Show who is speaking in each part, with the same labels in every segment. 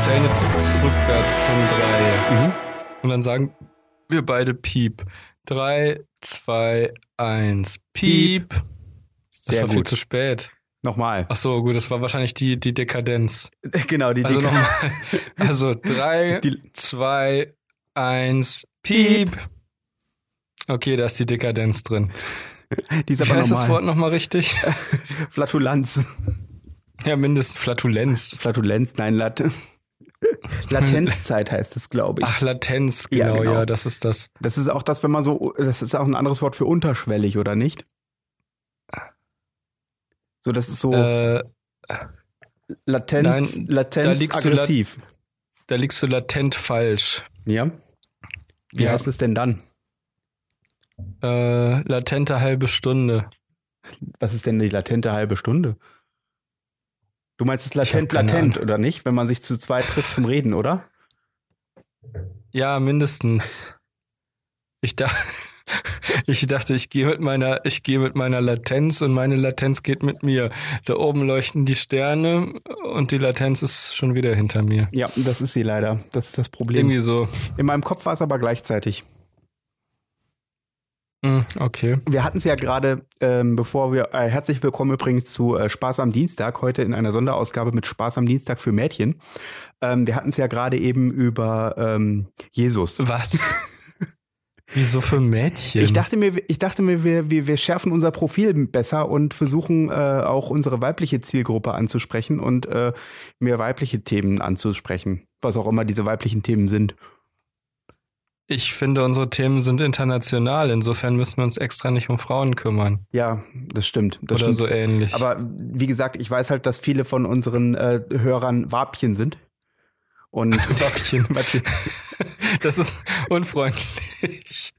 Speaker 1: zählen jetzt rückwärts von drei. Und dann sagen wir beide Piep. Drei, zwei, eins. Piep. Das
Speaker 2: Sehr
Speaker 1: war viel
Speaker 2: gut.
Speaker 1: zu spät.
Speaker 2: Nochmal.
Speaker 1: Ach so, gut, das war wahrscheinlich die, die Dekadenz.
Speaker 2: Genau, die
Speaker 1: Also
Speaker 2: Deka-
Speaker 1: nochmal. Also drei,
Speaker 2: Die-
Speaker 1: zwei, eins, Piep. Okay, da ist die Dekadenz drin.
Speaker 2: Die ist
Speaker 1: Wie
Speaker 2: aber
Speaker 1: heißt das Wort
Speaker 2: normal.
Speaker 1: nochmal richtig?
Speaker 2: Flatulenz.
Speaker 1: Ja, mindestens Flatulenz.
Speaker 2: Flatulenz, nein, Lat Latenzzeit heißt es, glaube ich.
Speaker 1: Ach, Latenz,
Speaker 2: Ja,
Speaker 1: genau, ja,
Speaker 2: genau.
Speaker 1: das ist das.
Speaker 2: Das ist auch das, wenn man so, das ist auch ein anderes Wort für unterschwellig, oder nicht? So, das ist so
Speaker 1: Äh,
Speaker 2: Latenz,
Speaker 1: nein, da
Speaker 2: Latenz
Speaker 1: liegst du lat-
Speaker 2: aggressiv.
Speaker 1: da liegst du latent falsch.
Speaker 2: ja? Wie
Speaker 1: Ja.
Speaker 2: heißt es denn dann?
Speaker 1: Äh, latente halbe Stunde.
Speaker 2: Was ist denn die latente halbe Stunde? Du meinst es latent,
Speaker 1: hab keine
Speaker 2: latent, oder nicht? Wenn man sich zu zweit trifft zum Reden, oder?
Speaker 1: Ja, mindestens. Ich dachte, ich dachte, ich gehe mit meiner, ich gehe mit meiner Latenz und meine Latenz geht mit mir. Da oben leuchten die Sterne und die Latenz ist schon wieder hinter mir.
Speaker 2: Ja, das ist sie leider. Das ist das Problem.
Speaker 1: Irgendwie so.
Speaker 2: In meinem Kopf war es aber gleichzeitig.
Speaker 1: Hm, Okay.
Speaker 2: Wir hatten es ja gerade, ähm, bevor wir, äh, herzlich willkommen übrigens zu äh, Spaß am Dienstag, heute in einer Sonderausgabe mit Spaß am Dienstag für Mädchen. Ähm, wir hatten es ja gerade eben über ähm, Jesus.
Speaker 1: Was? Wieso für Mädchen?
Speaker 2: Ich dachte mir, ich dachte mir wir, wir, wir schärfen unser Profil besser und versuchen äh, auch unsere weibliche Zielgruppe anzusprechen und äh, mehr weibliche Themen anzusprechen, was auch immer diese weiblichen Themen sind.
Speaker 1: ich finde, unsere Themen sind international. Insofern müssen wir uns extra nicht um Frauen kümmern.
Speaker 2: Ja, das stimmt. Das
Speaker 1: oder
Speaker 2: stimmt.
Speaker 1: so ähnlich.
Speaker 2: Aber wie gesagt, ich weiß halt, dass viele von unseren äh, Hörern Wapchen sind. Und
Speaker 1: Wapchen.
Speaker 2: Wapchen.
Speaker 1: Das ist unfreundlich.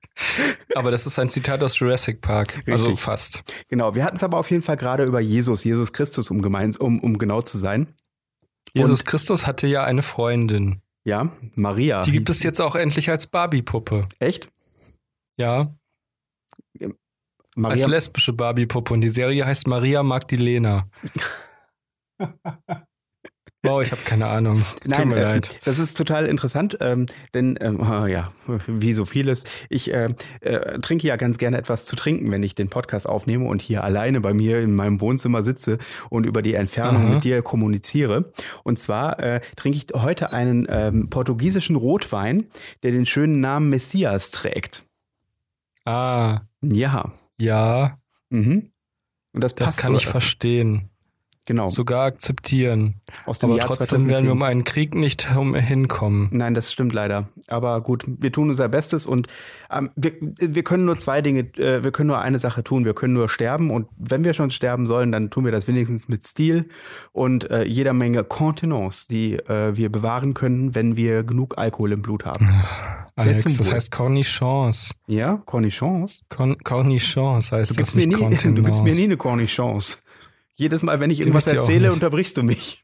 Speaker 1: Aber das ist ein Zitat aus Jurassic Park. Also
Speaker 2: Richtig.
Speaker 1: fast.
Speaker 2: Genau, wir hatten es aber auf jeden Fall gerade über Jesus, Jesus Christus, um, gemein, um, um genau zu sein.
Speaker 1: Jesus Christus hatte ja eine Freundin.
Speaker 2: Ja, Maria.
Speaker 1: Die gibt es jetzt auch endlich als Barbie-Puppe.
Speaker 2: Echt?
Speaker 1: Ja, als
Speaker 2: Maria,
Speaker 1: lesbische Barbie-Puppe. Und die Serie heißt Maria Magdalena. wow, ich habe keine Ahnung. Tut
Speaker 2: nein,
Speaker 1: mir
Speaker 2: äh,
Speaker 1: leid.
Speaker 2: das ist total interessant, ähm, denn ähm, ah, ja, wie so vieles, ich äh, äh, trinke ja ganz gerne etwas zu trinken, wenn ich den Podcast aufnehme und hier alleine bei mir in meinem Wohnzimmer sitze und über die Entfernung
Speaker 1: Aha.
Speaker 2: mit dir kommuniziere. Und zwar äh, trinke ich heute einen ähm, portugiesischen Rotwein, der den schönen Namen Messias trägt.
Speaker 1: Ah,
Speaker 2: Ja.
Speaker 1: ja,
Speaker 2: Mhm. Und das,
Speaker 1: das
Speaker 2: passt
Speaker 1: kann
Speaker 2: so
Speaker 1: ich
Speaker 2: dazu.
Speaker 1: verstehen.
Speaker 2: Genau.
Speaker 1: Sogar akzeptieren.
Speaker 2: aus dem
Speaker 1: Aber
Speaker 2: Jahr
Speaker 1: trotzdem werden wir
Speaker 2: 2010.
Speaker 1: um einen Krieg nicht herum- hinkommen.
Speaker 2: Nein, das stimmt leider. Aber gut, wir tun unser Bestes und ähm, wir, wir können nur zwei Dinge, äh, wir können nur eine Sache tun. Wir können nur sterben und wenn wir schon sterben sollen, dann tun wir das wenigstens mit Stil und äh, jeder Menge Kontenance, die äh, wir bewahren können, wenn wir genug Alkohol im Blut haben.
Speaker 1: Alex,
Speaker 2: zum
Speaker 1: das
Speaker 2: Wohl.
Speaker 1: heißt Cornichons.
Speaker 2: Ja, Cornichons?
Speaker 1: Con Cornichons heißt
Speaker 2: Du
Speaker 1: das
Speaker 2: gibst, mir
Speaker 1: nicht
Speaker 2: nie, du gibst mir
Speaker 1: Contenance.
Speaker 2: nie eine Cornichons. Jedes Mal, wenn ich
Speaker 1: Geb
Speaker 2: irgendwas
Speaker 1: ich dir auch
Speaker 2: erzähle,
Speaker 1: nicht.
Speaker 2: unterbrichst du mich.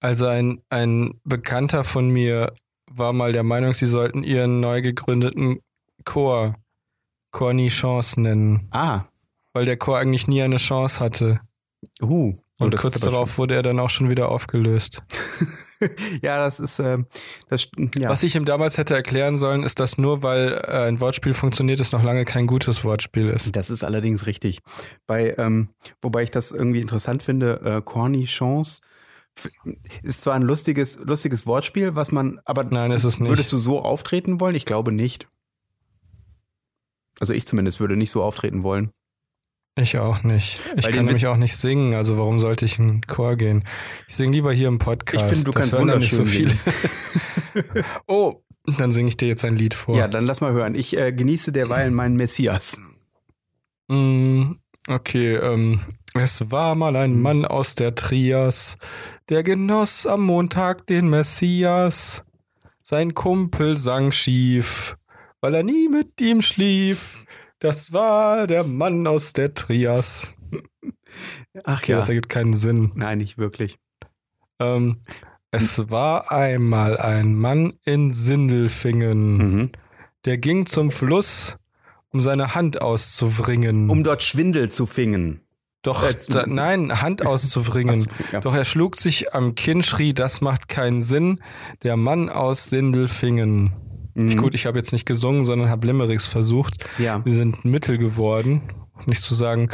Speaker 1: Also ein, ein Bekannter von mir war mal der Meinung, sie sollten ihren neu gegründeten Chor Cornichons nennen,
Speaker 2: Ah,
Speaker 1: weil der Chor eigentlich nie eine Chance hatte.
Speaker 2: uh. oh,
Speaker 1: Und
Speaker 2: das ist
Speaker 1: kurz
Speaker 2: aber
Speaker 1: darauf wurde er dann auch schon wieder aufgelöst.
Speaker 2: schön. Ja, das ist, äh, das, st- ja.
Speaker 1: Was ich ihm damals hätte erklären sollen, ist, dass nur weil äh, ein Wortspiel funktioniert, es noch lange kein gutes Wortspiel ist.
Speaker 2: Das ist allerdings richtig. Bei, ähm, wobei ich das irgendwie interessant finde, äh, Cornichons f- ist zwar ein lustiges, lustiges Wortspiel, was man, aber
Speaker 1: Nein, ist es nicht.
Speaker 2: würdest du so auftreten wollen? Ich glaube nicht. Also ich zumindest würde nicht so auftreten wollen.
Speaker 1: Ich auch nicht. Ich
Speaker 2: Weil den
Speaker 1: kann
Speaker 2: Wit-
Speaker 1: nämlich auch nicht singen, also warum sollte ich in den Chor gehen? Ich singe lieber hier im Podcast.
Speaker 2: Ich finde, du
Speaker 1: Das
Speaker 2: kannst
Speaker 1: hören dann nicht so
Speaker 2: wunderschön
Speaker 1: viele. oh, dann singe ich dir jetzt ein Lied vor.
Speaker 2: Ja, dann lass mal hören. Ich äh, genieße derweil meinen Messias.
Speaker 1: Mm, Okay, ähm, es war mal
Speaker 2: Mhm.
Speaker 1: ein Mann aus der Trias, der genoss am Montag den Messias. Sein Kumpel sang schief, weil er nie mit ihm schlief. Das war der Mann aus der Trias.
Speaker 2: Ach
Speaker 1: Okay, das ergibt keinen Sinn.
Speaker 2: Nein, nicht wirklich.
Speaker 1: Ähm, es war einmal ein Mann in Sindelfingen,
Speaker 2: Mhm.
Speaker 1: der ging zum Fluss, um seine Hand auszuwringen.
Speaker 2: Um dort Schwindel zu fingen.
Speaker 1: Doch,
Speaker 2: Äh, zu-
Speaker 1: da, nein, Hand auszubringen.
Speaker 2: Ach so, ja.
Speaker 1: Doch er schlug sich am Kinn, schrie, das macht keinen Sinn. Der Mann aus Sindelfingen.
Speaker 2: Mhm.
Speaker 1: Ich, gut, ich habe jetzt nicht gesungen, sondern habe Limericks versucht.
Speaker 2: Ja.
Speaker 1: Die sind Mittel geworden. Nicht zu sagen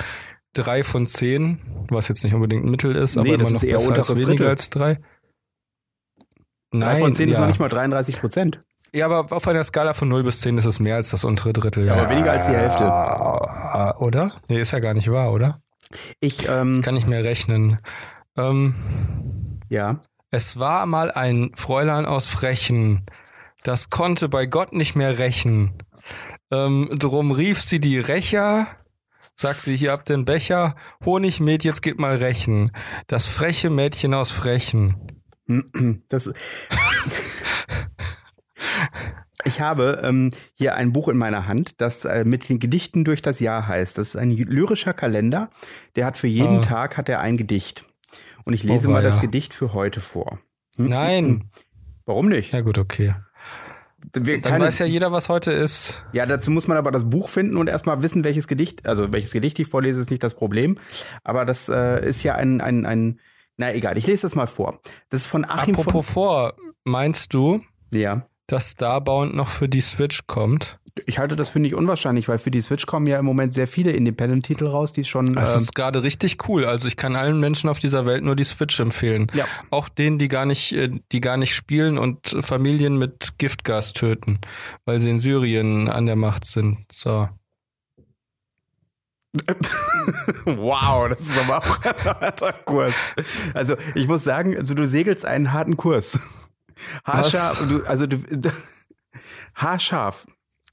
Speaker 1: drei von zehn, was jetzt nicht unbedingt Mittel ist, aber
Speaker 2: Nee, das
Speaker 1: immer
Speaker 2: ist
Speaker 1: noch
Speaker 2: eher
Speaker 1: besser als
Speaker 2: unteres
Speaker 1: weniger
Speaker 2: Drittel.
Speaker 1: als drei. Nein,
Speaker 2: Drei von zehn
Speaker 1: ja.
Speaker 2: ist noch nicht mal 33 Prozent.
Speaker 1: ja, aber auf einer Skala von 0 bis 10 ist es mehr als das untere Drittel.
Speaker 2: Aber weniger als die Hälfte.
Speaker 1: Ah, Oder? Nee, ist ja gar nicht wahr, oder?
Speaker 2: Ich, ähm,
Speaker 1: Kann nicht mehr rechnen. Ähm,
Speaker 2: ja.
Speaker 1: Es war mal ein Fräulein aus Frechen, das konnte bei Gott nicht mehr rächen. Ähm, drum rief sie die Rächer, sagte, hier habt den Becher, Honigmet, jetzt geht mal rächen. Das freche Mädchen aus Frechen.
Speaker 2: Das ich habe ähm, hier ein Buch in meiner Hand, das äh, mit den Gedichten durch das Jahr heißt. Das ist ein lyrischer Kalender. Der hat für jeden
Speaker 1: Ah.
Speaker 2: Tag hat er ein Gedicht. Und ich lese
Speaker 1: Oh,
Speaker 2: mal das
Speaker 1: weia.
Speaker 2: Gedicht für heute vor.
Speaker 1: Nein.
Speaker 2: Warum nicht?
Speaker 1: Ja gut, okay.
Speaker 2: Wir,
Speaker 1: Dann
Speaker 2: keine,
Speaker 1: weiß ja jeder, was heute ist.
Speaker 2: ja, dazu muss man aber das Buch finden und erstmal wissen, welches Gedicht, also welches Gedicht ich vorlese, ist nicht das Problem. Aber das äh, ist ja ein, ein, ein, na egal, ich lese das mal vor. Das ist von Achim von.
Speaker 1: Apropos vor, meinst du,
Speaker 2: Ja.
Speaker 1: dass Starbound noch für die Switch kommt?
Speaker 2: Ich halte das für nicht unwahrscheinlich, weil für die Switch kommen ja im Moment sehr viele Independent-Titel raus, die schon.
Speaker 1: Das
Speaker 2: ähm,
Speaker 1: ist gerade richtig cool. Also ich kann allen Menschen auf dieser Welt nur die Switch empfehlen.
Speaker 2: ja,
Speaker 1: Auch denen, die gar nicht, äh, die gar nicht spielen und äh, Familien mit Giftgas töten, weil sie in Syrien an der Macht sind. So.
Speaker 2: wow, das ist aber auch ein harter Kurs. Also ich muss sagen, also du segelst einen harten Kurs. Haarscharf,
Speaker 1: Was?
Speaker 2: du, also du, haarscharf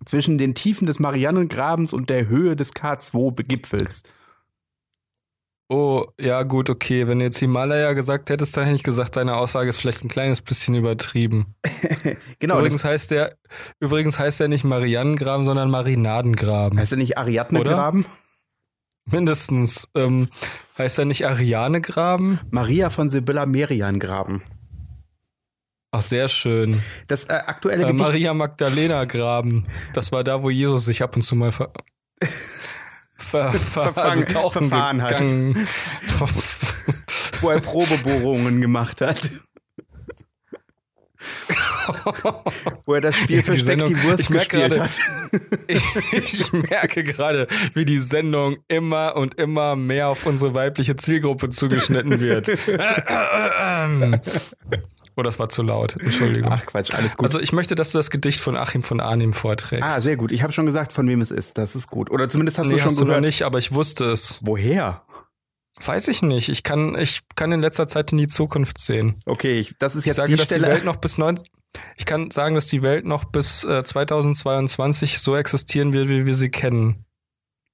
Speaker 2: zwischen den Tiefen des Marianengrabens und der Höhe des K2-Gipfels.
Speaker 1: Oh, ja, gut, okay. Wenn du jetzt Himalaya gesagt hättest, dann hätte ich gesagt, deine Aussage ist vielleicht ein kleines bisschen übertrieben.
Speaker 2: Genau, das
Speaker 1: übrigens, heißt der, übrigens heißt der nicht Marianengraben, sondern Marinadengraben.
Speaker 2: heißt ja nicht Ariadne-Graben?
Speaker 1: Mindestens. Ähm, heißt er nicht Arianegraben?
Speaker 2: Maria von Sibylla Merian-Graben.
Speaker 1: Ach, sehr schön.
Speaker 2: Das äh, aktuelle
Speaker 1: Äh,
Speaker 2: Gedicht
Speaker 1: Maria Magdalena Graben. Das war da, wo Jesus sich ab und zu mal ver ver ver
Speaker 2: Verfangen-
Speaker 1: also tauchen
Speaker 2: verfahren hat.
Speaker 1: gegangen. hat.
Speaker 2: wo er Probebohrungen gemacht hat. wo er das Spiel
Speaker 1: Die
Speaker 2: versteckt
Speaker 1: Sendung-
Speaker 2: die Wurst
Speaker 1: ich merke
Speaker 2: gespielt
Speaker 1: gerade-
Speaker 2: hat.
Speaker 1: ich, ich merke gerade, wie die Sendung immer und immer mehr auf unsere weibliche Zielgruppe zugeschnitten wird. oh, das war zu laut. Entschuldigung.
Speaker 2: Ach Quatsch, alles gut.
Speaker 1: also ich möchte, dass du das Gedicht von Achim von Arnim vorträgst.
Speaker 2: ah, sehr gut. Ich habe schon gesagt, von wem es ist. Das ist gut. Oder zumindest hast
Speaker 1: nee,
Speaker 2: du schon
Speaker 1: hast du noch
Speaker 2: gehört.
Speaker 1: nicht, aber ich wusste es.
Speaker 2: Woher?
Speaker 1: Weiß ich nicht. Ich kann, ich kann in letzter Zeit in die Zukunft sehen.
Speaker 2: Okay, ich, das ist
Speaker 1: Ich
Speaker 2: jetzt
Speaker 1: sage,
Speaker 2: die
Speaker 1: dass die
Speaker 2: Stelle.
Speaker 1: Welt noch bis 19 ich kann sagen, dass die Welt noch bis äh, 2022 so existieren wird, wie wir sie kennen.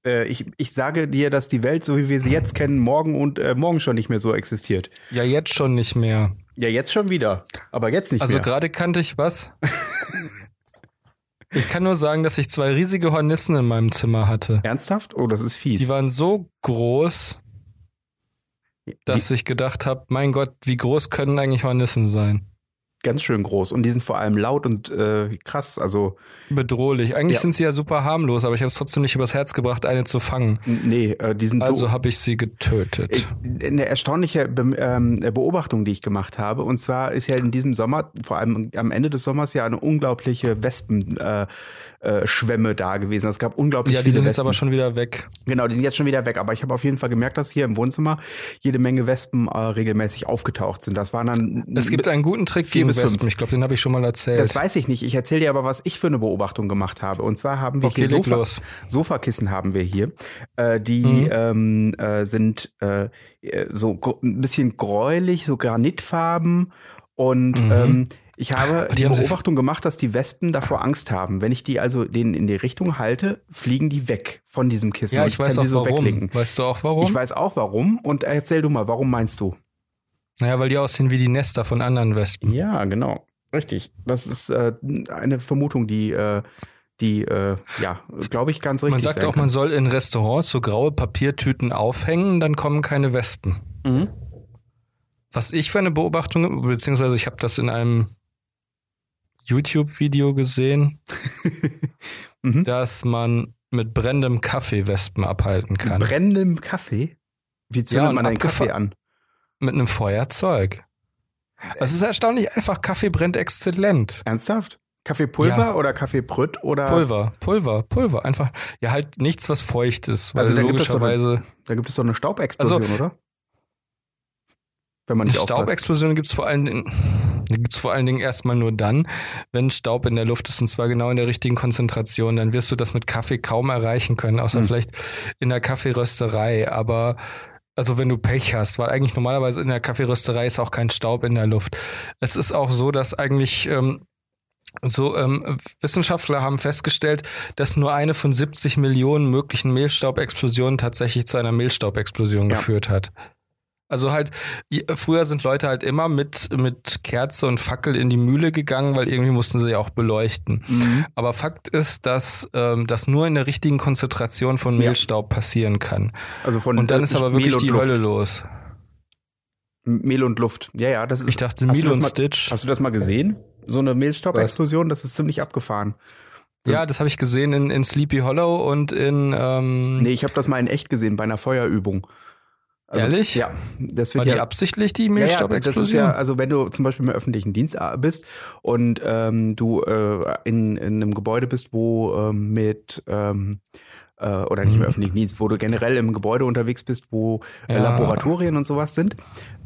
Speaker 2: äh, ich, ich sage dir, dass die Welt, so wie wir sie jetzt kennen, morgen und äh, morgen schon nicht mehr so existiert.
Speaker 1: Ja, jetzt schon nicht mehr.
Speaker 2: Ja, jetzt schon wieder. Aber jetzt nicht
Speaker 1: Also
Speaker 2: mehr.
Speaker 1: gerade kannte ich was. ich kann nur sagen, dass ich zwei riesige Hornissen in meinem Zimmer hatte.
Speaker 2: Ernsthaft? Oh, das ist fies.
Speaker 1: Die waren so groß, dass ich gedacht habe, mein Gott, wie groß können eigentlich Hornissen sein?
Speaker 2: ganz schön groß. Und die sind vor allem laut und äh, krass. Also,
Speaker 1: Bedrohlich. Eigentlich
Speaker 2: Ja.
Speaker 1: sind sie ja super harmlos, aber ich habe es trotzdem nicht übers Herz gebracht, eine zu fangen.
Speaker 2: n- nee, äh, die sind so
Speaker 1: Also habe ich sie getötet.
Speaker 2: Ich- Äh, Eine erstaunliche Be ähm, Beobachtung, die ich gemacht habe. Und zwar ist ja in diesem Sommer, vor allem am Ende des Sommers, ja eine unglaubliche Wespenschwemme äh, Schwemme da gewesen. Es gab unglaublich
Speaker 1: ja, die
Speaker 2: viele
Speaker 1: sind jetzt
Speaker 2: Wespen.
Speaker 1: aber schon wieder weg.
Speaker 2: Genau, die sind jetzt schon wieder weg. Aber ich habe auf jeden Fall gemerkt, dass hier im Wohnzimmer jede Menge Wespen äh, regelmäßig aufgetaucht sind. Das waren dann.
Speaker 1: Es gibt einen guten Trick
Speaker 2: Vier
Speaker 1: gegen
Speaker 2: bis fünf.
Speaker 1: Wespen. Ich glaube, den habe ich schon mal erzählt.
Speaker 2: das weiß ich nicht. Ich erzähle dir aber, was ich für eine Beobachtung gemacht habe. Und zwar haben wir
Speaker 1: Okay,
Speaker 2: hier
Speaker 1: leg
Speaker 2: Sofa
Speaker 1: los.
Speaker 2: Sofakissen haben wir hier. Äh, die
Speaker 1: Mhm.
Speaker 2: ähm, äh, sind äh, äh, so gr- ein bisschen gräulich, so granitfarben. Und ähm, ich habe
Speaker 1: Mhm. Die
Speaker 2: die,
Speaker 1: haben sie-
Speaker 2: Beobachtung gemacht, dass die Wespen davor Angst haben. Wenn ich die also denen in die Richtung halte, fliegen die weg von diesem Kissen.
Speaker 1: ja,
Speaker 2: und
Speaker 1: ich weiß
Speaker 2: kann
Speaker 1: auch
Speaker 2: sie so
Speaker 1: warum.
Speaker 2: weglenken.
Speaker 1: Weißt du auch warum?
Speaker 2: Ich weiß auch warum. Und erzähl du mal, warum meinst du?
Speaker 1: naja, weil die aussehen wie die Nester von anderen Wespen.
Speaker 2: Ja, genau. Richtig. Das ist äh, eine Vermutung, die, äh, die äh, ja, glaube ich, ganz richtig
Speaker 1: Man sagt
Speaker 2: sein
Speaker 1: auch,
Speaker 2: kann.
Speaker 1: man soll in Restaurants so graue Papiertüten aufhängen, dann kommen keine Wespen.
Speaker 2: Mhm.
Speaker 1: Was ich für eine Beobachtung, beziehungsweise ich habe das in einem YouTube-Video gesehen,
Speaker 2: Mhm.
Speaker 1: dass man mit brennendem Kaffee Wespen abhalten kann.
Speaker 2: brennendem Kaffee. Wie zündet
Speaker 1: Ja, und
Speaker 2: man einen
Speaker 1: abgefa-
Speaker 2: Kaffee an?
Speaker 1: Mit einem Feuerzeug. Es ist erstaunlich einfach. Kaffee brennt exzellent.
Speaker 2: Ernsthaft? Kaffeepulver
Speaker 1: Ja.
Speaker 2: oder Kaffeebrüt oder
Speaker 1: Pulver, Pulver, Pulver. Einfach. Ja, halt nichts, was feucht ist. Weil
Speaker 2: Also
Speaker 1: also
Speaker 2: dann gibt es aber-
Speaker 1: logischerweise.
Speaker 2: da gibt es doch eine Staubexplosion,
Speaker 1: Also,
Speaker 2: oder? Wenn man nicht aufpasst.
Speaker 1: Staubexplosionen gibt es vor allen Dingen. die gibt's vor allen Dingen erstmal nur dann, wenn Staub in der Luft ist und zwar genau in der richtigen Konzentration. Dann wirst du das mit Kaffee kaum erreichen können, außer
Speaker 2: Hm.
Speaker 1: vielleicht in der Kaffeerösterei. Aber also wenn du Pech hast, weil eigentlich normalerweise in der Kaffeerösterei ist auch kein Staub in der Luft. Es ist auch so, dass eigentlich ähm, so ähm, Wissenschaftler haben festgestellt, dass nur eine von 70 Millionen möglichen Mehlstaubexplosionen tatsächlich zu einer Mehlstaubexplosion
Speaker 2: Ja.
Speaker 1: geführt hat. Also halt, i- früher sind Leute halt immer mit, mit Kerze und Fackel in die Mühle gegangen, weil irgendwie mussten sie ja auch beleuchten.
Speaker 2: Mhm.
Speaker 1: Aber Fakt ist, dass ähm, das nur in der richtigen Konzentration von
Speaker 2: Ja.
Speaker 1: Mehlstaub passieren kann.
Speaker 2: Also von
Speaker 1: Und dann ist aber wirklich
Speaker 2: Mehl und
Speaker 1: die
Speaker 2: Luft.
Speaker 1: Hölle los.
Speaker 2: Mehl und Luft. Ja, ja, das ist.
Speaker 1: Ich dachte
Speaker 2: Hast du
Speaker 1: Milo
Speaker 2: das
Speaker 1: und
Speaker 2: mal-
Speaker 1: Stitch.
Speaker 2: Hast du das mal gesehen? So eine Mehlstaubexplosion, das ist ziemlich abgefahren. das-
Speaker 1: ja, das habe ich gesehen in, in Sleepy Hollow und in ähm,
Speaker 2: Nee, ich habe das mal in echt gesehen bei einer Feuerübung. Also,
Speaker 1: Ehrlich?
Speaker 2: Ja, das
Speaker 1: war
Speaker 2: wird
Speaker 1: die
Speaker 2: ja
Speaker 1: absichtlich die
Speaker 2: Ja, ja, das ist
Speaker 1: Mehlstaubexplosion?
Speaker 2: ja, also wenn du zum Beispiel im öffentlichen Dienst a- bist und ähm, du äh, in, in einem Gebäude bist, wo ähm, mit ähm, äh, oder nicht im
Speaker 1: Mhm.
Speaker 2: öffentlichen Dienst, wo du generell im Gebäude unterwegs bist, wo äh,
Speaker 1: Ja.
Speaker 2: Laboratorien und sowas sind,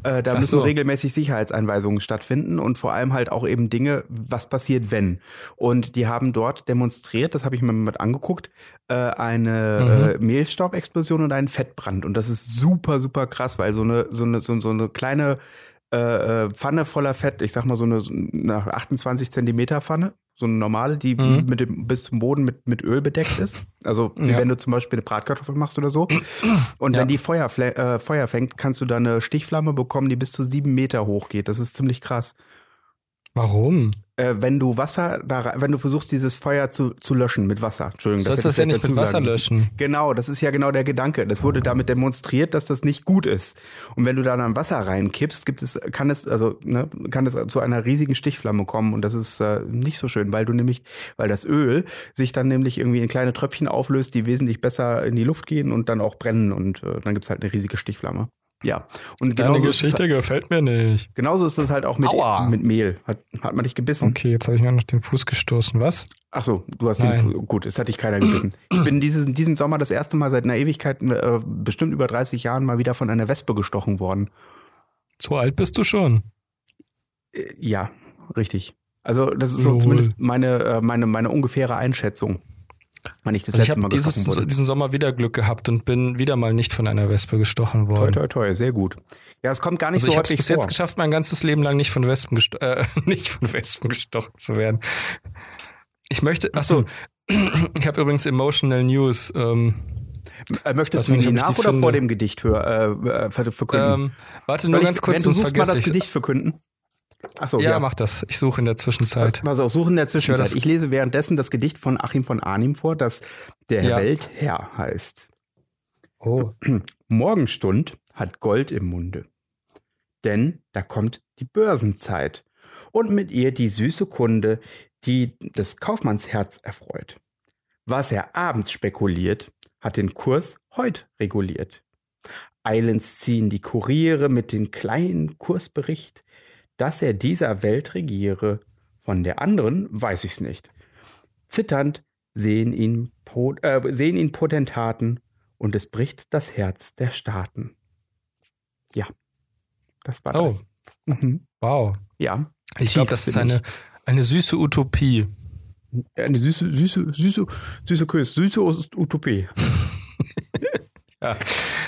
Speaker 2: äh, da
Speaker 1: Ach
Speaker 2: müssen
Speaker 1: so.
Speaker 2: regelmäßig Sicherheitseinweisungen stattfinden und vor allem halt auch eben Dinge, was passiert, wenn. Und die haben dort demonstriert, das habe ich mir mit angeguckt, äh, eine
Speaker 1: Mhm.
Speaker 2: äh, Mehlstaubexplosion und einen Fettbrand. Und das ist super, super krass, weil so eine, so eine, so, so eine kleine äh, äh, Pfanne voller Fett, ich sag mal so eine, so eine 28 Zentimeter Pfanne, so eine normale, die
Speaker 1: Mhm.
Speaker 2: mit dem, bis zum Boden mit, mit Öl bedeckt ist. Also wie
Speaker 1: Ja.
Speaker 2: wenn du zum Beispiel eine Bratkartoffel machst oder so. Und
Speaker 1: Ja.
Speaker 2: wenn die Feuer, flä- äh, Feuer fängt, kannst du da eine Stichflamme bekommen, die bis zu sieben Meter hoch geht. Das ist ziemlich krass.
Speaker 1: Warum?
Speaker 2: Äh, wenn du Wasser, da, rei- wenn du versuchst, dieses Feuer zu, zu löschen mit Wasser.
Speaker 1: Du
Speaker 2: Entschuldigung,
Speaker 1: sollst
Speaker 2: hätte
Speaker 1: das ja
Speaker 2: ich vielleicht
Speaker 1: nicht mit
Speaker 2: dazu
Speaker 1: Wasser
Speaker 2: sagen müssen.
Speaker 1: löschen.
Speaker 2: Genau, das ist ja genau der Gedanke. Das wurde damit demonstriert, dass das nicht gut ist. Und wenn du da dann Wasser reinkippst, gibt es, kann es, also, ne, kann es zu einer riesigen Stichflamme kommen. Und das ist äh, nicht so schön, weil du nämlich, weil das Öl sich dann nämlich irgendwie in kleine Tröpfchen auflöst, die wesentlich besser in die Luft gehen und dann auch brennen. Und äh, dann gibt es halt eine riesige Stichflamme. Ja. Und
Speaker 1: Deine
Speaker 2: genauso Genau ist, es,
Speaker 1: Geschichte gefällt mir nicht.
Speaker 2: genauso ist es halt auch mit,
Speaker 1: Aua.
Speaker 2: mit Mehl. Hat, hat man dich gebissen?
Speaker 1: Okay, jetzt habe ich mir noch den Fuß gestoßen. Was?
Speaker 2: Ach so, du hast
Speaker 1: Nein.
Speaker 2: den. Gut, es hat dich keiner gebissen. Ich bin dieses, in diesem Sommer das erste Mal seit einer Ewigkeit, äh, bestimmt über 30 Jahren, mal wieder von einer Wespe gestochen worden.
Speaker 1: So alt bist du schon.
Speaker 2: Äh, ja, richtig. Also, das ist so
Speaker 1: Lol.
Speaker 2: zumindest meine, äh, meine, meine ungefähre Einschätzung, wann ich das
Speaker 1: Also ich
Speaker 2: letzte
Speaker 1: habe
Speaker 2: Mal
Speaker 1: dieses-
Speaker 2: gestochen wurde.
Speaker 1: diesen Sommer wieder Glück gehabt und bin wieder mal nicht von einer Wespe gestochen
Speaker 2: Toi,
Speaker 1: worden.
Speaker 2: toi, toi, sehr gut. Ja, es kommt gar nicht
Speaker 1: Also ich
Speaker 2: so
Speaker 1: habe es
Speaker 2: häufig
Speaker 1: bis
Speaker 2: vor.
Speaker 1: jetzt geschafft, mein ganzes Leben lang nicht von Wespen, gesto äh, nicht von Wespen gestochen zu werden. Ich möchte, achso, ich habe übrigens Emotional News. Ähm,
Speaker 2: äh, möchtest
Speaker 1: Weiß
Speaker 2: du
Speaker 1: nicht,
Speaker 2: die
Speaker 1: ob ich die
Speaker 2: nach oder
Speaker 1: finde.
Speaker 2: vor dem Gedicht für, äh, äh, ver- verkünden?
Speaker 1: ähm, warte
Speaker 2: Soll
Speaker 1: nur
Speaker 2: ich-
Speaker 1: ganz kurz,
Speaker 2: wenn du
Speaker 1: sonst
Speaker 2: suchst, mal
Speaker 1: vergesse
Speaker 2: das
Speaker 1: ich
Speaker 2: Gedicht verkünden. Achso,
Speaker 1: Ja,
Speaker 2: ja.
Speaker 1: mach das. Ich suche in der Zwischenzeit.
Speaker 2: Was, was auch suchen in der Zwischenzeit.
Speaker 1: das-
Speaker 2: Ich, lese währenddessen das Gedicht von Achim von Arnim vor, das der
Speaker 1: Ja.
Speaker 2: Weltherr heißt.
Speaker 1: Oh.
Speaker 2: Morgenstund hat Gold im Munde. Denn da kommt die Börsenzeit und mit ihr die süße Kunde, die des Kaufmanns Herz erfreut. Was er abends spekuliert, hat den Kurs heut reguliert. Eilends ziehen die Kuriere mit den kleinen Kursbericht, dass er dieser Welt regiere. Von der anderen weiß ich's nicht. Zitternd sehen ihn, Po- äh, sehen ihn Potentaten und es bricht das Herz der Staaten. Ja, das war
Speaker 1: Oh.
Speaker 2: das. Mhm.
Speaker 1: Wow.
Speaker 2: Ja,
Speaker 1: Ich glaube, das ist eine, eine süße Utopie.
Speaker 2: eine süße, süße, süße, süße Küsse, süße Utopie.
Speaker 1: Ja.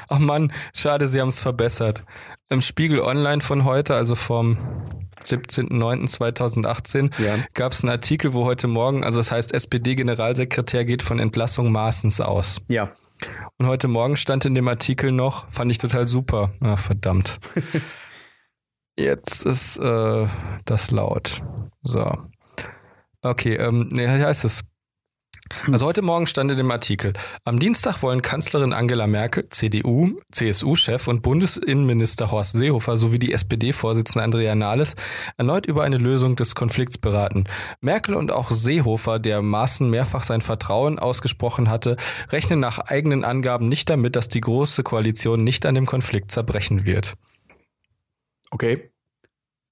Speaker 1: Ach Mann, schade, sie haben es verbessert. Im Spiegel Online von heute, also vom 17.09.2018,
Speaker 2: Ja.
Speaker 1: gab es einen Artikel, wo heute Morgen, also das heißt, SPD-Generalsekretär geht von Entlassung Maaßens aus.
Speaker 2: Ja.
Speaker 1: Und heute Morgen stand in dem Artikel noch, fand ich total super. Ach, verdammt. Jetzt ist äh, das laut. So. Okay, ähm, nee, wie heißt es? Also heute Morgen stand in dem Artikel, am Dienstag wollen Kanzlerin Angela Merkel, CDU, CSU-Chef und Bundesinnenminister Horst Seehofer sowie die SPD-Vorsitzende Andrea Nahles erneut über eine Lösung des Konflikts beraten. Merkel und auch Seehofer, der Maaßen mehrfach sein Vertrauen ausgesprochen hatte, rechnen nach eigenen Angaben nicht damit, dass die Große Koalition nicht an dem Konflikt zerbrechen wird.
Speaker 2: Okay.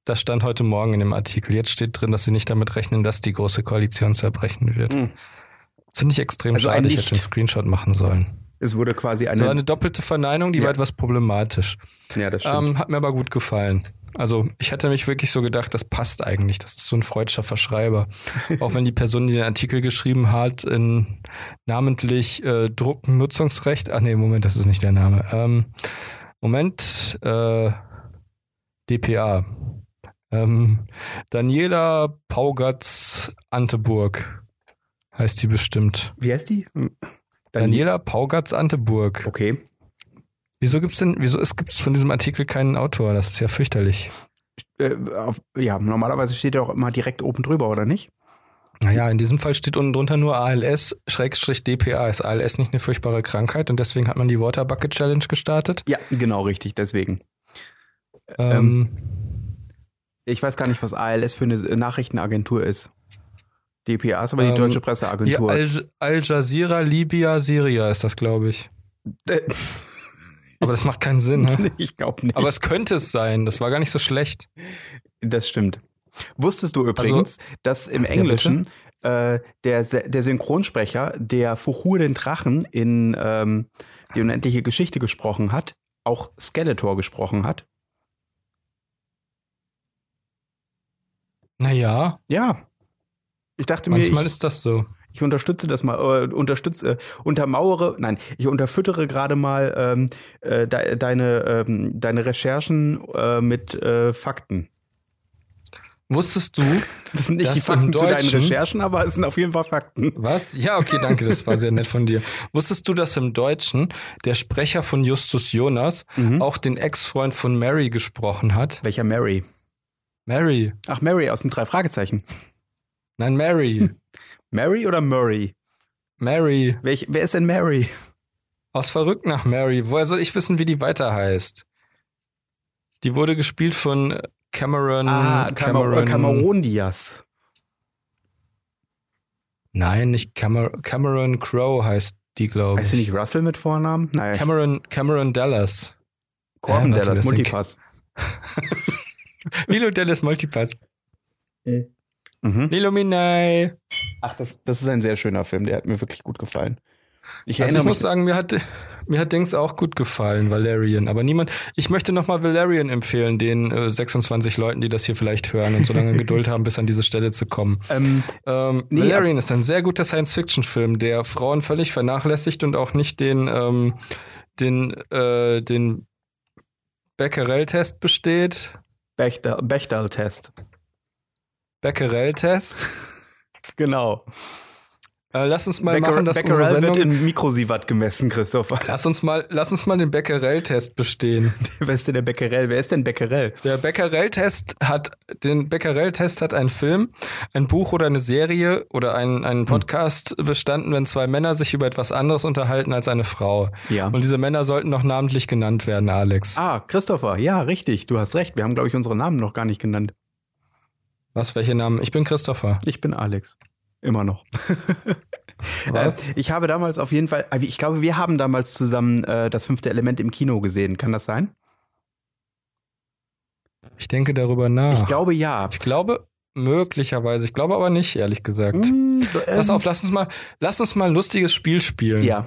Speaker 1: Das stand heute Morgen in dem Artikel. Jetzt steht drin, dass sie nicht damit rechnen, dass die Große Koalition zerbrechen wird.
Speaker 2: Mhm.
Speaker 1: Das finde ich extrem
Speaker 2: Also ein
Speaker 1: schade. Ich
Speaker 2: Nicht.
Speaker 1: hätte einen Screenshot machen sollen.
Speaker 2: Es wurde quasi eine.
Speaker 1: So eine doppelte Verneinung, die
Speaker 2: Ja.
Speaker 1: war etwas problematisch.
Speaker 2: ja, das stimmt.
Speaker 1: Ähm, hat mir aber gut gefallen. Also ich hätte mich wirklich so gedacht, das passt eigentlich. Das ist so ein freudscher Verschreiber. Auch wenn die Person, die den Artikel geschrieben hat, in namentlich äh, Drucken Nutzungsrecht. Ach nee, Moment, das ist nicht der Name. Ähm, Moment, äh, DPA. Ähm, Daniela Paugatz Anteburg heißt die bestimmt.
Speaker 2: Wie heißt die? Hm. Daniel.
Speaker 1: Daniela Paugatz Anteburg.
Speaker 2: Okay.
Speaker 1: Wieso gibt's denn, wieso es gibt von diesem Artikel keinen Autor? Das ist ja fürchterlich.
Speaker 2: Äh, auf, ja, normalerweise steht er auch immer direkt oben drüber, oder nicht?
Speaker 1: Naja, in diesem Fall steht unten drunter nur ALS, Schrägstrich DPA. Ist ALS nicht eine furchtbare Krankheit und deswegen hat man die Water Bucket Challenge gestartet?
Speaker 2: Ja, genau, richtig, deswegen.
Speaker 1: Ähm,
Speaker 2: Ich weiß gar nicht, was ALS für eine Nachrichtenagentur ist. DPA ist aber
Speaker 1: Ähm,
Speaker 2: die Deutsche
Speaker 1: hier
Speaker 2: Presseagentur.
Speaker 1: Al, Al Jazeera, Libya, Syria ist das, glaube ich.
Speaker 2: Äh,
Speaker 1: Aber das macht keinen Sinn. Ne?
Speaker 2: ich glaube nicht.
Speaker 1: Aber es könnte es sein. Das war gar nicht so schlecht.
Speaker 2: das stimmt. Wusstest
Speaker 1: Also-
Speaker 2: du übrigens, dass im
Speaker 1: bitte?
Speaker 2: Englischen äh, der, Se- der Synchronsprecher, der Fuchur den Drachen in ähm, die unendliche Geschichte gesprochen hat, auch Skeletor gesprochen hat?
Speaker 1: Naja,
Speaker 2: Ja. Ich dachte mir,
Speaker 1: manchmal
Speaker 2: ich,
Speaker 1: ist das so.
Speaker 2: ich unterstütze das mal, äh, unterstütze, äh, untermauere, nein, ich unterfüttere gerade mal ähm, äh, de, deine, ähm, deine Recherchen äh, mit äh, Fakten.
Speaker 1: Wusstest du,
Speaker 2: Das sind nicht
Speaker 1: Das
Speaker 2: die Fakten
Speaker 1: im
Speaker 2: zu deinen
Speaker 1: Deutschen?
Speaker 2: Recherchen, aber es sind auf jeden Fall Fakten.
Speaker 1: Was? Ja, okay, danke, das war sehr nett von dir. Wusstest du, dass im Deutschen der Sprecher von Justus Jonas
Speaker 2: Hm?
Speaker 1: auch den Ex-Freund von Mary gesprochen hat?
Speaker 2: Welcher Mary?
Speaker 1: Mary.
Speaker 2: Ach, Mary aus den drei Fragezeichen.
Speaker 1: Nein, Mary.
Speaker 2: Mary oder Murray?
Speaker 1: Mary.
Speaker 2: Welch, wer ist denn Mary?
Speaker 1: Hm, Aus Verrückt nach Mary. Woher soll ich wissen, wie die weiter heißt? Die wurde gespielt von äh, Cameron.
Speaker 2: ah, Cameron. Cameron Diaz.
Speaker 1: Nein, nicht Camer Cameron Crowe heißt die, glaube
Speaker 2: Heißt
Speaker 1: ich.
Speaker 2: sie nicht Russell mit Vornamen? Naja,
Speaker 1: Cameron, Cameron Dallas.
Speaker 2: Corbin,
Speaker 1: äh, warte,
Speaker 2: der
Speaker 1: das
Speaker 2: das
Speaker 1: sind-
Speaker 2: Multipass.
Speaker 1: Lilo Dallas Multipass.
Speaker 2: Mhm.
Speaker 1: Lilo Minai.
Speaker 2: Ach, das, das ist ein sehr schöner Film. Der hat mir wirklich gut gefallen. Ich
Speaker 1: Also
Speaker 2: erinnere
Speaker 1: ich muss
Speaker 2: mich.
Speaker 1: sagen, mir hat, mir hat Dings auch gut gefallen, Valerian. Aber niemand, ich möchte nochmal Valerian empfehlen, den äh, 26 Leuten, die das hier vielleicht hören und so lange Geduld haben, bis an diese Stelle zu kommen.
Speaker 2: Ähm,
Speaker 1: Ähm,
Speaker 2: Nee,
Speaker 1: Valerian ist ein sehr guter Science-Fiction-Film, der Frauen völlig vernachlässigt und auch nicht den, ähm, den, äh, den Becquerel-Test besteht.
Speaker 2: Bechdel- Bechdel-Test.
Speaker 1: Becquerel-Test.
Speaker 2: Genau.
Speaker 1: Äh, lass uns mal
Speaker 2: Becquerel,
Speaker 1: machen, dass unsere
Speaker 2: Becquerel wird
Speaker 1: Sendung...
Speaker 2: in Mikrosievert gemessen, Christopher.
Speaker 1: Lass uns mal, lass uns mal den Becquerel-Test bestehen.
Speaker 2: Wer ist denn der Becquerel? Wer ist denn Becquerel?
Speaker 1: Der Becquerel-Test hat, den Becquerel-Test hat ein Film, ein Buch oder eine Serie oder ein,
Speaker 2: Hm.
Speaker 1: ein Podcast bestanden, wenn zwei Männer sich über etwas anderes unterhalten als eine Frau.
Speaker 2: Ja.
Speaker 1: Und diese Männer sollten noch namentlich genannt werden, Alex.
Speaker 2: Ah, Christopher. Ja, richtig. Du hast recht. Wir haben, glaube ich, unsere Namen noch gar nicht genannt.
Speaker 1: Was, welche Namen? Ich bin Christopher.
Speaker 2: Ich bin Alex. Immer noch.
Speaker 1: Was?
Speaker 2: Äh, ich habe damals auf jeden Fall, also ich glaube, wir haben damals zusammen äh, das fünfte Element im Kino gesehen. Kann das sein?
Speaker 1: Ich denke darüber nach.
Speaker 2: Ich glaube ja.
Speaker 1: Ah. ich glaube möglicherweise. Ich glaube aber nicht, ehrlich gesagt.
Speaker 2: Hm,
Speaker 1: Pass
Speaker 2: ähm,
Speaker 1: auf, lass uns mal, lass uns mal ein lustiges Spiel spielen.
Speaker 2: Ja,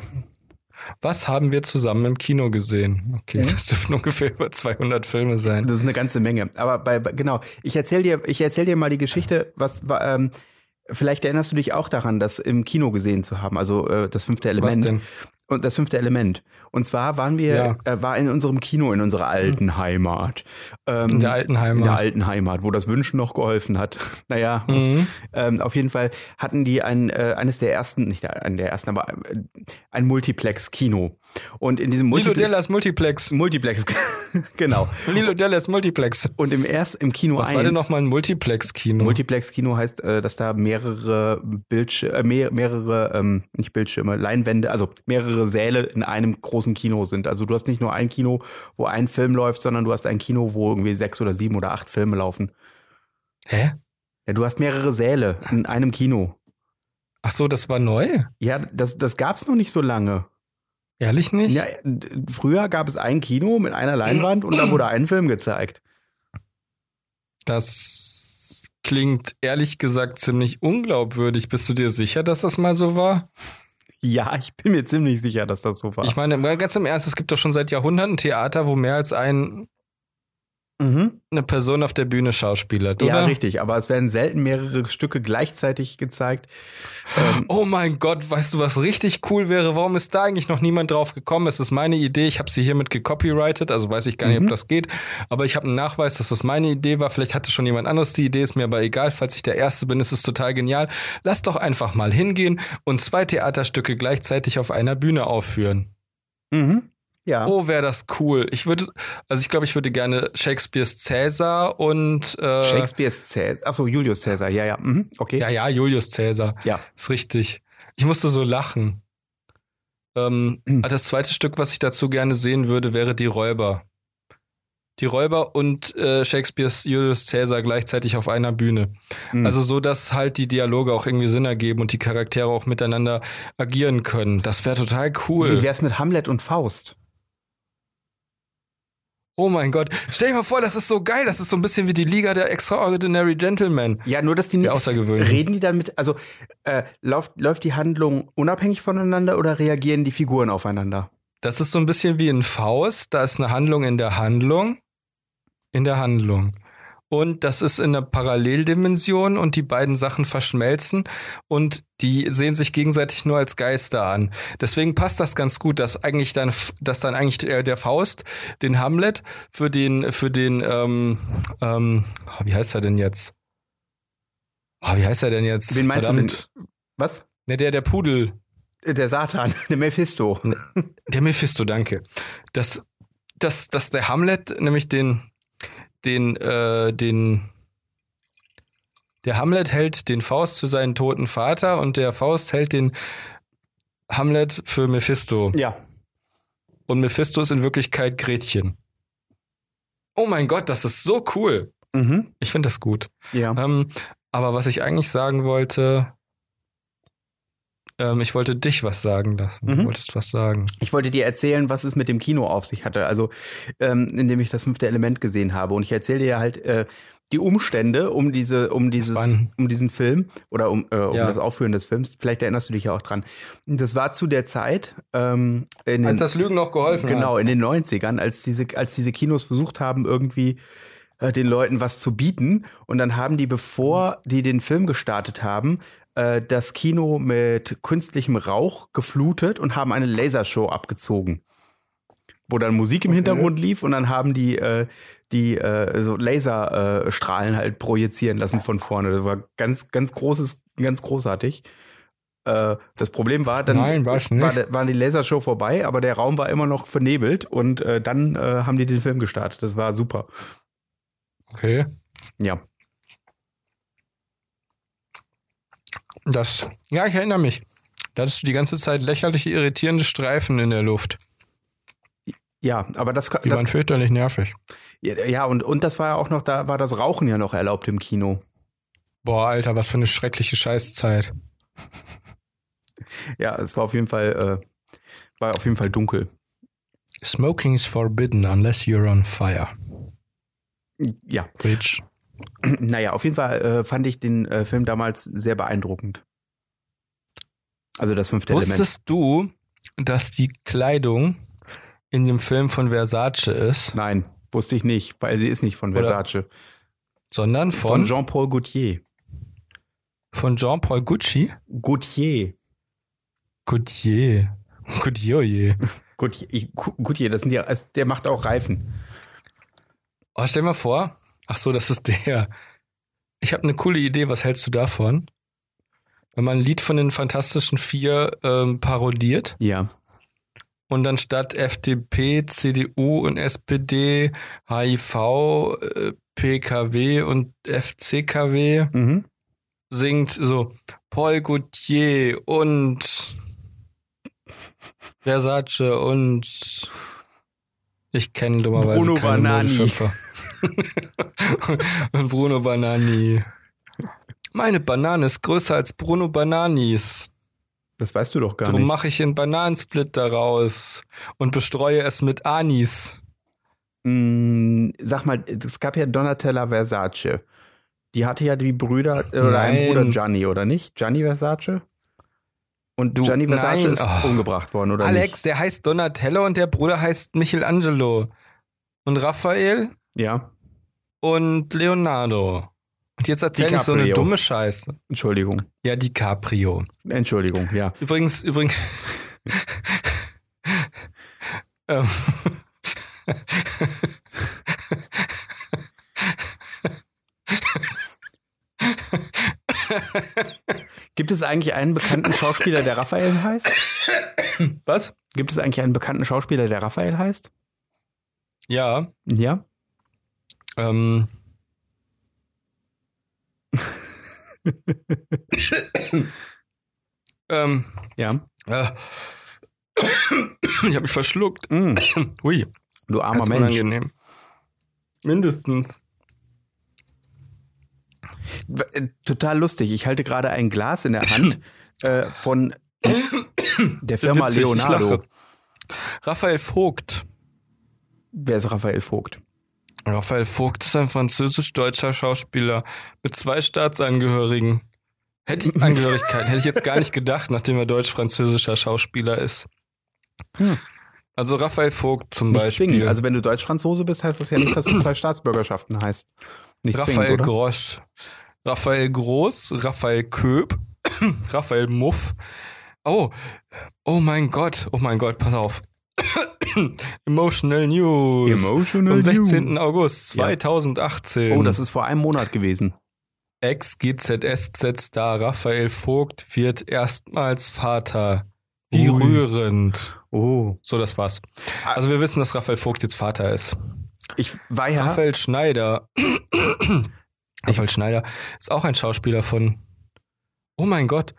Speaker 1: Was haben wir zusammen im Kino gesehen? Okay,
Speaker 2: Mhm.
Speaker 1: das dürften ungefähr über 200 Filme sein.
Speaker 2: das ist eine ganze Menge. Aber bei, bei genau, ich erzähl dir, ich erzähl dir mal die Geschichte, was war, ähm, vielleicht erinnerst du dich auch daran, das im Kino gesehen zu haben, also äh, das fünfte Element.
Speaker 1: Was denn?
Speaker 2: und das fünfte Element. Und zwar waren wir,
Speaker 1: Ja.
Speaker 2: äh, war in unserem Kino, in unserer alten Heimat. Ähm,
Speaker 1: In der alten
Speaker 2: in
Speaker 1: Heimat.
Speaker 2: der alten Heimat, wo das Wünschen noch geholfen hat. Naja,
Speaker 1: Mhm.
Speaker 2: ähm, auf jeden Fall hatten die ein, äh, eines der ersten, nicht der- einen der ersten, aber äh, ein Multiplex-Kino. Und in diesem
Speaker 1: Lilo
Speaker 2: Multiple
Speaker 1: Dellas Multiplex.
Speaker 2: Multiplex, genau.
Speaker 1: Lilo Dellas Multiplex.
Speaker 2: Und im erst im Kino
Speaker 1: Was
Speaker 2: 1,
Speaker 1: war denn nochmal ein Multiplex-Kino?
Speaker 2: Multiplex-Kino heißt, äh, dass da mehrere Bildschirme, äh, mehr, mehrere, ähm, nicht Bildschirme, Leinwände, also mehrere Säle in einem großen Kino sind. Also du hast nicht nur ein Kino, wo ein Film läuft, sondern du hast ein Kino, wo irgendwie sechs oder sieben oder acht Filme laufen.
Speaker 1: Hä?
Speaker 2: Ja, du hast mehrere Säle in einem Kino.
Speaker 1: Ach so, das war neu?
Speaker 2: Ja, das, das gab's noch nicht so lange.
Speaker 1: Ehrlich nicht?
Speaker 2: Ja, äh, d- früher gab es ein Kino mit einer Leinwand und da wurde ein Film gezeigt.
Speaker 1: Das klingt ehrlich gesagt ziemlich unglaubwürdig. Bist du dir sicher, dass das mal so war?
Speaker 2: Ja, ich bin mir ziemlich sicher, dass das so war.
Speaker 1: Ich meine, mal ganz im Ernst, es gibt doch schon seit Jahrhunderten Theater, wo mehr als ein,
Speaker 2: mhm.
Speaker 1: eine Person auf der Bühne schauspielert, oder?
Speaker 2: Ja, richtig, aber es werden selten mehrere Stücke gleichzeitig gezeigt. Ähm,
Speaker 1: Oh mein Gott, weißt du, was richtig cool wäre? Warum ist da eigentlich noch niemand drauf gekommen? Es ist meine Idee, ich habe sie hiermit gecopyrightet, also weiß ich gar nicht,
Speaker 2: Mhm.
Speaker 1: ob das geht, aber ich habe einen Nachweis, dass das meine Idee war. Vielleicht hatte schon jemand anderes die Idee, ist mir aber egal. Falls ich der Erste bin, ist es total genial. Lass doch einfach mal hingehen und zwei Theaterstücke gleichzeitig auf einer Bühne aufführen.
Speaker 2: mhm. Ja.
Speaker 1: Oh, wäre das cool. Ich würde, also ich glaube, ich würde gerne Shakespeares Cäsar und äh,
Speaker 2: Shakespeares Cäsar. Achso, Julius Cäsar. Ja, ja. Mhm. Okay.
Speaker 1: Ja, ja, Julius Cäsar.
Speaker 2: Ja.
Speaker 1: Ist richtig. Ich musste so lachen. Ähm, ah, das zweite Stück, was ich dazu gerne sehen würde, wäre Die Räuber. Die Räuber und äh, Shakespeares Julius Cäsar gleichzeitig auf einer Bühne.
Speaker 2: Mhm.
Speaker 1: Also so, dass halt die Dialoge auch irgendwie Sinn ergeben und die Charaktere auch miteinander agieren können. Das wäre total
Speaker 2: Wie
Speaker 1: cool.
Speaker 2: wär's mit Hamlet und Faust?
Speaker 1: Oh mein Gott. Stell dir mal vor, das ist so geil. Das ist so ein bisschen wie die Liga der Extraordinary Gentlemen.
Speaker 2: Ja, nur, dass die nicht.
Speaker 1: Der Außergewöhnlichen.
Speaker 2: Reden die dann mit, also äh, läuft, läuft die Handlung unabhängig voneinander oder reagieren die Figuren aufeinander?
Speaker 1: Das ist so ein bisschen wie in Faust. Da ist eine Handlung in der Handlung. In der Handlung. Und das ist in einer Paralleldimension und die beiden Sachen verschmelzen und die sehen sich gegenseitig nur als Geister an. Deswegen passt das ganz gut, dass eigentlich dann, f- dass dann eigentlich der, der Faust den Hamlet für den, für den, ähm, ähm, ah, wie heißt er denn jetzt? Ah, wie heißt er denn jetzt?
Speaker 2: Wen meinst du
Speaker 1: Verdammt.
Speaker 2: Was? Äh,
Speaker 1: Ne, der, der Pudel.
Speaker 2: Der Satan, der Mephisto.
Speaker 1: Der Mephisto, danke. Dass, dass, dass der Hamlet nämlich den, den, äh, den, der Hamlet hält den Faust für seinen toten Vater und der Faust hält den Hamlet für Mephisto.
Speaker 2: Ja.
Speaker 1: Und Mephisto ist in Wirklichkeit Gretchen. Oh mein Gott, das ist so cool.
Speaker 2: Mhm.
Speaker 1: Ich finde das gut.
Speaker 2: Ja.
Speaker 1: Ähm, aber was ich eigentlich sagen wollte, ähm, ich wollte dich was sagen lassen. Du
Speaker 2: Mhm.
Speaker 1: wolltest was sagen.
Speaker 2: Ich wollte dir erzählen, was es mit dem Kino auf sich hatte, also ähm, indem ich das fünfte Element gesehen habe. Und ich erzähle dir halt äh, die Umstände um diese, um dieses,
Speaker 1: Spannend.
Speaker 2: um diesen Film oder um, äh, um
Speaker 1: Ja.
Speaker 2: das Aufführen des Films. Vielleicht erinnerst du dich ja auch dran. Das war zu der Zeit, ähm, in den,
Speaker 1: Als das Lügen noch geholfen hat.
Speaker 2: genau, in den 90ern, als diese, als diese Kinos versucht haben, irgendwie äh, den Leuten was zu bieten. Und dann haben die, bevor die den Film gestartet haben, äh, das Kino mit künstlichem Rauch geflutet und haben eine Lasershow abgezogen. Wo dann Musik im Hintergrund lief und dann haben die, äh, die äh, so Laserstrahlen äh, Strahlen halt projizieren lassen von vorne. Das war ganz, ganz großes, ganz großartig. Äh, das Problem war, dann
Speaker 1: Nein, war's nicht.
Speaker 2: war, der- war die Lasershow vorbei, aber der Raum war immer noch vernebelt und äh, dann äh, haben die den Film gestartet. Das war super.
Speaker 1: Okay.
Speaker 2: Ja.
Speaker 1: Das, ja, ich erinnere mich. Da hattest du die ganze Zeit lächerliche, irritierende Streifen in der Luft.
Speaker 2: Ja, aber das,
Speaker 1: Die
Speaker 2: das
Speaker 1: waren fürchterlich nervig.
Speaker 2: ja und und das war ja auch noch da war das Rauchen ja noch erlaubt im Kino.
Speaker 1: Boah, Alter, was für eine schreckliche Scheißzeit.
Speaker 2: Ja, es war auf jeden Fall äh, war auf jeden Fall dunkel.
Speaker 1: Smoking is forbidden unless you're on fire.
Speaker 2: Ja,
Speaker 1: Bitch.
Speaker 2: naja, auf jeden Fall äh, fand ich den äh, Film damals sehr beeindruckend. Also das fünfte Element.
Speaker 1: Wusstest du, dass die Kleidung in dem Film von Versace ist,
Speaker 2: Nein, wusste ich nicht, weil sie ist nicht von
Speaker 1: Oder-
Speaker 2: Versace,
Speaker 1: sondern
Speaker 2: von,
Speaker 1: von,
Speaker 2: Jean-Paul Gaultier.
Speaker 1: von Jean-Paul Gucci?
Speaker 2: Gaultier.
Speaker 1: Gautier. Goodyear. oh je.
Speaker 2: Gut, ich, gut hier, das sind die, der macht auch Reifen.
Speaker 1: Oh, stell mal vor. Ach so, das ist der. Ich habe eine coole Idee. Was hältst du davon? Wenn man ein Lied von den Fantastischen Vier ähm, parodiert
Speaker 2: Ja.
Speaker 1: und dann statt FDP, CDU und SPD, HIV, äh, PKW und FCKW
Speaker 2: Mhm.
Speaker 1: singt so Paul Gaultier und Versace und ich kenne dummerweise
Speaker 2: Bruno
Speaker 1: keine
Speaker 2: Banani.
Speaker 1: Modeschöpfer. und Bruno Banani. Meine Banane ist größer als Bruno Bananis.
Speaker 2: Das weißt du doch gar
Speaker 1: Darum
Speaker 2: nicht.
Speaker 1: mache ich einen Bananensplit daraus und bestreue es mit Anis.
Speaker 2: Mm, sag mal, es gab ja Donatella Versace. Die hatte ja die Brüder äh, oder einen
Speaker 1: Nein.
Speaker 2: Bruder Gianni, oder nicht? Gianni Versace? Und
Speaker 1: Du,
Speaker 2: Gianni Versace
Speaker 1: nein,
Speaker 2: ist
Speaker 1: oh.
Speaker 2: umgebracht worden, oder
Speaker 1: Alex,
Speaker 2: nicht?
Speaker 1: der heißt Donatello und der Bruder heißt Michelangelo. Und Raphael
Speaker 2: Ja,
Speaker 1: und Leonardo. Und jetzt erzähl nicht so eine
Speaker 2: DiCaprio.
Speaker 1: dumme Scheiße.
Speaker 2: Entschuldigung.
Speaker 1: Ja, DiCaprio.
Speaker 2: Entschuldigung, ja.
Speaker 1: Übrigens, übrigens. Ähm.
Speaker 2: Gibt es eigentlich einen bekannten Schauspieler, der Raphael heißt?
Speaker 1: Was?
Speaker 2: Gibt es eigentlich einen bekannten Schauspieler, der Raphael heißt?
Speaker 1: Ja.
Speaker 2: Ja.
Speaker 1: Ähm. ähm.
Speaker 2: Ja.
Speaker 1: Äh. Ich habe mich verschluckt.
Speaker 2: Mm,
Speaker 1: Hui.
Speaker 2: du armer
Speaker 1: das ist
Speaker 2: Mensch.
Speaker 1: unangenehm. Mindestens.
Speaker 2: W- äh, Total lustig. Ich halte gerade ein Glas in der Hand äh, von der Firma
Speaker 1: Witzig, ich
Speaker 2: Leonardo.
Speaker 1: lache. Raphael Vogt.
Speaker 2: Wer ist Raphael Vogt?
Speaker 1: Raphael Vogt ist ein französisch-deutscher Schauspieler mit zwei Staatsangehörigen. Hätte ich Angehörigkeit, hätte ich jetzt gar nicht gedacht, nachdem er deutsch-französischer Schauspieler ist.
Speaker 2: Hm.
Speaker 1: Also Raphael Vogt zum
Speaker 2: Nicht
Speaker 1: Beispiel.
Speaker 2: zwingend. Also wenn du Deutsch-Franzose bist, heißt das ja nicht, dass du zwei Staatsbürgerschaften heißt. Nicht
Speaker 1: Raphael
Speaker 2: zwingend, oder?
Speaker 1: Grosch. Raphael Groß, Raphael Köb, Raphael Muff. Oh, oh mein Gott, oh mein Gott, pass auf. Emotional News.
Speaker 2: Emotional
Speaker 1: Am
Speaker 2: News.
Speaker 1: 16. August
Speaker 2: Ja.
Speaker 1: 2018.
Speaker 2: Oh, das ist vor einem Monat gewesen.
Speaker 1: Ex-GZSZ-Star Raphael Vogt wird erstmals Vater. Wie
Speaker 2: Ui. Ah.
Speaker 1: rührend.
Speaker 2: Oh.
Speaker 1: So, das war's. Also wir wissen, dass Raphael Vogt jetzt Vater ist.
Speaker 2: Ich war ja.
Speaker 1: Raphael Schneider. Raphael Schneider ist auch ein Schauspieler von. Oh mein Gott.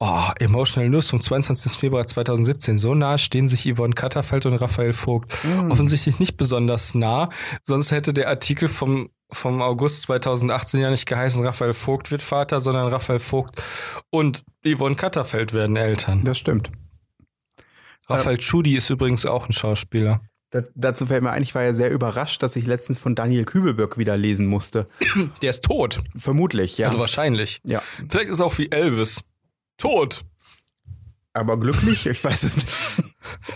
Speaker 1: Oh, Emotional News vom 22. Februar 2017. So nah stehen sich Yvonne Katterfeld und Raphael Vogt.
Speaker 2: Mm.
Speaker 1: Offensichtlich nicht besonders nah, sonst hätte der Artikel vom, vom August 2018 ja nicht geheißen, Raphael Vogt wird Vater, sondern Raphael Vogt und Yvonne Katterfeld werden Eltern.
Speaker 2: Das stimmt.
Speaker 1: Raphael Schudi ist übrigens auch ein Schauspieler.
Speaker 2: Da, dazu fällt mir ein, ich war ja sehr überrascht, dass ich letztens von Daniel Kübelböck wieder lesen musste.
Speaker 1: Der ist tot,
Speaker 2: Vermutlich, ja.
Speaker 1: also wahrscheinlich.
Speaker 2: ja.
Speaker 1: Vielleicht ist er auch wie Elvis. Tot.
Speaker 2: Aber glücklich, ich weiß es nicht.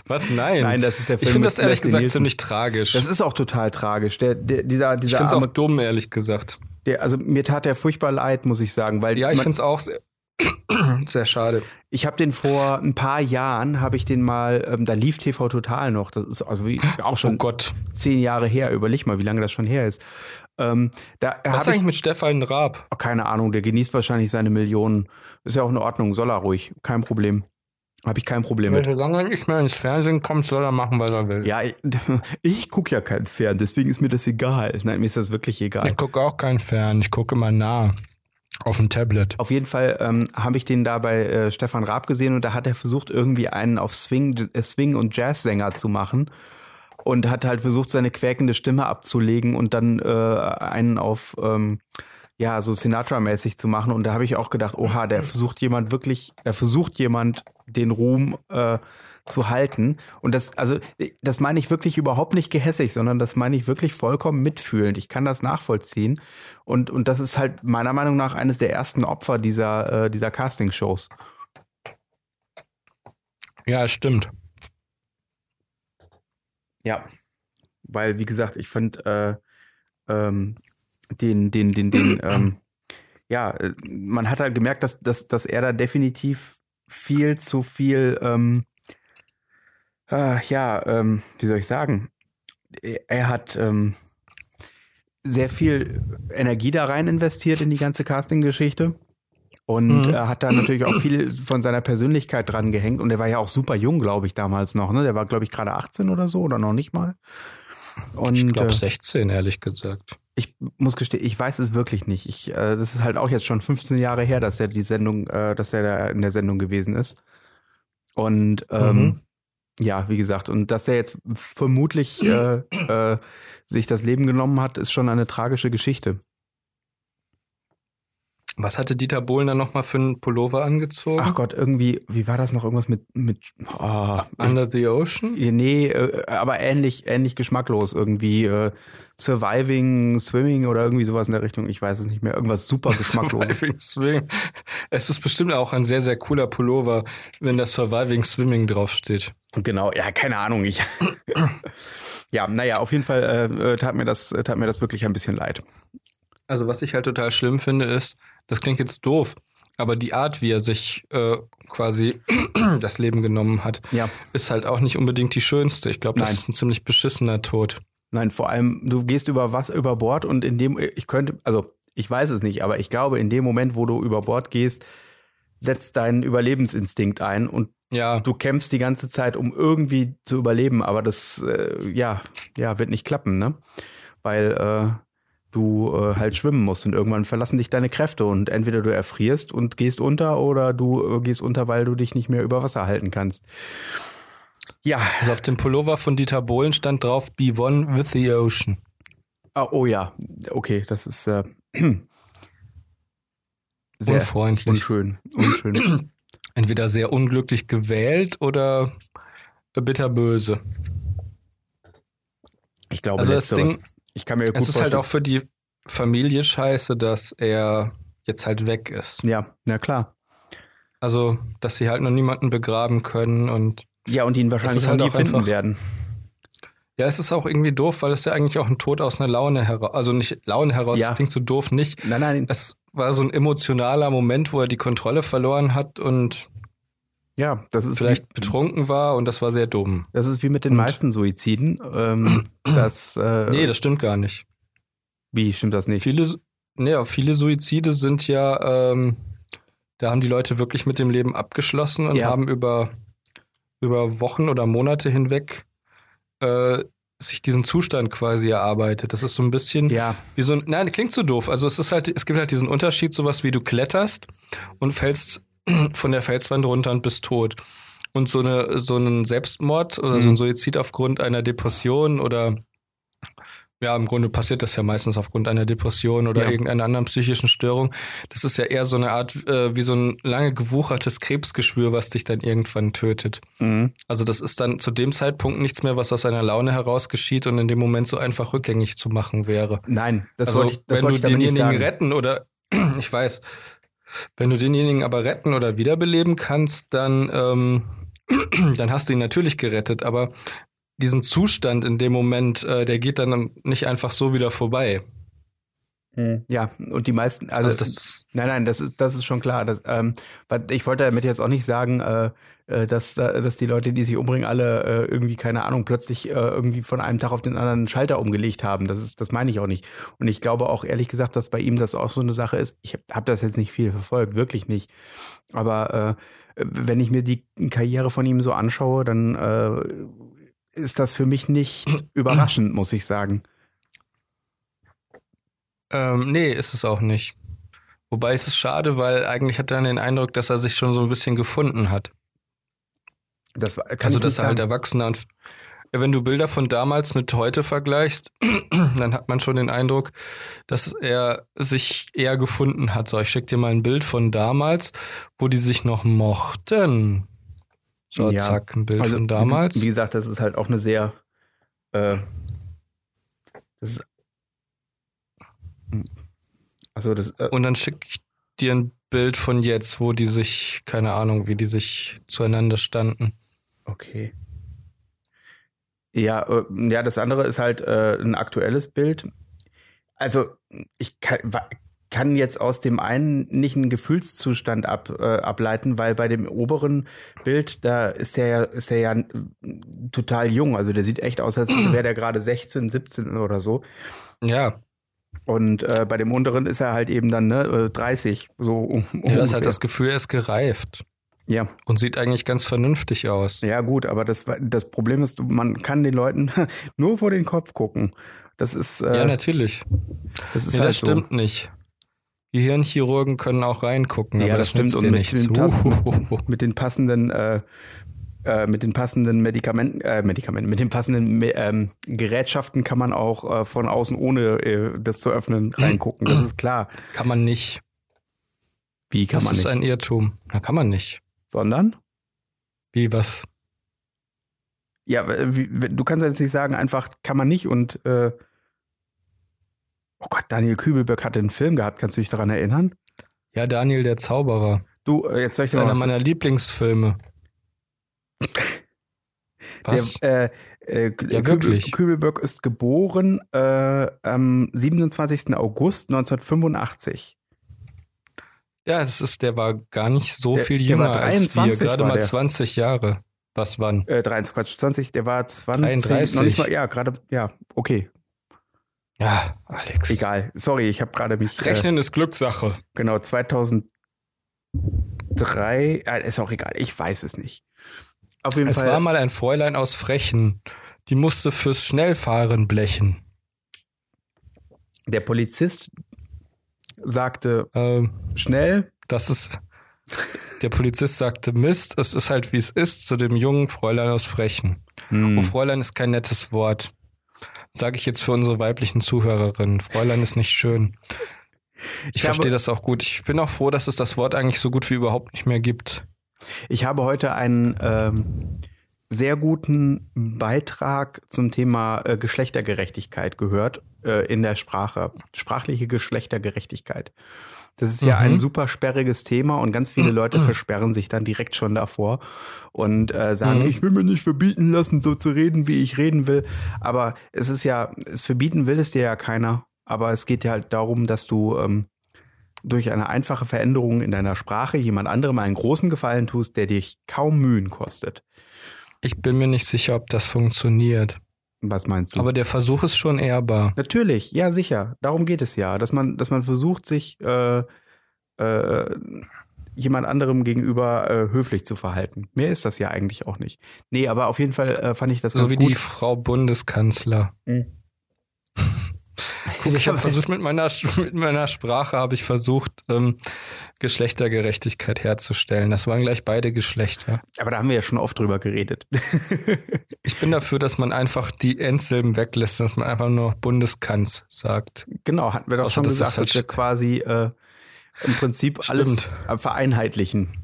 Speaker 1: Was? Nein.
Speaker 2: Nein, das ist der Film.
Speaker 1: ich finde
Speaker 2: mit
Speaker 1: das ehrlich
Speaker 2: Leslie
Speaker 1: gesagt
Speaker 2: Nielsen.
Speaker 1: ziemlich tragisch.
Speaker 2: Das ist auch total tragisch. Der, der, dieser,
Speaker 1: ich
Speaker 2: dieser
Speaker 1: finde es auch
Speaker 2: arme,
Speaker 1: dumm, ehrlich gesagt.
Speaker 2: der, also mir tat der furchtbar leid, muss ich sagen, weil
Speaker 1: Ja, ich
Speaker 2: man-
Speaker 1: finde es auch sehr, sehr schade.
Speaker 2: Ich habe den vor ein paar Jahren, habe ich den mal, ähm, da lief TV Total noch, das ist also wie, auch
Speaker 1: Oh
Speaker 2: schon
Speaker 1: Gott.
Speaker 2: zehn Jahre her, überleg mal, wie lange das schon her ist. Ähm, da
Speaker 1: Was ist
Speaker 2: habe ich,
Speaker 1: eigentlich mit Stefan Raab?
Speaker 2: oh, keine Ahnung, der genießt wahrscheinlich seine Millionen. Ist ja auch in Ordnung, soll er ruhig, kein Problem. Habe ich kein Problem mit.
Speaker 1: Solange er nicht mehr ins Fernsehen kommt, soll er machen, was er will.
Speaker 2: Ja, ich, ich gucke ja kein Fern, deswegen ist mir das egal. Nein, mir ist das wirklich egal.
Speaker 1: Ich gucke auch kein Fern, ich gucke mal nah auf dem Tablet.
Speaker 2: Auf jeden Fall ähm, habe ich den da bei äh, Stefan Raab gesehen und da hat er versucht, irgendwie einen auf Swing, äh, Swing und Jazzsänger zu machen und hat halt versucht, seine quäkende Stimme abzulegen und dann äh, einen auf ähm, ja so Sinatra-mäßig zu machen. Und da habe ich auch gedacht, oha, der versucht jemand wirklich, da versucht jemand den Ruhm äh, zu halten. Und das, also, das meine ich wirklich überhaupt nicht gehässig, sondern das meine ich wirklich vollkommen mitfühlend. Ich kann das nachvollziehen. Und, und das ist halt meiner Meinung nach eines der ersten Opfer dieser, äh, dieser Castingshows.
Speaker 1: Ja, stimmt.
Speaker 2: Ja. Weil, wie gesagt, ich fand äh, ähm, den, den, den, den, ähm, ja, äh, man hat halt gemerkt, dass, dass, dass er da definitiv viel zu viel ähm, Äh, ja, ähm, wie soll ich sagen? Er hat ähm, sehr viel Energie da rein investiert in die ganze Casting-Geschichte und
Speaker 1: Mhm.
Speaker 2: äh, hat da natürlich auch viel von seiner Persönlichkeit dran gehängt. Und er war ja auch super jung, glaube ich, damals noch. Ne? Der war, glaube ich, gerade 18 oder so oder noch nicht mal. Und,
Speaker 3: Ich
Speaker 2: äh,
Speaker 3: glaube 16, ehrlich gesagt.
Speaker 2: Ich muss gestehen, ich weiß es wirklich nicht. Ich, äh, das ist halt auch jetzt schon 15 Jahre her, dass er die Sendung, äh, dass er da in der Sendung gewesen ist. Und ähm,
Speaker 1: Mhm.
Speaker 2: ja, wie gesagt, und dass er jetzt vermutlich äh, äh, sich das Leben genommen hat, ist schon eine tragische Geschichte.
Speaker 1: Was hatte Dieter Bohlen dann nochmal für einen Pullover angezogen?
Speaker 2: Ach Gott, irgendwie, wie war das noch irgendwas mit mit? ah,
Speaker 1: Under the Ocean?
Speaker 2: ich, nee, äh, aber ähnlich ähnlich geschmacklos irgendwie äh, Surviving Swimming oder irgendwie sowas in der Richtung. Ich weiß es nicht mehr. Irgendwas super geschmackloses.
Speaker 1: Surviving Swimming. Es ist bestimmt auch ein sehr, sehr cooler Pullover, wenn da Surviving Swimming draufsteht.
Speaker 2: Genau, ja, keine Ahnung. Ich ja, naja, auf jeden Fall äh, äh, tat, mir das, äh, tat mir das wirklich ein bisschen leid.
Speaker 1: Also, was ich halt total schlimm finde, ist, das klingt jetzt doof, aber die Art, wie er sich äh, quasi das Leben genommen hat,
Speaker 2: Ja.
Speaker 1: ist halt auch nicht unbedingt die schönste. Ich glaube, das
Speaker 2: Nein.
Speaker 1: ist ein ziemlich beschissener Tod.
Speaker 2: Nein, vor allem, du gehst über was über Bord und in dem, ich könnte, also ich weiß es nicht, aber ich glaube, in dem Moment, wo du über Bord gehst, setzt dein Überlebensinstinkt ein und
Speaker 1: Ja,
Speaker 2: du kämpfst die ganze Zeit, um irgendwie zu überleben, aber das, äh, ja, ja, wird nicht klappen, ne? Weil äh, du äh, halt schwimmen musst und irgendwann verlassen dich deine Kräfte und entweder du erfrierst und gehst unter oder du äh, gehst unter, weil du dich nicht mehr über Wasser halten kannst. Ja,
Speaker 1: also auf dem Pullover von Dieter Bohlen stand drauf, Be One with the Ocean.
Speaker 2: ah, oh ja, okay, das ist äh, sehr
Speaker 1: Unfreundlich.
Speaker 2: unschön, unschön.
Speaker 1: Entweder sehr unglücklich gewählt oder bitterböse.
Speaker 2: Ich glaube,
Speaker 1: Also das
Speaker 2: letzteres.
Speaker 1: Ding-
Speaker 2: ich kann mir gut
Speaker 1: Es ist
Speaker 2: vorstellen.
Speaker 1: halt auch für die Familie scheiße, dass er jetzt halt weg ist.
Speaker 2: ja, na klar.
Speaker 1: Also, dass sie halt noch niemanden begraben können und
Speaker 2: Ja, und ihn wahrscheinlich
Speaker 1: halt
Speaker 2: auch nie
Speaker 1: auch
Speaker 2: finden
Speaker 1: einfach-
Speaker 2: werden.
Speaker 1: ja, es ist auch irgendwie doof, weil es ja eigentlich auch ein Tod aus einer Laune heraus, also nicht Laune heraus,
Speaker 2: Ja.
Speaker 1: das klingt so doof nicht.
Speaker 2: Nein, nein,
Speaker 1: Es war so ein emotionaler Moment, wo er die Kontrolle verloren hat und
Speaker 2: Ja, das ist
Speaker 1: vielleicht
Speaker 2: wie,
Speaker 1: betrunken war und das war sehr dumm.
Speaker 2: das ist wie mit den
Speaker 1: Und-
Speaker 2: meisten Suiziden. Ähm, das, äh,
Speaker 1: Nee, das stimmt gar nicht.
Speaker 2: wie stimmt das nicht?
Speaker 1: Viele, nee, ja, viele Suizide sind ja, ähm, da haben die Leute wirklich mit dem Leben abgeschlossen und
Speaker 2: Ja.
Speaker 1: haben über, über Wochen oder Monate hinweg äh, sich diesen Zustand quasi erarbeitet. Das ist so ein bisschen
Speaker 2: Ja,
Speaker 1: wie so ein, nein, klingt so doof. Also es ist halt, es gibt halt diesen Unterschied, sowas wie du kletterst und fällst von der Felswand runter und bist tot. Und so eine, so einen Selbstmord oder so
Speaker 2: Mhm.
Speaker 1: ein Suizid aufgrund einer Depression oder ja, im Grunde passiert das ja meistens aufgrund einer Depression oder
Speaker 2: Ja.
Speaker 1: irgendeiner anderen psychischen Störung. Das ist ja eher so eine Art, äh, wie so ein lange gewuchertes Krebsgeschwür, was dich dann irgendwann tötet.
Speaker 2: mhm.
Speaker 1: Also das ist dann zu dem Zeitpunkt nichts mehr, was aus einer Laune heraus geschieht und in dem Moment so einfach rückgängig zu machen wäre
Speaker 2: nein, das
Speaker 1: also
Speaker 2: wollte ich, das
Speaker 1: wenn
Speaker 2: wollte
Speaker 1: du
Speaker 2: ich damit nicht
Speaker 1: denjenigen
Speaker 2: sagen.
Speaker 1: retten oder ich weiß, wenn du denjenigen aber retten oder wiederbeleben kannst, dann ähm, dann hast du ihn natürlich gerettet, aber diesen Zustand in dem Moment, äh, der geht dann nicht einfach so wieder vorbei.
Speaker 2: Ja, und die meisten, also,
Speaker 1: Also, das
Speaker 2: nein, nein, das ist, das ist schon klar. Das, ähm, weil ich wollte damit jetzt auch nicht sagen, äh, äh, dass, äh, dass die Leute, die sich umbringen, alle äh, irgendwie, keine Ahnung, plötzlich äh, irgendwie von einem Tag auf den anderen einen Schalter umgelegt haben. Das ist, das meine ich auch nicht. Und ich glaube auch ehrlich gesagt, dass bei ihm das auch so eine Sache ist. Ich habe hab das jetzt nicht viel verfolgt, wirklich nicht. Aber äh, wenn ich mir die Karriere von ihm so anschaue, dann äh, ist das für mich nicht überraschend, muss ich sagen.
Speaker 1: ähm, nee, ist es auch nicht. Wobei es ist schade, weil eigentlich hat er den Eindruck, dass er sich schon so ein bisschen gefunden hat.
Speaker 2: Das war- kann
Speaker 1: also
Speaker 2: ich
Speaker 1: dass
Speaker 2: nicht
Speaker 1: er halt
Speaker 2: sagen.
Speaker 1: erwachsener und ja, wenn du Bilder von damals mit heute vergleichst, dann hat man schon den Eindruck, dass er sich eher gefunden hat. So, ich schick dir mal ein Bild von damals, wo die sich noch mochten. So,
Speaker 2: Ja.
Speaker 1: zack, ein Bild
Speaker 2: Also,
Speaker 1: von damals.
Speaker 2: Wie, wie gesagt, das ist halt auch eine sehr. Äh, das ist, also das. Äh,
Speaker 1: und dann schick ich dir ein Bild von jetzt, wo die sich, keine Ahnung, wie die sich zueinander standen.
Speaker 2: okay. Ja, äh, ja, das andere ist halt äh, ein aktuelles Bild. Also ich kann, wa- kann jetzt aus dem einen nicht einen Gefühlszustand ab, äh, ableiten, weil bei dem oberen Bild, da ist der, ja- ist der ja äh, total jung. Also der sieht echt aus, als wäre der gerade 16, 17 oder so.
Speaker 1: Ja,
Speaker 2: Und äh, bei dem unteren ist er halt eben dann ne, äh, 30, so um,
Speaker 1: ja das ist
Speaker 2: ungefähr.
Speaker 1: halt das Gefühl, er ist gereift
Speaker 2: Ja,
Speaker 1: und sieht eigentlich ganz vernünftig aus.
Speaker 2: ja gut, aber das, das Problem ist, man kann den Leuten nur vor den Kopf gucken. Das ist, äh,
Speaker 1: ja, natürlich.
Speaker 2: das ist
Speaker 1: Nee,
Speaker 2: halt
Speaker 1: das stimmt nicht. Gehirnchirurgen können auch reingucken,
Speaker 2: Ja,
Speaker 1: aber
Speaker 2: das
Speaker 1: das,
Speaker 2: stimmt.
Speaker 1: nützt
Speaker 2: Und
Speaker 1: dir
Speaker 2: mit
Speaker 1: nichts.
Speaker 2: dem Tas-
Speaker 1: Uhuhuhu.
Speaker 2: so mit den passenden, äh, äh, mit den passenden Medikamenten, äh, Medikamenten, mit den passenden Me- ähm, Gerätschaften kann man auch äh, von außen ohne äh, das zu
Speaker 1: Mhm.
Speaker 2: öffnen reingucken. Das ist klar.
Speaker 1: Kann man nicht.
Speaker 2: Wie kann
Speaker 1: das
Speaker 2: man
Speaker 1: ist
Speaker 2: nicht?
Speaker 1: ein Irrtum. Na, kann man nicht.
Speaker 2: Sondern?
Speaker 1: Wie was?
Speaker 2: Ja, wie, wie- du kannst ja jetzt nicht sagen, einfach kann man nicht und äh, oh Gott, Daniel Kübelböck hatte einen Film gehabt, kannst du dich daran erinnern?
Speaker 1: Ja, Daniel der Zauberer.
Speaker 2: Du, äh, jetzt soll ich dir mal
Speaker 1: Einer
Speaker 2: was
Speaker 1: meiner Lieblingsfilme. Was?
Speaker 2: Der, äh, äh,
Speaker 1: Ja,
Speaker 2: Kübel,
Speaker 1: wirklich.
Speaker 2: Kübelböck ist geboren äh, am 27. August 1985.
Speaker 1: ja, es ist, der war gar nicht so
Speaker 2: Der-
Speaker 1: viel
Speaker 2: der war
Speaker 1: jünger als wir.
Speaker 2: 23
Speaker 1: Gerade
Speaker 2: war
Speaker 1: mal
Speaker 2: der.
Speaker 1: 20 Jahre. Was wann?
Speaker 2: Äh, 23, Quatsch, 20, der war 20.
Speaker 1: 33.
Speaker 2: Noch nicht mal, ja, gerade, ja, okay,
Speaker 1: Ja, Alex.
Speaker 2: egal. Sorry, ich habe gerade mich. Äh,
Speaker 1: Rechnen ist Glückssache.
Speaker 2: genau, 2003, äh, ist auch egal, ich weiß es nicht. Auf jeden
Speaker 1: Es
Speaker 2: Fall.
Speaker 1: war mal ein Fräulein aus Frechen. Die musste fürs Schnellfahren blechen.
Speaker 2: der Polizist sagte
Speaker 1: Ähm,
Speaker 2: schnell,
Speaker 1: das ist. Der Polizist sagte: Mist, es ist halt wie es ist zu dem jungen Fräulein aus Frechen.
Speaker 2: Hm.
Speaker 1: Oh, Fräulein ist kein nettes Wort. Sage ich jetzt für unsere weiblichen Zuhörerinnen. Fräulein ist nicht schön. Ich,
Speaker 2: Ich habe-
Speaker 1: verstehe das auch gut. Ich bin auch froh, dass es das Wort eigentlich so gut wie überhaupt nicht mehr gibt.
Speaker 2: Ich habe heute einen ähm, sehr guten Beitrag zum Thema äh, Geschlechtergerechtigkeit gehört äh, in der Sprache. Sprachliche Geschlechtergerechtigkeit. Das ist ja
Speaker 1: Mhm.
Speaker 2: ein super sperriges Thema und ganz viele Leute versperren sich dann direkt schon davor und äh, sagen,
Speaker 1: Mhm.
Speaker 2: ich will mir nicht verbieten lassen, so zu reden, wie ich reden will. Aber es ist ja, es verbieten will es dir ja keiner. Aber es geht ja halt darum, dass du ähm, durch eine einfache Veränderung in deiner Sprache jemand anderem einen großen Gefallen tust, der dich kaum Mühen kostet.
Speaker 1: Ich bin mir nicht sicher, ob das funktioniert.
Speaker 2: Was meinst du?
Speaker 1: Aber der Versuch ist schon ehrbar.
Speaker 2: Natürlich, ja, sicher. Darum geht es ja, dass man, dass man versucht, sich äh, äh, jemand anderem gegenüber äh, höflich zu verhalten. Mehr ist das ja eigentlich auch nicht. Nee, aber auf jeden Fall äh, fand ich das
Speaker 1: So
Speaker 2: ganz
Speaker 1: wie die
Speaker 2: gut.
Speaker 1: Frau Bundeskanzler. Guck, ich habe versucht, mit meiner, mit meiner Sprache habe ich versucht, ähm, Geschlechtergerechtigkeit herzustellen. Das waren gleich beide Geschlechter.
Speaker 2: aber da haben wir ja schon oft drüber geredet.
Speaker 1: Ich bin dafür, dass man einfach die Endsilben weglässt, dass man einfach nur noch Bundeskanz sagt.
Speaker 2: genau, hatten wir doch
Speaker 1: Außer,
Speaker 2: schon
Speaker 1: dass das
Speaker 2: gesagt,
Speaker 1: halt
Speaker 2: dass wir
Speaker 1: sch-
Speaker 2: quasi äh, im Prinzip alles äh, vereinheitlichen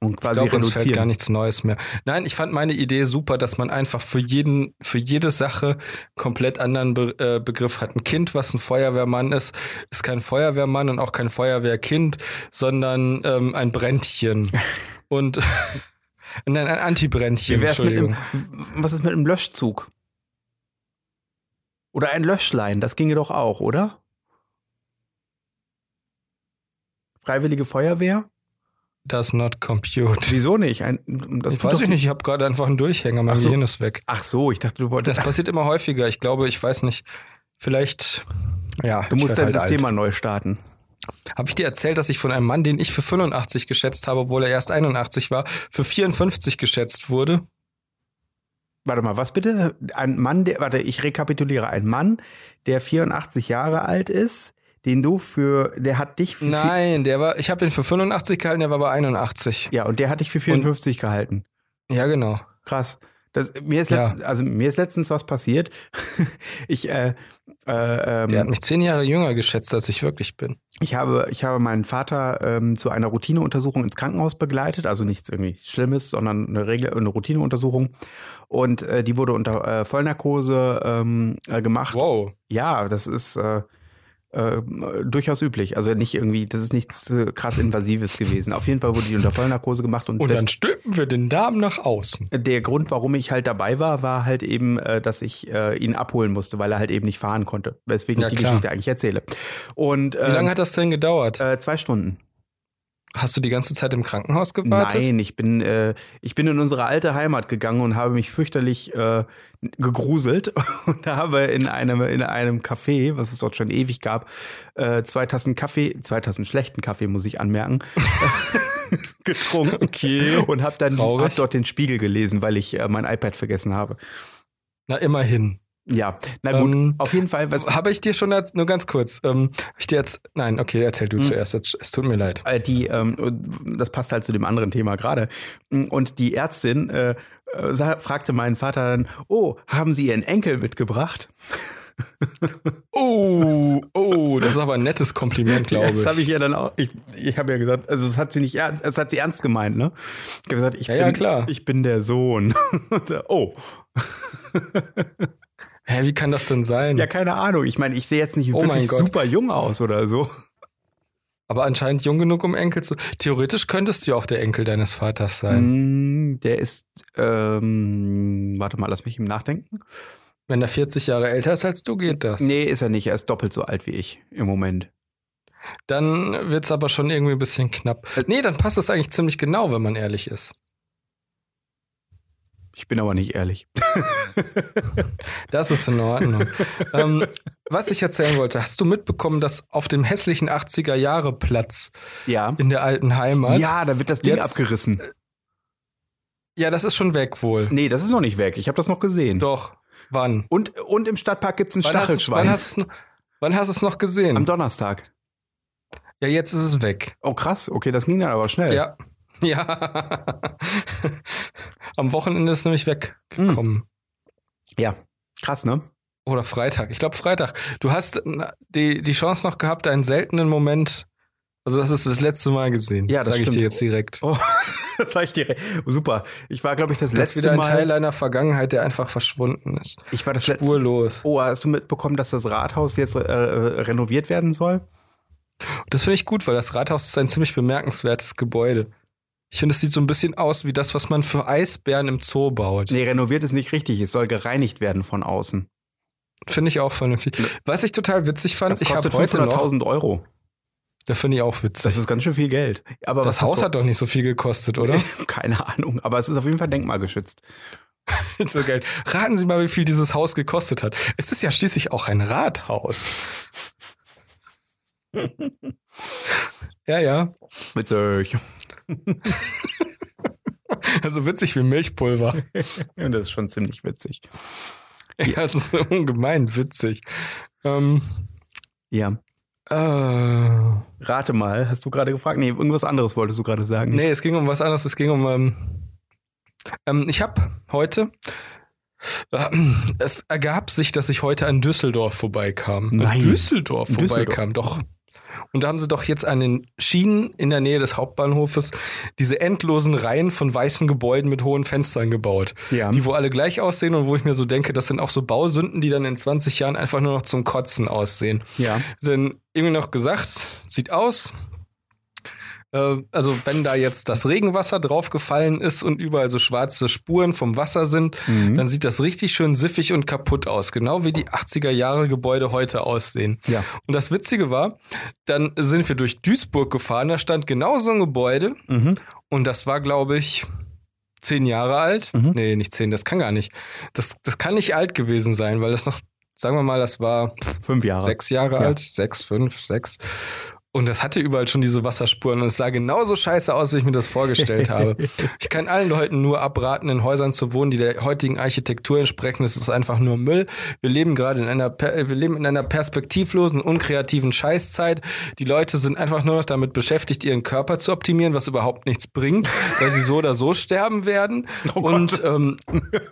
Speaker 2: und
Speaker 1: Ich
Speaker 2: quasi
Speaker 1: glaube, uns fällt gar
Speaker 2: Also reduzieren.
Speaker 1: nichts Neues mehr. Nein, ich fand meine Idee super, dass man einfach für jeden, für jede Sache einen komplett anderen Be äh, Begriff hat. Ein Kind, was ein Feuerwehrmann ist, ist kein Feuerwehrmann und auch kein Feuerwehrkind, sondern ähm, ein Brändchen. und nein, ein Antibrändchen,
Speaker 2: Wie wär's mit
Speaker 1: Entschuldigung.
Speaker 2: einem, was ist mit einem Löschzug? Oder ein Löschlein, das ginge doch auch, oder? Freiwillige Feuerwehr?
Speaker 1: Does not compute.
Speaker 2: Wieso nicht? Ein, das
Speaker 1: Das
Speaker 2: tut
Speaker 1: weiß
Speaker 2: doch-
Speaker 1: ich nicht, ich habe gerade einfach einen Durchhänger, mein
Speaker 2: Ach so.
Speaker 1: Gehirn ist weg.
Speaker 2: Ach so, ich dachte, du
Speaker 1: Das
Speaker 2: wolltest.
Speaker 1: passiert immer häufiger. Ich glaube, ich weiß nicht, vielleicht. Ja,
Speaker 2: Du
Speaker 1: ich
Speaker 2: musst
Speaker 1: werd
Speaker 2: dein
Speaker 1: halt alt.
Speaker 2: System mal neu starten.
Speaker 1: Habe ich dir erzählt, dass ich von einem Mann, den ich für 85 geschätzt habe, obwohl er erst 81 war, für 54 geschätzt wurde?
Speaker 2: Warte mal, was bitte? Ein Mann, der, warte, ich rekapituliere. Ein Mann, der 84 Jahre alt ist, den du für, der hat dich für.
Speaker 1: Nein, der war, ich habe den für 85 gehalten, der war bei 81.
Speaker 2: Ja, und der hat dich für 54 gehalten.
Speaker 1: Ja, genau.
Speaker 2: Krass. Das, mir, ist
Speaker 1: Ja.
Speaker 2: letztens, also mir ist letztens was passiert. ich, äh, äh,
Speaker 1: Der hat
Speaker 2: ähm,
Speaker 1: mich zehn Jahre jünger geschätzt, als ich wirklich bin.
Speaker 2: ich, habe, ich habe meinen Vater ähm, zu einer Routineuntersuchung ins Krankenhaus begleitet. Also nichts irgendwie Schlimmes, sondern eine, Regel, eine Routineuntersuchung. Und äh, die wurde unter äh, Vollnarkose ähm, äh, gemacht.
Speaker 1: Wow.
Speaker 2: Ja, das ist äh, äh, durchaus üblich. Also nicht irgendwie, das ist nichts äh, krass Invasives gewesen. Auf jeden Fall wurde die unter Vollnarkose gemacht und,
Speaker 1: Und
Speaker 2: das,
Speaker 1: dann stülpen wir den Darm nach außen.
Speaker 2: der Grund, warum ich halt dabei war, war halt eben, äh, dass ich äh, ihn abholen musste, weil er halt eben nicht fahren konnte. Weswegen
Speaker 1: Ja,
Speaker 2: ich die
Speaker 1: klar.
Speaker 2: Geschichte eigentlich erzähle. Und
Speaker 1: Wie lange
Speaker 2: äh,
Speaker 1: hat das denn gedauert?
Speaker 2: äh, zwei Stunden.
Speaker 1: Hast du die ganze Zeit im Krankenhaus gewartet?
Speaker 2: Nein, ich bin, äh, ich bin in unsere alte Heimat gegangen und habe mich fürchterlich äh, gegruselt und habe in einem, in einem Café, was es dort schon ewig gab, äh, zwei Tassen Kaffee, zwei Tassen schlechten Kaffee, muss ich anmerken, getrunken.
Speaker 1: Okay.
Speaker 2: Und habe dann
Speaker 1: Traurig.
Speaker 2: hab dort den Spiegel gelesen, weil ich äh, mein iPad vergessen habe.
Speaker 1: Na, immerhin.
Speaker 2: Ja, na gut,
Speaker 1: Ähm,
Speaker 2: auf jeden Fall, was,
Speaker 1: Habe ich dir schon, erz- nur ganz kurz, ähm, hab ich dir jetzt, nein, okay, erzähl du
Speaker 2: Hm.
Speaker 1: zuerst, es, es tut mir leid.
Speaker 2: Äh, die, ähm, das passt halt zu dem anderen Thema gerade. Und die Ärztin äh, äh, sa- fragte meinen Vater dann: Oh, haben Sie Ihren Enkel mitgebracht?
Speaker 1: Oh, oh, das ist aber ein nettes Kompliment, glaube ich.
Speaker 2: Das habe ich ja dann auch. Ich, ich habe ja gesagt, also es hat sie nicht, ernst- es hat sie ernst gemeint, ne? Ich habe gesagt, ich
Speaker 1: Ja,
Speaker 2: bin,
Speaker 1: ja, klar.
Speaker 2: ich bin der Sohn. Und, äh, oh,
Speaker 1: Hä, wie kann das denn sein?
Speaker 2: ja, keine Ahnung. Ich meine, ich sehe jetzt nicht
Speaker 1: Oh mein
Speaker 2: wirklich
Speaker 1: Gott.
Speaker 2: super jung aus oder so.
Speaker 1: aber anscheinend jung genug, um Enkel zu. Theoretisch könntest du ja auch der Enkel deines Vaters sein,
Speaker 2: Mm, Der ist, ähm, warte mal, lass mich ihm nachdenken.
Speaker 1: wenn er 40 Jahre älter ist als du, geht das.
Speaker 2: Nee, ist er nicht. Er ist doppelt so alt wie ich im Moment.
Speaker 1: Dann wird's aber schon irgendwie ein bisschen knapp.
Speaker 2: Äh,
Speaker 1: Nee, dann passt das eigentlich ziemlich genau, wenn man ehrlich ist.
Speaker 2: Ich bin aber nicht ehrlich.
Speaker 1: Das ist in Ordnung. ähm, was ich erzählen wollte, hast du mitbekommen, dass auf dem hässlichen 80er-Jahre-Platz
Speaker 2: Ja.
Speaker 1: in der alten Heimat.
Speaker 2: Ja, da wird das Ding
Speaker 1: Jetzt-
Speaker 2: abgerissen.
Speaker 1: Ja, das ist schon weg wohl.
Speaker 2: Äh, Nee, das ist noch nicht weg. Ich habe das noch gesehen.
Speaker 1: Doch. Wann?
Speaker 2: Und, und im Stadtpark gibt's ein
Speaker 1: Wann hast du's-
Speaker 2: Stachelschwein.
Speaker 1: Wann hast du es wann hast du's noch
Speaker 2: Am
Speaker 1: gesehen?
Speaker 2: Donnerstag.
Speaker 1: Ja, jetzt ist es weg.
Speaker 2: Oh, krass. Okay, das ging dann aber schnell.
Speaker 1: Ja. Äh. Ja. Am Wochenende ist es nämlich weggekommen.
Speaker 2: Hm. Ja. Krass, ne?
Speaker 1: Oder Freitag. Ich glaube Freitag. Du hast na, die, die Chance noch gehabt, einen seltenen Moment. Also das ist das letzte Mal gesehen.
Speaker 2: Ja, das
Speaker 1: sage ich dir
Speaker 2: stimmt.
Speaker 1: jetzt direkt.
Speaker 2: Oh, das sag ich dir. Super. Ich war, glaube ich, das,
Speaker 1: das ist wieder
Speaker 2: letzte
Speaker 1: ein
Speaker 2: Mal.
Speaker 1: Teil einer Vergangenheit, der einfach verschwunden ist.
Speaker 2: ich war das letzte.
Speaker 1: Spurlos.
Speaker 2: Oh, hast du mitbekommen, dass das Rathaus jetzt äh, äh, renoviert werden soll?
Speaker 1: Das finde ich gut, weil das Rathaus ist ein ziemlich bemerkenswertes Gebäude. Ich finde, es sieht so ein bisschen aus wie das, was man für Eisbären im Zoo baut.
Speaker 2: Nee, renoviert ist nicht richtig. Es soll gereinigt werden von außen.
Speaker 1: Finde ich auch vernünftig. Was ich total witzig fand,
Speaker 2: Das
Speaker 1: ich habe heute
Speaker 2: kostet
Speaker 1: noch,
Speaker 2: 500.000 Euro.
Speaker 1: da finde ich auch witzig.
Speaker 2: Das ist ganz schön viel Geld. Aber
Speaker 1: Das
Speaker 2: was
Speaker 1: Haus
Speaker 2: hast
Speaker 1: hat doch nicht so viel gekostet,
Speaker 2: du-
Speaker 1: oder?
Speaker 2: Keine Ahnung. Aber es ist auf jeden Fall denkmalgeschützt.
Speaker 1: so geil. Raten Sie mal, wie viel dieses Haus gekostet hat. Es ist ja schließlich auch ein Rathaus. ja, ja.
Speaker 2: Witzig.
Speaker 1: Also witzig wie Milchpulver.
Speaker 2: Ja, das ist schon ziemlich witzig.
Speaker 1: Ja, es ist ungemein witzig. Ähm,
Speaker 2: Ja.
Speaker 1: äh,
Speaker 2: Rate mal, hast du gerade gefragt? Nee, irgendwas anderes wolltest du gerade sagen.
Speaker 1: nee, es ging um was anderes. Es ging um. Ähm, ähm, ich habe heute. Äh, es ergab sich, dass ich heute an Düsseldorf vorbeikam. An
Speaker 2: Nein.
Speaker 1: Düsseldorf
Speaker 2: In Düsseldorf.
Speaker 1: vorbeikam, doch. Und da haben sie doch jetzt an den Schienen in der Nähe des Hauptbahnhofes diese endlosen Reihen von weißen Gebäuden mit hohen Fenstern gebaut.
Speaker 2: Ja.
Speaker 1: Die, wo alle gleich aussehen und wo ich mir so denke, das sind auch so Bausünden, die dann in 20 Jahren einfach nur noch zum Kotzen aussehen.
Speaker 2: ja.
Speaker 1: dann irgendwie noch gesagt, sieht aus. Äh, Also wenn da jetzt das Regenwasser draufgefallen ist und überall so schwarze Spuren vom Wasser sind,
Speaker 2: Mhm.
Speaker 1: dann sieht das richtig schön siffig und kaputt aus, genau wie die 80er Jahre Gebäude heute aussehen.
Speaker 2: ja.
Speaker 1: Und das Witzige war, dann sind wir durch Duisburg gefahren, da stand genau so ein Gebäude
Speaker 2: Mhm.
Speaker 1: und das war, glaube ich, zehn Jahre alt.
Speaker 2: Mhm.
Speaker 1: Nee, nicht zehn, das kann gar nicht. Das, das kann nicht alt gewesen sein, weil das noch, sagen wir mal, das war
Speaker 2: Fünf Jahre.
Speaker 1: sechs Jahre
Speaker 2: Ja.
Speaker 1: alt, sechs, fünf, sechs. Und das hatte überall schon diese Wasserspuren und es sah genauso scheiße aus, wie ich mir das vorgestellt habe. Ich kann allen Leuten nur abraten, in Häusern zu wohnen, die der heutigen Architektur entsprechen. Es ist einfach nur Müll. Wir leben gerade in einer, per äh, wir leben in einer perspektivlosen, unkreativen Scheißzeit. Die Leute sind einfach nur noch damit beschäftigt, ihren Körper zu optimieren, was überhaupt nichts bringt, weil sie so oder so sterben werden.
Speaker 2: Oh Gott.
Speaker 1: und ähm,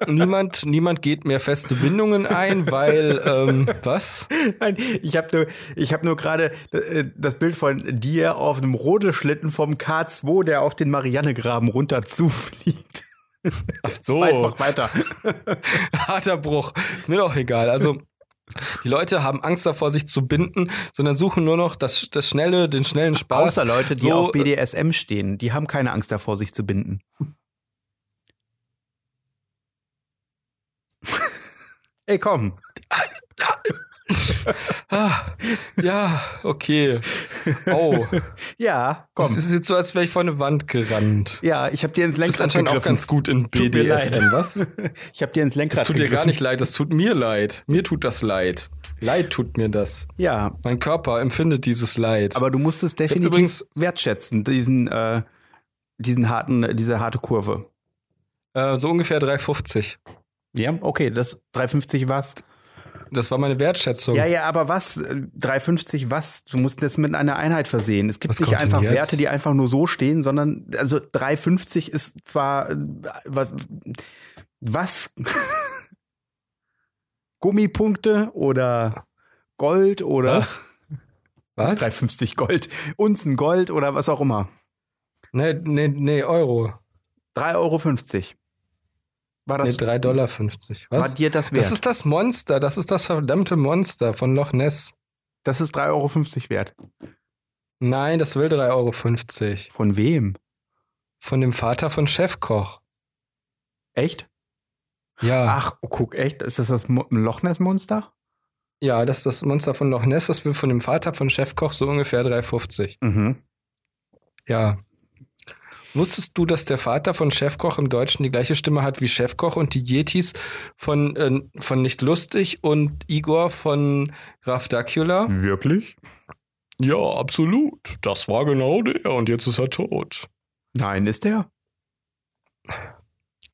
Speaker 1: niemand, niemand geht mehr feste Bindungen ein, weil ähm, was?
Speaker 2: Nein, ich habe nur, ich hab nur gerade äh, das Bild von dir auf einem Rodelschlitten vom K2, der auf den Mariannegraben runter zufliegt.
Speaker 1: So,
Speaker 2: Oh. Weit, mach weiter.
Speaker 1: harter Bruch. Ist mir doch egal. Also, Die Leute haben Angst davor, sich zu binden, sondern suchen nur noch das, das schnelle, den schnellen Spaß.
Speaker 2: Außer Leute, die
Speaker 1: So,
Speaker 2: auf BDSM stehen, die haben keine Angst davor, sich zu binden. Ey, komm.
Speaker 1: Ah, ja, okay. Oh,
Speaker 2: Ja,
Speaker 1: komm.
Speaker 2: komm.
Speaker 1: Es ist jetzt so, als wäre ich vor eine Wand gerannt.
Speaker 2: Ja, ich habe dir ins
Speaker 1: Du bist
Speaker 2: Lenkrad
Speaker 1: anscheinend auch
Speaker 2: gegriffen.
Speaker 1: ganz gut in
Speaker 2: Tut mir leid.
Speaker 1: BDSM, was?
Speaker 2: Ich habe dir ins Lenkrad
Speaker 1: Das tut dir
Speaker 2: gegriffen.
Speaker 1: gar nicht leid, das tut mir leid. Mir tut das leid. Leid tut mir das.
Speaker 2: Ja,
Speaker 1: Mein Körper empfindet dieses Leid.
Speaker 2: aber du musst es definitiv
Speaker 1: übrigens-
Speaker 2: wertschätzen, diesen, äh, diesen harten, diese harte Kurve.
Speaker 1: äh, so ungefähr 3,50.
Speaker 2: Ja, okay, das 350 was?
Speaker 1: Das war meine Wertschätzung.
Speaker 2: Ja, ja, aber was? Äh, 350 was? Du musst das mit einer Einheit versehen. Es gibt
Speaker 1: Was
Speaker 2: nicht
Speaker 1: kommt denn
Speaker 2: einfach
Speaker 1: jetzt?
Speaker 2: Werte, die einfach nur so stehen, sondern also 350 ist zwar äh, was, was? Gummipunkte oder Gold oder
Speaker 1: Was? Was?
Speaker 2: 350 Gold, Unzen Gold oder was auch immer.
Speaker 1: Nee, nee, nee, Ne, Euro. Ne,
Speaker 2: 3,50 Euro. War
Speaker 1: Nee,
Speaker 2: das,
Speaker 1: 3,50 Dollar.
Speaker 2: war
Speaker 1: Was?
Speaker 2: dir das wert?
Speaker 1: Das ist das Monster, das ist das verdammte Monster von Loch Ness.
Speaker 2: das ist 3,50 Euro wert.
Speaker 1: Nein, das will 3,50 Euro.
Speaker 2: Von wem?
Speaker 1: Von dem Vater von Chefkoch.
Speaker 2: Echt?
Speaker 1: Ja.
Speaker 2: Ach, oh, guck, echt? Ist das das Mo Loch Ness Monster?
Speaker 1: Ja, das ist das Monster von Loch Ness, das will von dem Vater von Chefkoch so ungefähr 3,50.
Speaker 2: Mhm.
Speaker 1: Ja. Wusstest du, dass der Vater von Chefkoch im Deutschen die gleiche Stimme hat wie Chefkoch und die Yetis von, äh, von Nicht Lustig und Igor von Graf Dracula?
Speaker 2: Wirklich?
Speaker 1: Ja, absolut. Das war genau der und jetzt ist er tot.
Speaker 2: Nein, ist der?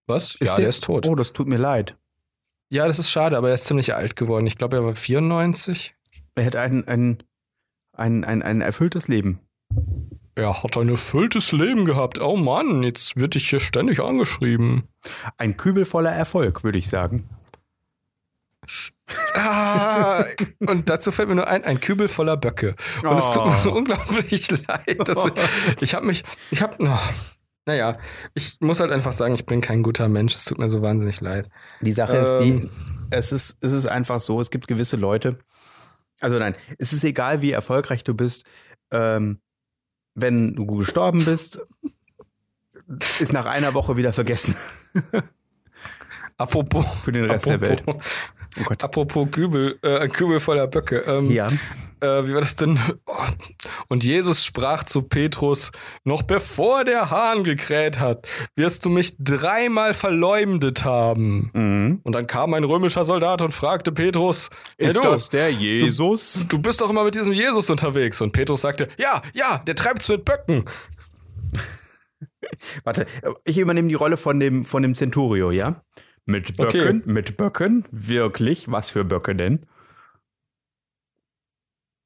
Speaker 1: Was?
Speaker 2: Ist
Speaker 1: ja, der, ist tot.
Speaker 2: Oh, das tut mir leid.
Speaker 1: Ja, das ist schade, aber er ist ziemlich alt geworden. Ich glaube, er war 94.
Speaker 2: Er hat ein, ein, ein, ein, ein erfülltes Leben.
Speaker 1: Er hat ein erfülltes Leben gehabt. Oh Mann, jetzt wird ich hier ständig angeschrieben.
Speaker 2: Ein Kübel voller Erfolg, würde ich sagen.
Speaker 1: Ah, und dazu fällt mir nur ein, ein Kübel voller Böcke. Und es tut mir so
Speaker 2: Oh.
Speaker 1: unglaublich leid. Dass ich ich habe mich, ich habe, oh, naja, ich muss halt einfach sagen, ich bin kein guter Mensch. Es tut mir so wahnsinnig leid.
Speaker 2: Die Sache
Speaker 1: Ähm.
Speaker 2: ist die, es ist, es ist einfach so, es gibt gewisse Leute, also nein, es ist egal, wie erfolgreich du bist, ähm, wenn du gestorben bist, ist nach einer Woche wieder vergessen
Speaker 1: Apropos,
Speaker 2: für den Rest der Welt.
Speaker 1: apropos-
Speaker 2: Oh Gott.
Speaker 1: Apropos Kübel, äh, ein Kübel voller Böcke. Ähm,
Speaker 2: Ja.
Speaker 1: äh, wie war das denn? Oh. Und Jesus sprach zu Petrus, noch bevor der Hahn gekräht hat, wirst du mich dreimal verleumdet haben.
Speaker 2: Mhm.
Speaker 1: Und dann kam ein römischer Soldat und fragte Petrus, "Hey,
Speaker 2: Ist
Speaker 1: du,
Speaker 2: das der Jesus?
Speaker 1: du bist doch immer mit diesem Jesus unterwegs. Und Petrus sagte, ja, ja, der treibt's mit Böcken.
Speaker 2: Warte, ich übernehme die Rolle von dem, von dem Centurio, ja? Mit Böcken, mit Böcken, wirklich? Was für Böcke denn?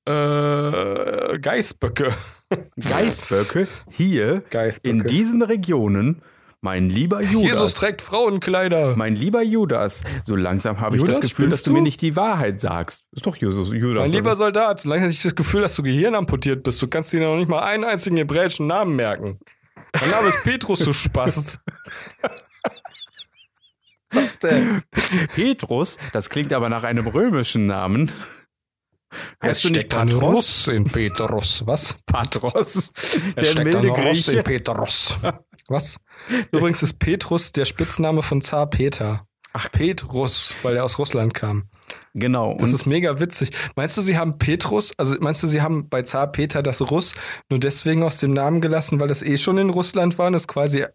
Speaker 1: Äh, Geißböcke.
Speaker 2: Geißböcke hier
Speaker 1: Geißböcke.
Speaker 2: in diesen Regionen, mein lieber Judas.
Speaker 1: Jesus trägt Frauenkleider.
Speaker 2: mein lieber Judas, so langsam habe ich
Speaker 1: Judas,
Speaker 2: das Gefühl, dass
Speaker 1: spinnst
Speaker 2: du,
Speaker 1: du?
Speaker 2: mir nicht die Wahrheit sagst. Ist doch Jesus, Judas.
Speaker 1: Mein lieber
Speaker 2: oder?
Speaker 1: Soldat, solange habe ich das Gefühl, dass du Gehirn amputiert bist, du kannst dir noch nicht mal einen einzigen hebräischen Namen merken. Mein Name ist Petrus, du Spast. Was denn?
Speaker 2: Petrus, das klingt aber nach einem römischen Namen.
Speaker 1: Heißt
Speaker 2: Heißt du nicht Patros?
Speaker 1: in Petrus? Was?
Speaker 2: Patros,
Speaker 1: Es
Speaker 2: der milde Grieche.
Speaker 1: Petrus. Was? Übrigens ist Petrus der Spitzname von Zar Peter. Ach, Petrus, weil er aus Russland kam.
Speaker 2: Genau.
Speaker 1: Das
Speaker 2: und-
Speaker 1: ist mega witzig. Meinst du, sie haben Petrus, also meinst du, sie haben bei Zar Peter das Russ nur deswegen aus dem Namen gelassen, weil das eh schon in Russland war und das quasi,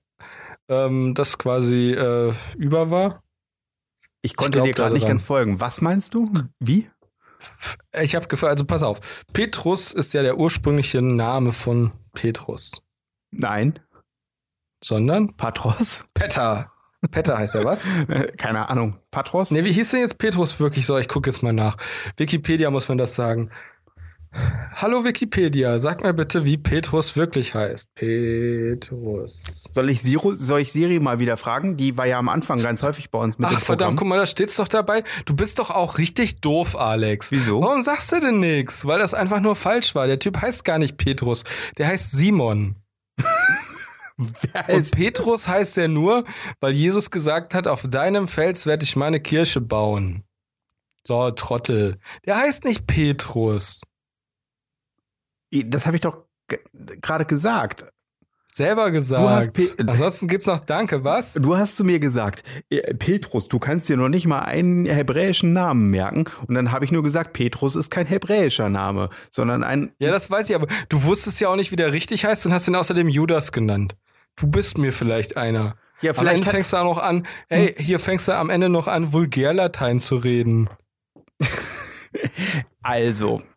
Speaker 1: ähm, das quasi äh, über war?
Speaker 2: ich konnte
Speaker 1: glaub
Speaker 2: dir gerade
Speaker 1: da
Speaker 2: nicht
Speaker 1: dran.
Speaker 2: ganz folgen. Was meinst du? Wie?
Speaker 1: Ich habe gefragt, also pass auf, Petrus ist ja der ursprüngliche Name von Petrus,
Speaker 2: Nein,
Speaker 1: sondern
Speaker 2: Patros?
Speaker 1: Petter. Petter heißt er was?
Speaker 2: Äh, Keine Ahnung. Patros?
Speaker 1: Ne, wie hieß denn jetzt Petrus wirklich? So, ich gucke jetzt mal nach. Wikipedia muss man das sagen. Hallo Wikipedia, sag mir bitte, wie Petrus wirklich heißt. Petrus.
Speaker 2: Soll, ich Siro, soll ich Siri mal wieder fragen? Die war ja am Anfang ganz häufig bei uns mit
Speaker 1: Ach
Speaker 2: dem
Speaker 1: verdammt, guck
Speaker 2: Programm.
Speaker 1: mal, da steht's doch dabei. Du bist doch auch richtig doof, Alex.
Speaker 2: Wieso?
Speaker 1: Warum sagst du denn nichts? Weil das einfach nur falsch war. Der Typ heißt gar nicht Petrus, der heißt Simon. Und Petrus heißt er nur, weil Jesus gesagt hat, auf deinem Fels werde ich meine Kirche bauen. So, Trottel. Der heißt nicht Petrus.
Speaker 2: Das habe ich doch ge- gerade gesagt.
Speaker 1: Selber
Speaker 2: hast
Speaker 1: gesagt.
Speaker 2: Pe-
Speaker 1: Ansonsten gibt's noch Danke, was?
Speaker 2: Du hast zu mir gesagt, äh, Petrus, du kannst dir noch nicht mal einen hebräischen Namen merken. Und dann habe ich nur gesagt, Petrus ist kein hebräischer Name, sondern ein.
Speaker 1: Ja, das weiß ich, aber du wusstest ja auch nicht, wie der richtig heißt und hast ihn außerdem Judas genannt. Du bist mir vielleicht einer.
Speaker 2: Ja,
Speaker 1: Am Ende
Speaker 2: hat- Hm.
Speaker 1: fängst du auch noch an, ey, hier fängst du am Ende noch an, Vulgärlatein zu reden.
Speaker 2: also.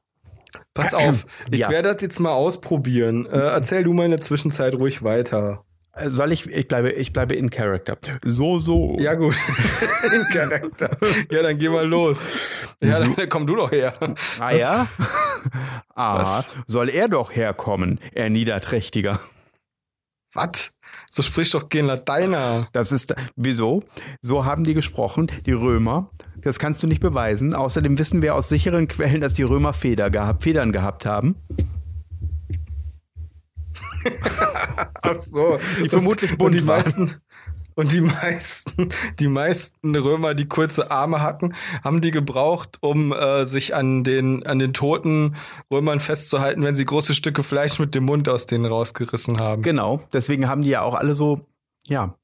Speaker 1: Pass auf, ich
Speaker 2: Ja.
Speaker 1: werde das jetzt mal ausprobieren. Äh, erzähl du mal in der Zwischenzeit ruhig weiter.
Speaker 2: Soll ich, ich bleibe, ich bleibe in Character. So, so.
Speaker 1: Ja, gut. In Charakter. Ja, dann geh mal los. Ja,
Speaker 2: So-
Speaker 1: dann komm du doch her.
Speaker 2: Ah ja? ah,
Speaker 1: Was?
Speaker 2: soll er doch herkommen, er Niederträchtiger.
Speaker 1: Was? So sprichst doch gegen Lateiner.
Speaker 2: Das ist, wieso? So haben die gesprochen, die Römer. Das kannst du nicht beweisen. Außerdem wissen wir aus sicheren Quellen, dass die Römer Feder gehabt, Federn gehabt haben.
Speaker 1: Ach so. Die
Speaker 2: vermutlich bunt
Speaker 1: und die
Speaker 2: war.
Speaker 1: meisten Und die meisten, die meisten Römer, die kurze Arme hatten, haben die gebraucht, um äh, sich an den, an den toten Römern festzuhalten, wenn sie große Stücke Fleisch mit dem Mund aus denen rausgerissen haben.
Speaker 2: Genau, deswegen haben die ja auch alle so, ja,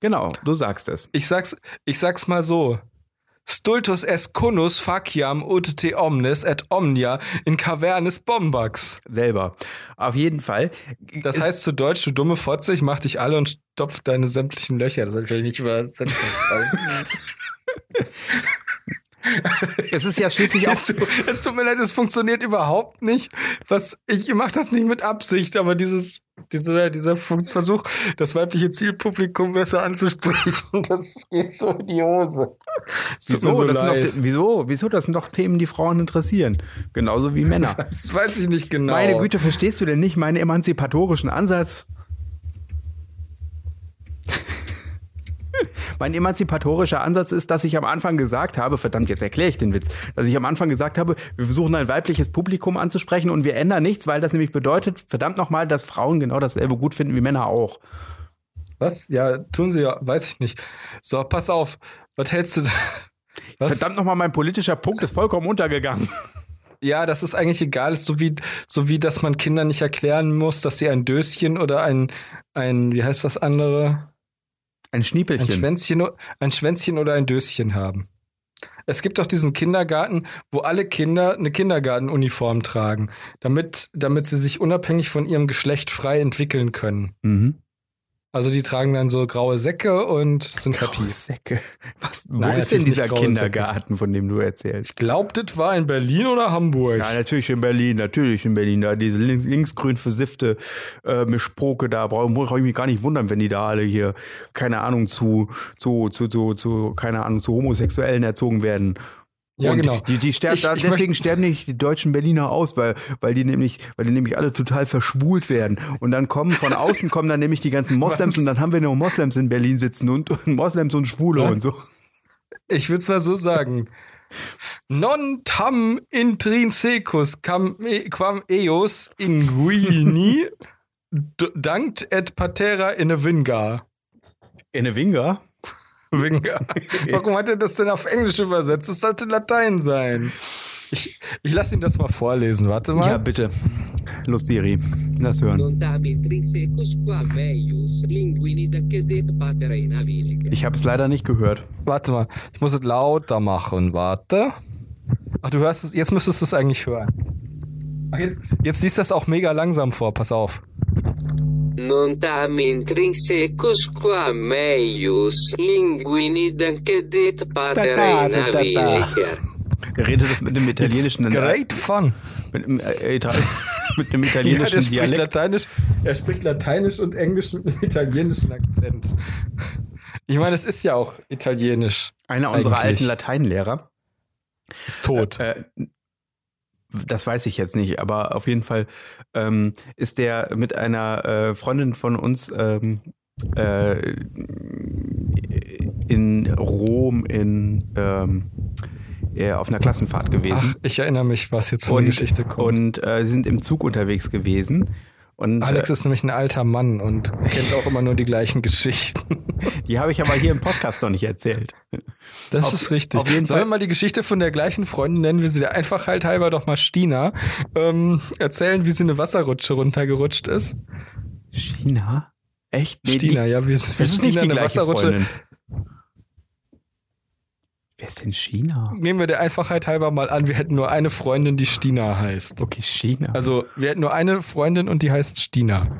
Speaker 2: genau, du sagst es.
Speaker 1: ich sag's, ich sag's mal so. Stultus est conus faciam ut te omnes et omnia in cavernis bombax.
Speaker 2: Selber. Auf jeden Fall.
Speaker 1: Das
Speaker 2: ist-
Speaker 1: heißt zu Deutsch, du dumme Fotze, ich mach dich alle und stopf deine sämtlichen Löcher. Das will ich nicht übersetzen.
Speaker 2: es ist ja schließlich auch.
Speaker 1: es, tut- es tut mir leid, es funktioniert überhaupt nicht. Was, ich mache das nicht mit Absicht, aber dieses, dieser, dieser Versuch, das weibliche Zielpublikum besser anzusprechen, das geht so in die Hose. Es tut mir
Speaker 2: Wieso?
Speaker 1: so
Speaker 2: das sind doch,
Speaker 1: leid.
Speaker 2: wieso? Wieso? Das sind doch Themen, die Frauen interessieren. Genauso wie Männer.
Speaker 1: Das weiß ich nicht genau.
Speaker 2: Meine Güte, verstehst du denn nicht meinen emanzipatorischen Ansatz? mein emanzipatorischer Ansatz ist, dass ich am Anfang gesagt habe, verdammt, jetzt erkläre ich den Witz, dass ich am Anfang gesagt habe, wir versuchen ein weibliches Publikum anzusprechen und wir ändern nichts, weil das nämlich bedeutet, verdammt nochmal, dass Frauen genau dasselbe gut finden wie Männer auch.
Speaker 1: Was? Ja, tun sie ja, weiß ich nicht. So, pass auf. Was hältst du? da- Was?
Speaker 2: Verdammt nochmal, mein politischer Punkt ist vollkommen untergegangen.
Speaker 1: Ja, das ist eigentlich egal. Ist so wie, so wie, dass man Kindern nicht erklären muss, dass sie ein Döschen oder ein, ein, wie heißt das andere?
Speaker 2: Ein
Speaker 1: Ein
Speaker 2: Schniepelchen.
Speaker 1: Schwänzchen, o- ein Schwänzchen oder ein Döschen haben. Es gibt doch diesen Kindergarten, wo alle Kinder eine Kindergartenuniform tragen, damit, damit sie sich unabhängig von ihrem Geschlecht frei entwickeln können.
Speaker 2: Mhm.
Speaker 1: Also die tragen dann so graue Säcke und sind happy.
Speaker 2: Graue Säcke. Was, wo
Speaker 1: Nein,
Speaker 2: ist denn
Speaker 1: natürlich
Speaker 2: dieser
Speaker 1: nicht graue Säcke.
Speaker 2: Kindergarten, von dem du erzählst?
Speaker 1: Glaubt, das war in Berlin oder Hamburg?
Speaker 2: Ja, natürlich in Berlin, natürlich in Berlin. Da diese links, linksgrün versiffte äh, Mischproke, da brauche brauch ich mich gar nicht wundern, wenn die da alle hier, keine Ahnung, zu, zu, zu, zu, zu keine Ahnung, zu Homosexuellen erzogen werden.
Speaker 1: Ja,
Speaker 2: Und
Speaker 1: genau.
Speaker 2: Die, die sterben,
Speaker 1: Ich- ich
Speaker 2: deswegen sterben nicht die deutschen Berliner aus, weil, weil die nämlich, weil die nämlich alle total verschwult werden. Und dann kommen von außen kommen dann nämlich die ganzen Moslems
Speaker 1: Was?
Speaker 2: und dann haben wir nur Moslems in Berlin sitzen und, und Moslems und Schwule
Speaker 1: Was?
Speaker 2: und so.
Speaker 1: Ich würde es mal so sagen. Non tam intrinsecus cam, e- quam eos inguini d- dankt et patera in vinga.
Speaker 2: Enne Winger?
Speaker 1: Vinga. Warum hat er das denn auf Englisch übersetzt? Das sollte Latein sein. Ich, ich lasse ihn das mal vorlesen. Warte mal.
Speaker 2: Ja, bitte. Los, Siri. Lass hören.
Speaker 4: Non dabit trisecus quam meius linguini decedet patera in avilica.
Speaker 2: Ich habe es leider nicht gehört.
Speaker 1: Warte mal. Ich muss es lauter machen. Warte. Ach, du hörst es. Jetzt müsstest du es eigentlich hören. Ach, jetzt, jetzt liest das auch mega langsam vor. Pass auf.
Speaker 4: Non tamen trisecus quam meius linguini decedet patera in
Speaker 2: Ta ta ta ta.
Speaker 4: avilica.
Speaker 2: Er redet das mit einem italienischen äh,
Speaker 1: It's great fun.
Speaker 2: mit, einem, äh, Ital mit einem
Speaker 1: Ja, der
Speaker 2: italienischen
Speaker 1: spricht
Speaker 2: Dialekt.
Speaker 1: Lateinisch, er spricht Lateinisch und Englisch mit einem italienischen Akzent. Ich meine, es ist ja auch italienisch.
Speaker 2: Einer unserer
Speaker 1: Eigentlich.
Speaker 2: alten Lateinlehrer.
Speaker 1: Ist tot.
Speaker 2: Äh, das weiß ich jetzt nicht, aber auf jeden Fall ähm, ist der mit einer äh, Freundin von uns ähm, äh, in Rom in ähm, äh, auf einer Klassenfahrt gewesen.
Speaker 1: Ach, ich erinnere mich, was jetzt für eine Geschichte kommt.
Speaker 2: Und äh, sie sind im Zug unterwegs gewesen. Und
Speaker 1: Alex
Speaker 2: äh,
Speaker 1: ist nämlich ein alter Mann und kennt auch immer nur die gleichen Geschichten.
Speaker 2: die habe ich aber hier im Podcast noch nicht erzählt.
Speaker 1: Das
Speaker 2: Auf-
Speaker 1: ist richtig.
Speaker 2: auf jeden
Speaker 1: Sollen
Speaker 2: Fall-
Speaker 1: wir mal die Geschichte von der gleichen Freundin, nennen wir sie der Einfachheit halt halber doch mal Stina, ähm, erzählen, wie sie eine Wasserrutsche runtergerutscht ist?
Speaker 2: China? Echt? Nee,
Speaker 1: Stina,
Speaker 2: die,
Speaker 1: ja, wie, wie
Speaker 2: das ist nicht
Speaker 1: Stina
Speaker 2: die
Speaker 1: eine
Speaker 2: gleiche
Speaker 1: Wasserrutsche.
Speaker 2: Freundin. Wer ist denn China?
Speaker 1: Nehmen wir der Einfachheit halber mal an, wir hätten nur eine Freundin, die Stina heißt.
Speaker 2: Okay, China.
Speaker 1: Also, wir hätten nur eine Freundin und die heißt Stina.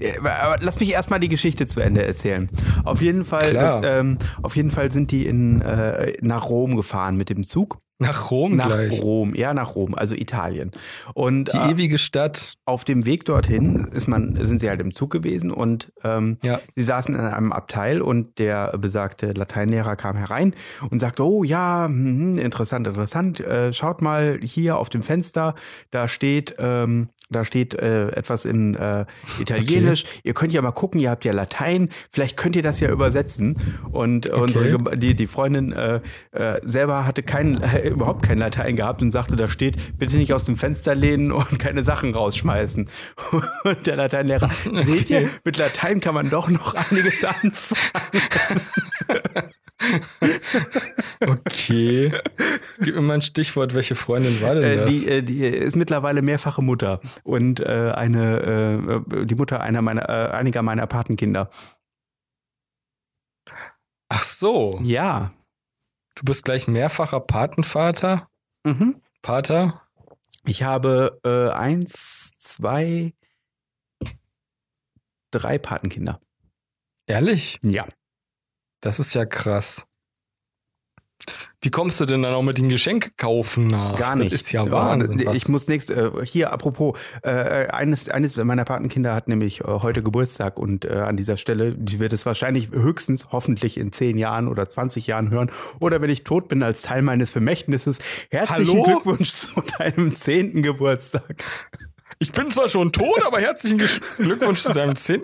Speaker 2: Äh, Aber lass mich erstmal die Geschichte zu Ende erzählen. Auf jeden Fall,
Speaker 1: Klar.
Speaker 2: äh, ähm, auf jeden Fall sind die in, äh, nach Rom gefahren mit dem Zug.
Speaker 1: Nach Rom
Speaker 2: nach
Speaker 1: gleich.
Speaker 2: Rom, ja, nach Rom, also Italien. Und
Speaker 1: Die
Speaker 2: äh,
Speaker 1: ewige Stadt.
Speaker 2: auf dem Weg dorthin ist man, sind sie halt im Zug gewesen und ähm,
Speaker 1: Ja.
Speaker 2: sie saßen in einem Abteil und der besagte Lateinlehrer kam herein und sagte, oh ja, mhm, interessant, interessant, äh, schaut mal hier auf dem Fenster, da steht, ähm, da steht äh, etwas in äh, Italienisch, ihr könnt ja mal gucken, ihr habt ja Latein, vielleicht könnt ihr das ja übersetzen. Und unsere, Gem- die, die Freundin äh, äh, selber hatte kein, überhaupt kein Latein gehabt und sagte, da steht, bitte nicht aus dem Fenster lehnen und keine Sachen rausschmeißen. Und der Lateinlehrer, seht ihr, mit Latein kann man doch noch einiges anfangen.
Speaker 1: Okay. Gib mir mal ein Stichwort, welche Freundin war denn
Speaker 2: Äh,
Speaker 1: das?
Speaker 2: die, äh, die ist mittlerweile mehrfache Mutter und äh, eine, äh, die Mutter einer meiner, äh, einiger meiner Patenkinder.
Speaker 1: Ach so.
Speaker 2: Ja.
Speaker 1: Du bist gleich mehrfacher Patenvater?
Speaker 2: Mhm.
Speaker 1: Pater?
Speaker 2: Ich habe äh, eins, zwei, drei Patenkinder.
Speaker 1: Ehrlich?
Speaker 2: Ja.
Speaker 1: Das ist ja krass. Wie kommst du denn dann auch mit den Geschenk kaufen nach?
Speaker 2: Gar nicht.
Speaker 1: Das ist ja
Speaker 2: Oh,
Speaker 1: Wahnsinn. was-
Speaker 2: ich muss nächst, äh, hier, apropos, äh, eines, eines meiner Patenkinder hat nämlich äh, heute Geburtstag und äh, an dieser Stelle, die wird es wahrscheinlich höchstens hoffentlich in 10 Jahren oder 20 Jahren hören oder wenn ich tot bin als Teil meines Vermächtnisses. Herzlichen
Speaker 1: Hallo?
Speaker 2: Glückwunsch zu deinem 10. Geburtstag.
Speaker 1: ich bin zwar schon tot, aber herzlichen Gesch- Glückwunsch zu deinem 10.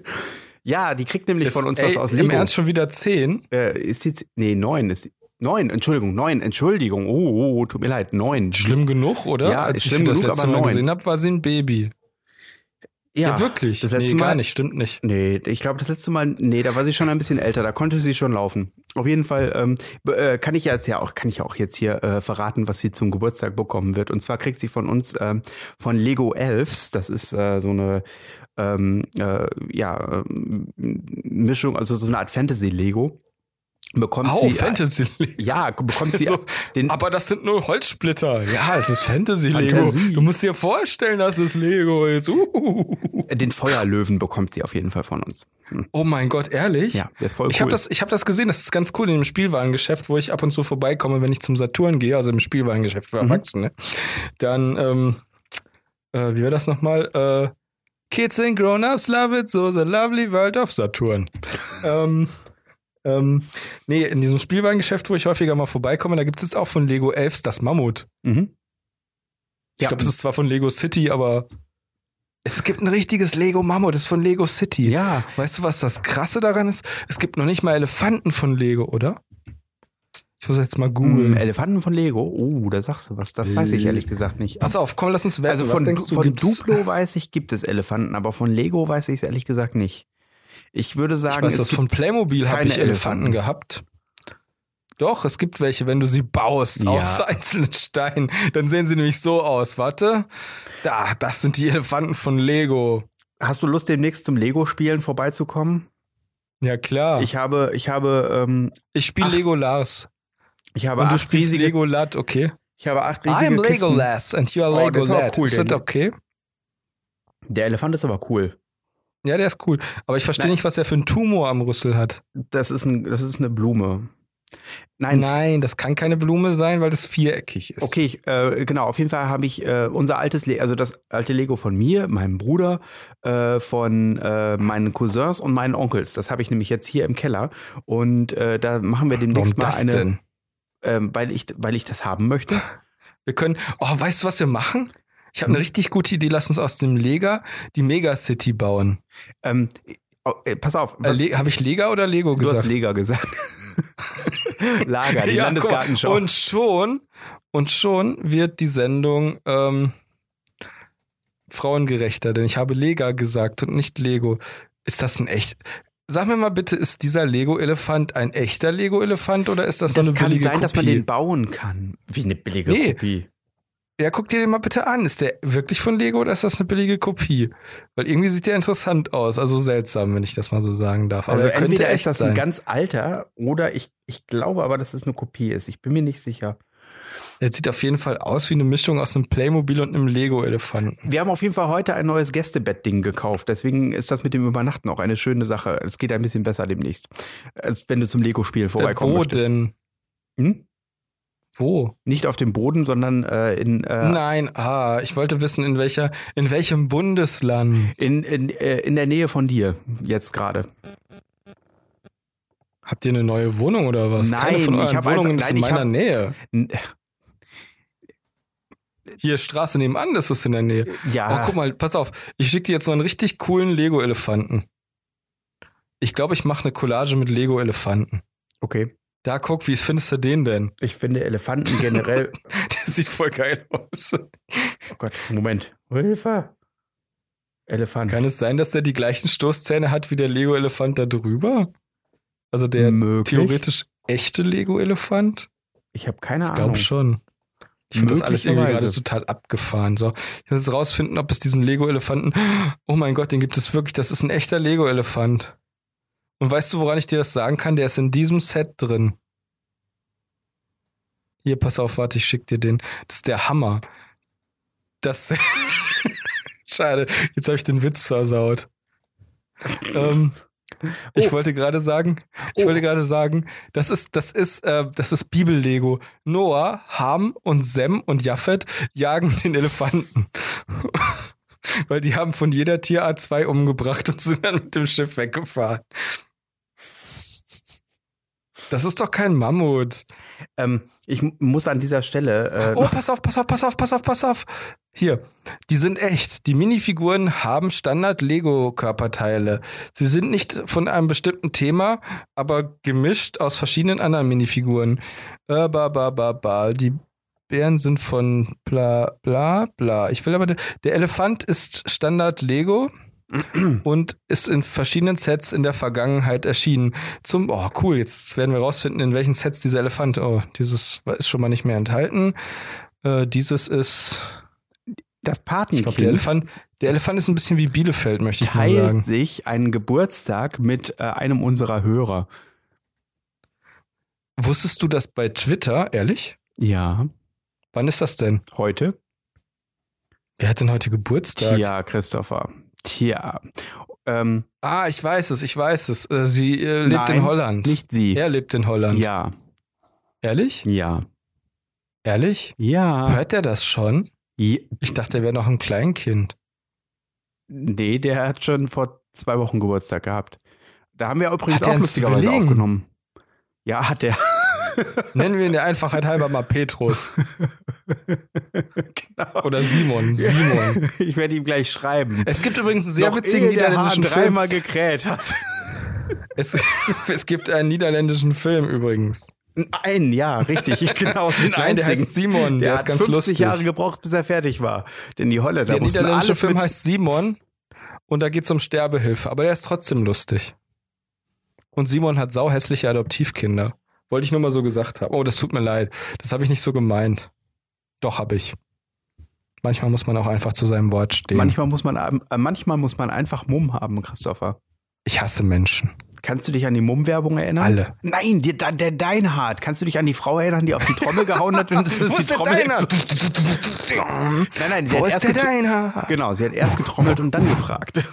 Speaker 2: Ja, die kriegt nämlich von uns
Speaker 1: Ey,
Speaker 2: was aus
Speaker 1: Im
Speaker 2: Lego.
Speaker 1: Ernst schon wieder 10?
Speaker 2: Äh, ist jetzt, nee, 9 ist, 9, Entschuldigung, 9, Entschuldigung, oh, oh, oh tut mir leid, 9.
Speaker 1: Schlimm genug, oder?
Speaker 2: Ja,
Speaker 1: Als
Speaker 2: ist
Speaker 1: ich
Speaker 2: schlimm
Speaker 1: sie das
Speaker 2: genug,
Speaker 1: letzte
Speaker 2: aber
Speaker 1: Mal
Speaker 2: neun.
Speaker 1: gesehen habe, war sie ein Baby. Ja, wirklich.
Speaker 2: Das letzte
Speaker 1: nee,
Speaker 2: Mal,
Speaker 1: gar nicht, stimmt nicht.
Speaker 2: Nee, ich glaube, das letzte Mal, nee, da war sie schon ein bisschen älter, da konnte sie schon laufen. Auf jeden Fall ähm, be- äh, kann ich ja jetzt ja auch, kann ich auch jetzt hier äh, verraten, was sie zum Geburtstag bekommen wird. Und zwar kriegt sie von uns ähm, von Lego Elves, das ist äh, so eine ähm, äh, ja, ähm, Mischung, also so eine Art Fantasy-Lego. Bekommt
Speaker 1: Au,
Speaker 2: sie.
Speaker 1: Oh,
Speaker 2: äh,
Speaker 1: Fantasy League.
Speaker 2: Ja, bekommt sie
Speaker 1: So,
Speaker 2: den
Speaker 1: Aber das sind nur Holzsplitter. Ja, es ist Fantasy Lego.
Speaker 2: Fantasie.
Speaker 1: Du musst dir vorstellen, dass es Lego ist. Uh.
Speaker 2: Den Feuerlöwen bekommt sie auf jeden Fall von uns.
Speaker 1: Oh mein Gott, ehrlich?
Speaker 2: Ja, der ist voll
Speaker 1: Ich
Speaker 2: cool.
Speaker 1: habe das, ich hab das gesehen, das ist ganz cool in dem Spielwarengeschäft, wo ich ab und zu vorbeikomme, wenn ich zum Saturn gehe, also im Spielwarengeschäft für
Speaker 2: Mhm.
Speaker 1: Erwachsene. Dann, ähm, äh, wie war das nochmal? Äh, Kids and Grown-Ups love it, so the lovely world of Saturn. ähm, ähm, nee, in diesem Spielwarengeschäft, wo ich häufiger mal vorbeikomme, da gibt es jetzt auch von Lego Elves das Mammut.
Speaker 2: mhm.
Speaker 1: Ich glaube, es ist zwar von Lego City, aber es gibt ein richtiges Lego Mammut, das ist von Lego City.
Speaker 2: ja,
Speaker 1: Weißt du, was das Krasse daran ist? Es gibt noch nicht mal Elefanten von Lego, oder? Ich muss jetzt mal
Speaker 2: Mm,
Speaker 1: googeln.
Speaker 2: Elefanten von Lego. Oh, da sagst du was. Das weiß ich
Speaker 1: Hm. Äh.
Speaker 2: ehrlich gesagt nicht.
Speaker 1: Pass auf, komm, lass uns wetten.
Speaker 2: also
Speaker 1: was
Speaker 2: von,
Speaker 1: denkst du,
Speaker 2: von
Speaker 1: gibt's?
Speaker 2: Duplo weiß ich, gibt es Elefanten, aber von Lego weiß ich es ehrlich gesagt nicht. Ich würde
Speaker 1: ich
Speaker 2: sagen,
Speaker 1: weiß,
Speaker 2: es
Speaker 1: das
Speaker 2: gibt
Speaker 1: von Playmobil habe
Speaker 2: keine
Speaker 1: ich Elefanten,
Speaker 2: Elefanten.
Speaker 1: gehabt. Doch, es gibt welche, wenn du sie baust
Speaker 2: Ja.
Speaker 1: aus einzelnen Steinen, dann sehen sie nämlich so aus. Warte, da, das sind die Elefanten von Lego.
Speaker 2: Hast du Lust, demnächst zum Lego-Spielen vorbeizukommen?
Speaker 1: Ja klar. Ich,
Speaker 2: Ich habe, ich habe, ähm,
Speaker 1: spiele
Speaker 2: Ach,
Speaker 1: Lego Lars.
Speaker 2: ich habe
Speaker 1: Und du
Speaker 2: acht
Speaker 1: spielst
Speaker 2: riesige,
Speaker 1: Lego Lat, okay?
Speaker 2: ich habe acht
Speaker 1: I
Speaker 2: riesige
Speaker 1: am
Speaker 2: Kisten.
Speaker 1: Lego Lars and you are
Speaker 2: Oh,
Speaker 1: Lego
Speaker 2: das ist aber
Speaker 1: Lad.
Speaker 2: cool,
Speaker 1: ist das
Speaker 2: denn-
Speaker 1: okay?
Speaker 2: Der Elefant ist aber cool.
Speaker 1: Ja, der ist cool. Aber ich verstehe
Speaker 2: Nein.
Speaker 1: nicht, was er für einen Tumor am Rüssel hat.
Speaker 2: Das ist ein, das ist eine Blume. Nein,
Speaker 1: Nein, das kann keine Blume sein, weil das viereckig ist.
Speaker 2: Okay, ich, äh, genau. Auf jeden Fall habe ich äh, unser altes, Le also das alte Lego von mir, meinem Bruder, äh, von äh, meinen Cousins und meinen Onkels. Das habe ich nämlich jetzt hier im Keller und äh, da machen wir demnächst
Speaker 1: Warum
Speaker 2: mal
Speaker 1: das
Speaker 2: eine,
Speaker 1: denn?
Speaker 2: Ähm, weil ich, weil ich das haben möchte.
Speaker 1: Wir können, oh, weißt du, was wir machen? Ich
Speaker 2: Hm.
Speaker 1: habe eine richtig gute Idee. Lass uns aus dem Lega die Megacity bauen.
Speaker 2: Ähm, oh, äh, pass auf, was,
Speaker 1: Äh, habe ich Lega oder Lego
Speaker 2: du hast
Speaker 1: gesagt?
Speaker 2: Lega gesagt. Lager, die
Speaker 1: Ja, guck mal.
Speaker 2: Landesgartenschau.
Speaker 1: Und schon, und schon wird die Sendung ähm, frauengerechter, denn ich habe Lega gesagt und nicht Lego. Ist das ein echt? Sag mir mal bitte, ist dieser Lego-Elefant ein echter Lego-Elefant oder ist das,
Speaker 2: Das
Speaker 1: nur eine
Speaker 2: kann
Speaker 1: billige
Speaker 2: sein,
Speaker 1: Kopie?
Speaker 2: dass man den bauen kann. Wie eine billige
Speaker 1: Nee.
Speaker 2: Kopie.
Speaker 1: Ja, guck dir den mal bitte an. Ist der wirklich von Lego oder ist das eine billige Kopie? Weil irgendwie sieht der interessant aus. Also seltsam, wenn ich das mal so sagen darf.
Speaker 2: Also
Speaker 1: er könnte
Speaker 2: entweder
Speaker 1: echt
Speaker 2: ist das
Speaker 1: sein.
Speaker 2: ein ganz alter oder ich, ich glaube aber, dass es eine Kopie ist. Ich bin mir nicht sicher.
Speaker 1: Der sieht auf jeden Fall aus wie eine Mischung aus einem Playmobil und einem Lego-Elefanten.
Speaker 2: Wir haben auf jeden Fall heute ein neues Gästebettding gekauft. Deswegen ist das mit dem Übernachten auch eine schöne Sache. Es geht ein bisschen besser demnächst, als wenn du zum Lego-Spiel vorbeikommen
Speaker 1: Äh, wo
Speaker 2: möchtest.
Speaker 1: denn?
Speaker 2: Hm?
Speaker 1: Wo?
Speaker 2: Nicht auf dem Boden, sondern äh, in, äh,
Speaker 1: Nein, ah, ich wollte wissen, in welcher, in welchem Bundesland.
Speaker 2: in, in, äh, in der Nähe von dir jetzt gerade.
Speaker 1: Habt ihr eine neue Wohnung oder was? Keine
Speaker 2: Nein,
Speaker 1: von
Speaker 2: ich
Speaker 1: euren
Speaker 2: hab
Speaker 1: Wohnungen
Speaker 2: einfach-
Speaker 1: ist
Speaker 2: nein,
Speaker 1: in
Speaker 2: ich
Speaker 1: meiner
Speaker 2: hab-
Speaker 1: Nähe.
Speaker 2: N-
Speaker 1: Hier Straße nebenan, das ist in der Nähe.
Speaker 2: Ja,
Speaker 1: Oh, guck mal, pass auf. Ich schicke dir jetzt mal einen richtig coolen Lego-Elefanten. Ich glaube, ich mache eine Collage mit Lego-Elefanten.
Speaker 2: okay.
Speaker 1: Da guck, wie findest du den denn?
Speaker 2: Ich finde Elefanten generell.
Speaker 1: Der sieht voll geil aus.
Speaker 2: Oh Gott, Moment. Hilfe. Elefant.
Speaker 1: Kann es sein, dass der die gleichen Stoßzähne hat wie der Lego-Elefant da drüber? Also der
Speaker 2: Möglich.
Speaker 1: theoretisch echte Lego-Elefant?
Speaker 2: Ich habe keine
Speaker 1: Ich
Speaker 2: Ahnung.
Speaker 1: glaube schon. Ich finde das alles irgendwie
Speaker 2: Möglicherweise.
Speaker 1: gerade total abgefahren. So, ich muss jetzt rausfinden, ob es diesen Lego-Elefanten. Oh mein Gott, den gibt es wirklich. Das ist ein echter Lego-Elefant. Und weißt du, woran ich dir das sagen kann? Der ist in diesem Set drin. Hier, pass auf, warte, ich schick dir den. Das ist der Hammer. Das. Schade, jetzt habe ich den Witz versaut. ähm, Ich
Speaker 2: Oh.
Speaker 1: wollte gerade sagen, ich
Speaker 2: Oh.
Speaker 1: wollte gerade sagen, das ist, das ist, äh, das ist Bibel-Lego. Noah, Ham und Sem und Japheth jagen den Elefanten. Weil die haben von jeder Tierart zwei umgebracht und sind dann mit dem Schiff weggefahren. Das ist doch kein Mammut.
Speaker 2: Ähm, ich mu- muss an dieser Stelle. Äh,
Speaker 1: Oh, pass auf, pass auf, pass auf, pass auf, pass auf. Hier, die sind echt. Die Minifiguren haben Standard-Lego-Körperteile. Sie sind nicht von einem bestimmten Thema, aber gemischt aus verschiedenen anderen Minifiguren. Äh, ba, ba, ba, ba. Die Bären sind von bla, bla, bla. Ich will aber, de- der Elefant ist Standard-Lego. Und ist in verschiedenen Sets in der Vergangenheit erschienen. Zum, oh cool, jetzt werden wir rausfinden, in welchen Sets dieser Elefant, oh, dieses ist schon mal nicht mehr enthalten. Äh, dieses ist,
Speaker 2: das
Speaker 1: ich glaube, der
Speaker 2: Patenkind
Speaker 1: Elefant, der Elefant ist ein bisschen wie Bielefeld, möchte ich mal
Speaker 2: teilt
Speaker 1: sagen.
Speaker 2: sich einen Geburtstag mit äh, einem unserer Hörer.
Speaker 1: Wusstest du das bei Twitter, ehrlich?
Speaker 2: Ja,
Speaker 1: Wann ist das denn?
Speaker 2: heute.
Speaker 1: Wer hat denn heute Geburtstag?
Speaker 2: Tja, Christopher. Tja. Ähm,
Speaker 1: Ah, ich weiß es, ich weiß es. Äh, Sie äh, lebt
Speaker 2: Nein,
Speaker 1: in Holland.
Speaker 2: nicht sie.
Speaker 1: Er lebt in Holland.
Speaker 2: Ja,
Speaker 1: Ehrlich?
Speaker 2: ja,
Speaker 1: Ehrlich?
Speaker 2: ja.
Speaker 1: Hört er das schon?
Speaker 2: Je-
Speaker 1: Ich dachte, er wäre noch ein Kleinkind.
Speaker 2: Nee, der hat schon vor zwei Wochen Geburtstag gehabt. Da haben wir übrigens
Speaker 1: Hat er
Speaker 2: auch
Speaker 1: einen
Speaker 2: lustigerweise
Speaker 1: Zwilling?
Speaker 2: aufgenommen. Ja, hat er.
Speaker 1: Nennen wir ihn der Einfachheit halber mal Petrus
Speaker 2: genau.
Speaker 1: oder Simon. Simon.
Speaker 2: Ich werde ihm gleich schreiben.
Speaker 1: Es gibt übrigens einen sehr
Speaker 2: Noch
Speaker 1: witzigen
Speaker 2: ehe der Hahn
Speaker 1: niederländischen Film.
Speaker 2: dreimal gekräht hat.
Speaker 1: Es, es gibt einen niederländischen Film übrigens.
Speaker 2: Einen, ja, richtig, genau, den
Speaker 1: Nein, der
Speaker 2: einzigen.
Speaker 1: heißt Simon, der,
Speaker 2: Der
Speaker 1: ist
Speaker 2: hat
Speaker 1: ganz
Speaker 2: 50
Speaker 1: lustig.
Speaker 2: Jahre gebraucht, bis er fertig war. Denn die Holländer
Speaker 1: der
Speaker 2: mussten
Speaker 1: niederländische
Speaker 2: alles
Speaker 1: Film
Speaker 2: mit,
Speaker 1: heißt Simon und da geht es um Sterbehilfe, aber der ist trotzdem lustig. Und Simon hat sauhässliche Adoptivkinder. Wollte ich nur mal so gesagt haben. Oh, das tut mir leid. Das habe ich nicht so gemeint. Doch, habe ich. Manchmal muss man auch einfach zu seinem Wort stehen.
Speaker 2: Manchmal muss man äh, manchmal muss man einfach Mumm haben, Christopher.
Speaker 1: ich hasse Menschen.
Speaker 2: Kannst du dich an die Mumm-Werbung erinnern?
Speaker 1: Alle.
Speaker 2: Nein, der, der, der Deinhardt. Kannst du dich an die Frau erinnern, die auf die Trommel gehauen hat und es ist die Trommel. Nein, nein, sie
Speaker 1: Wo
Speaker 2: hat
Speaker 1: ist
Speaker 2: erst
Speaker 1: der
Speaker 2: getro-
Speaker 1: Deiner?
Speaker 2: Genau, sie hat erst getrommelt und dann gefragt.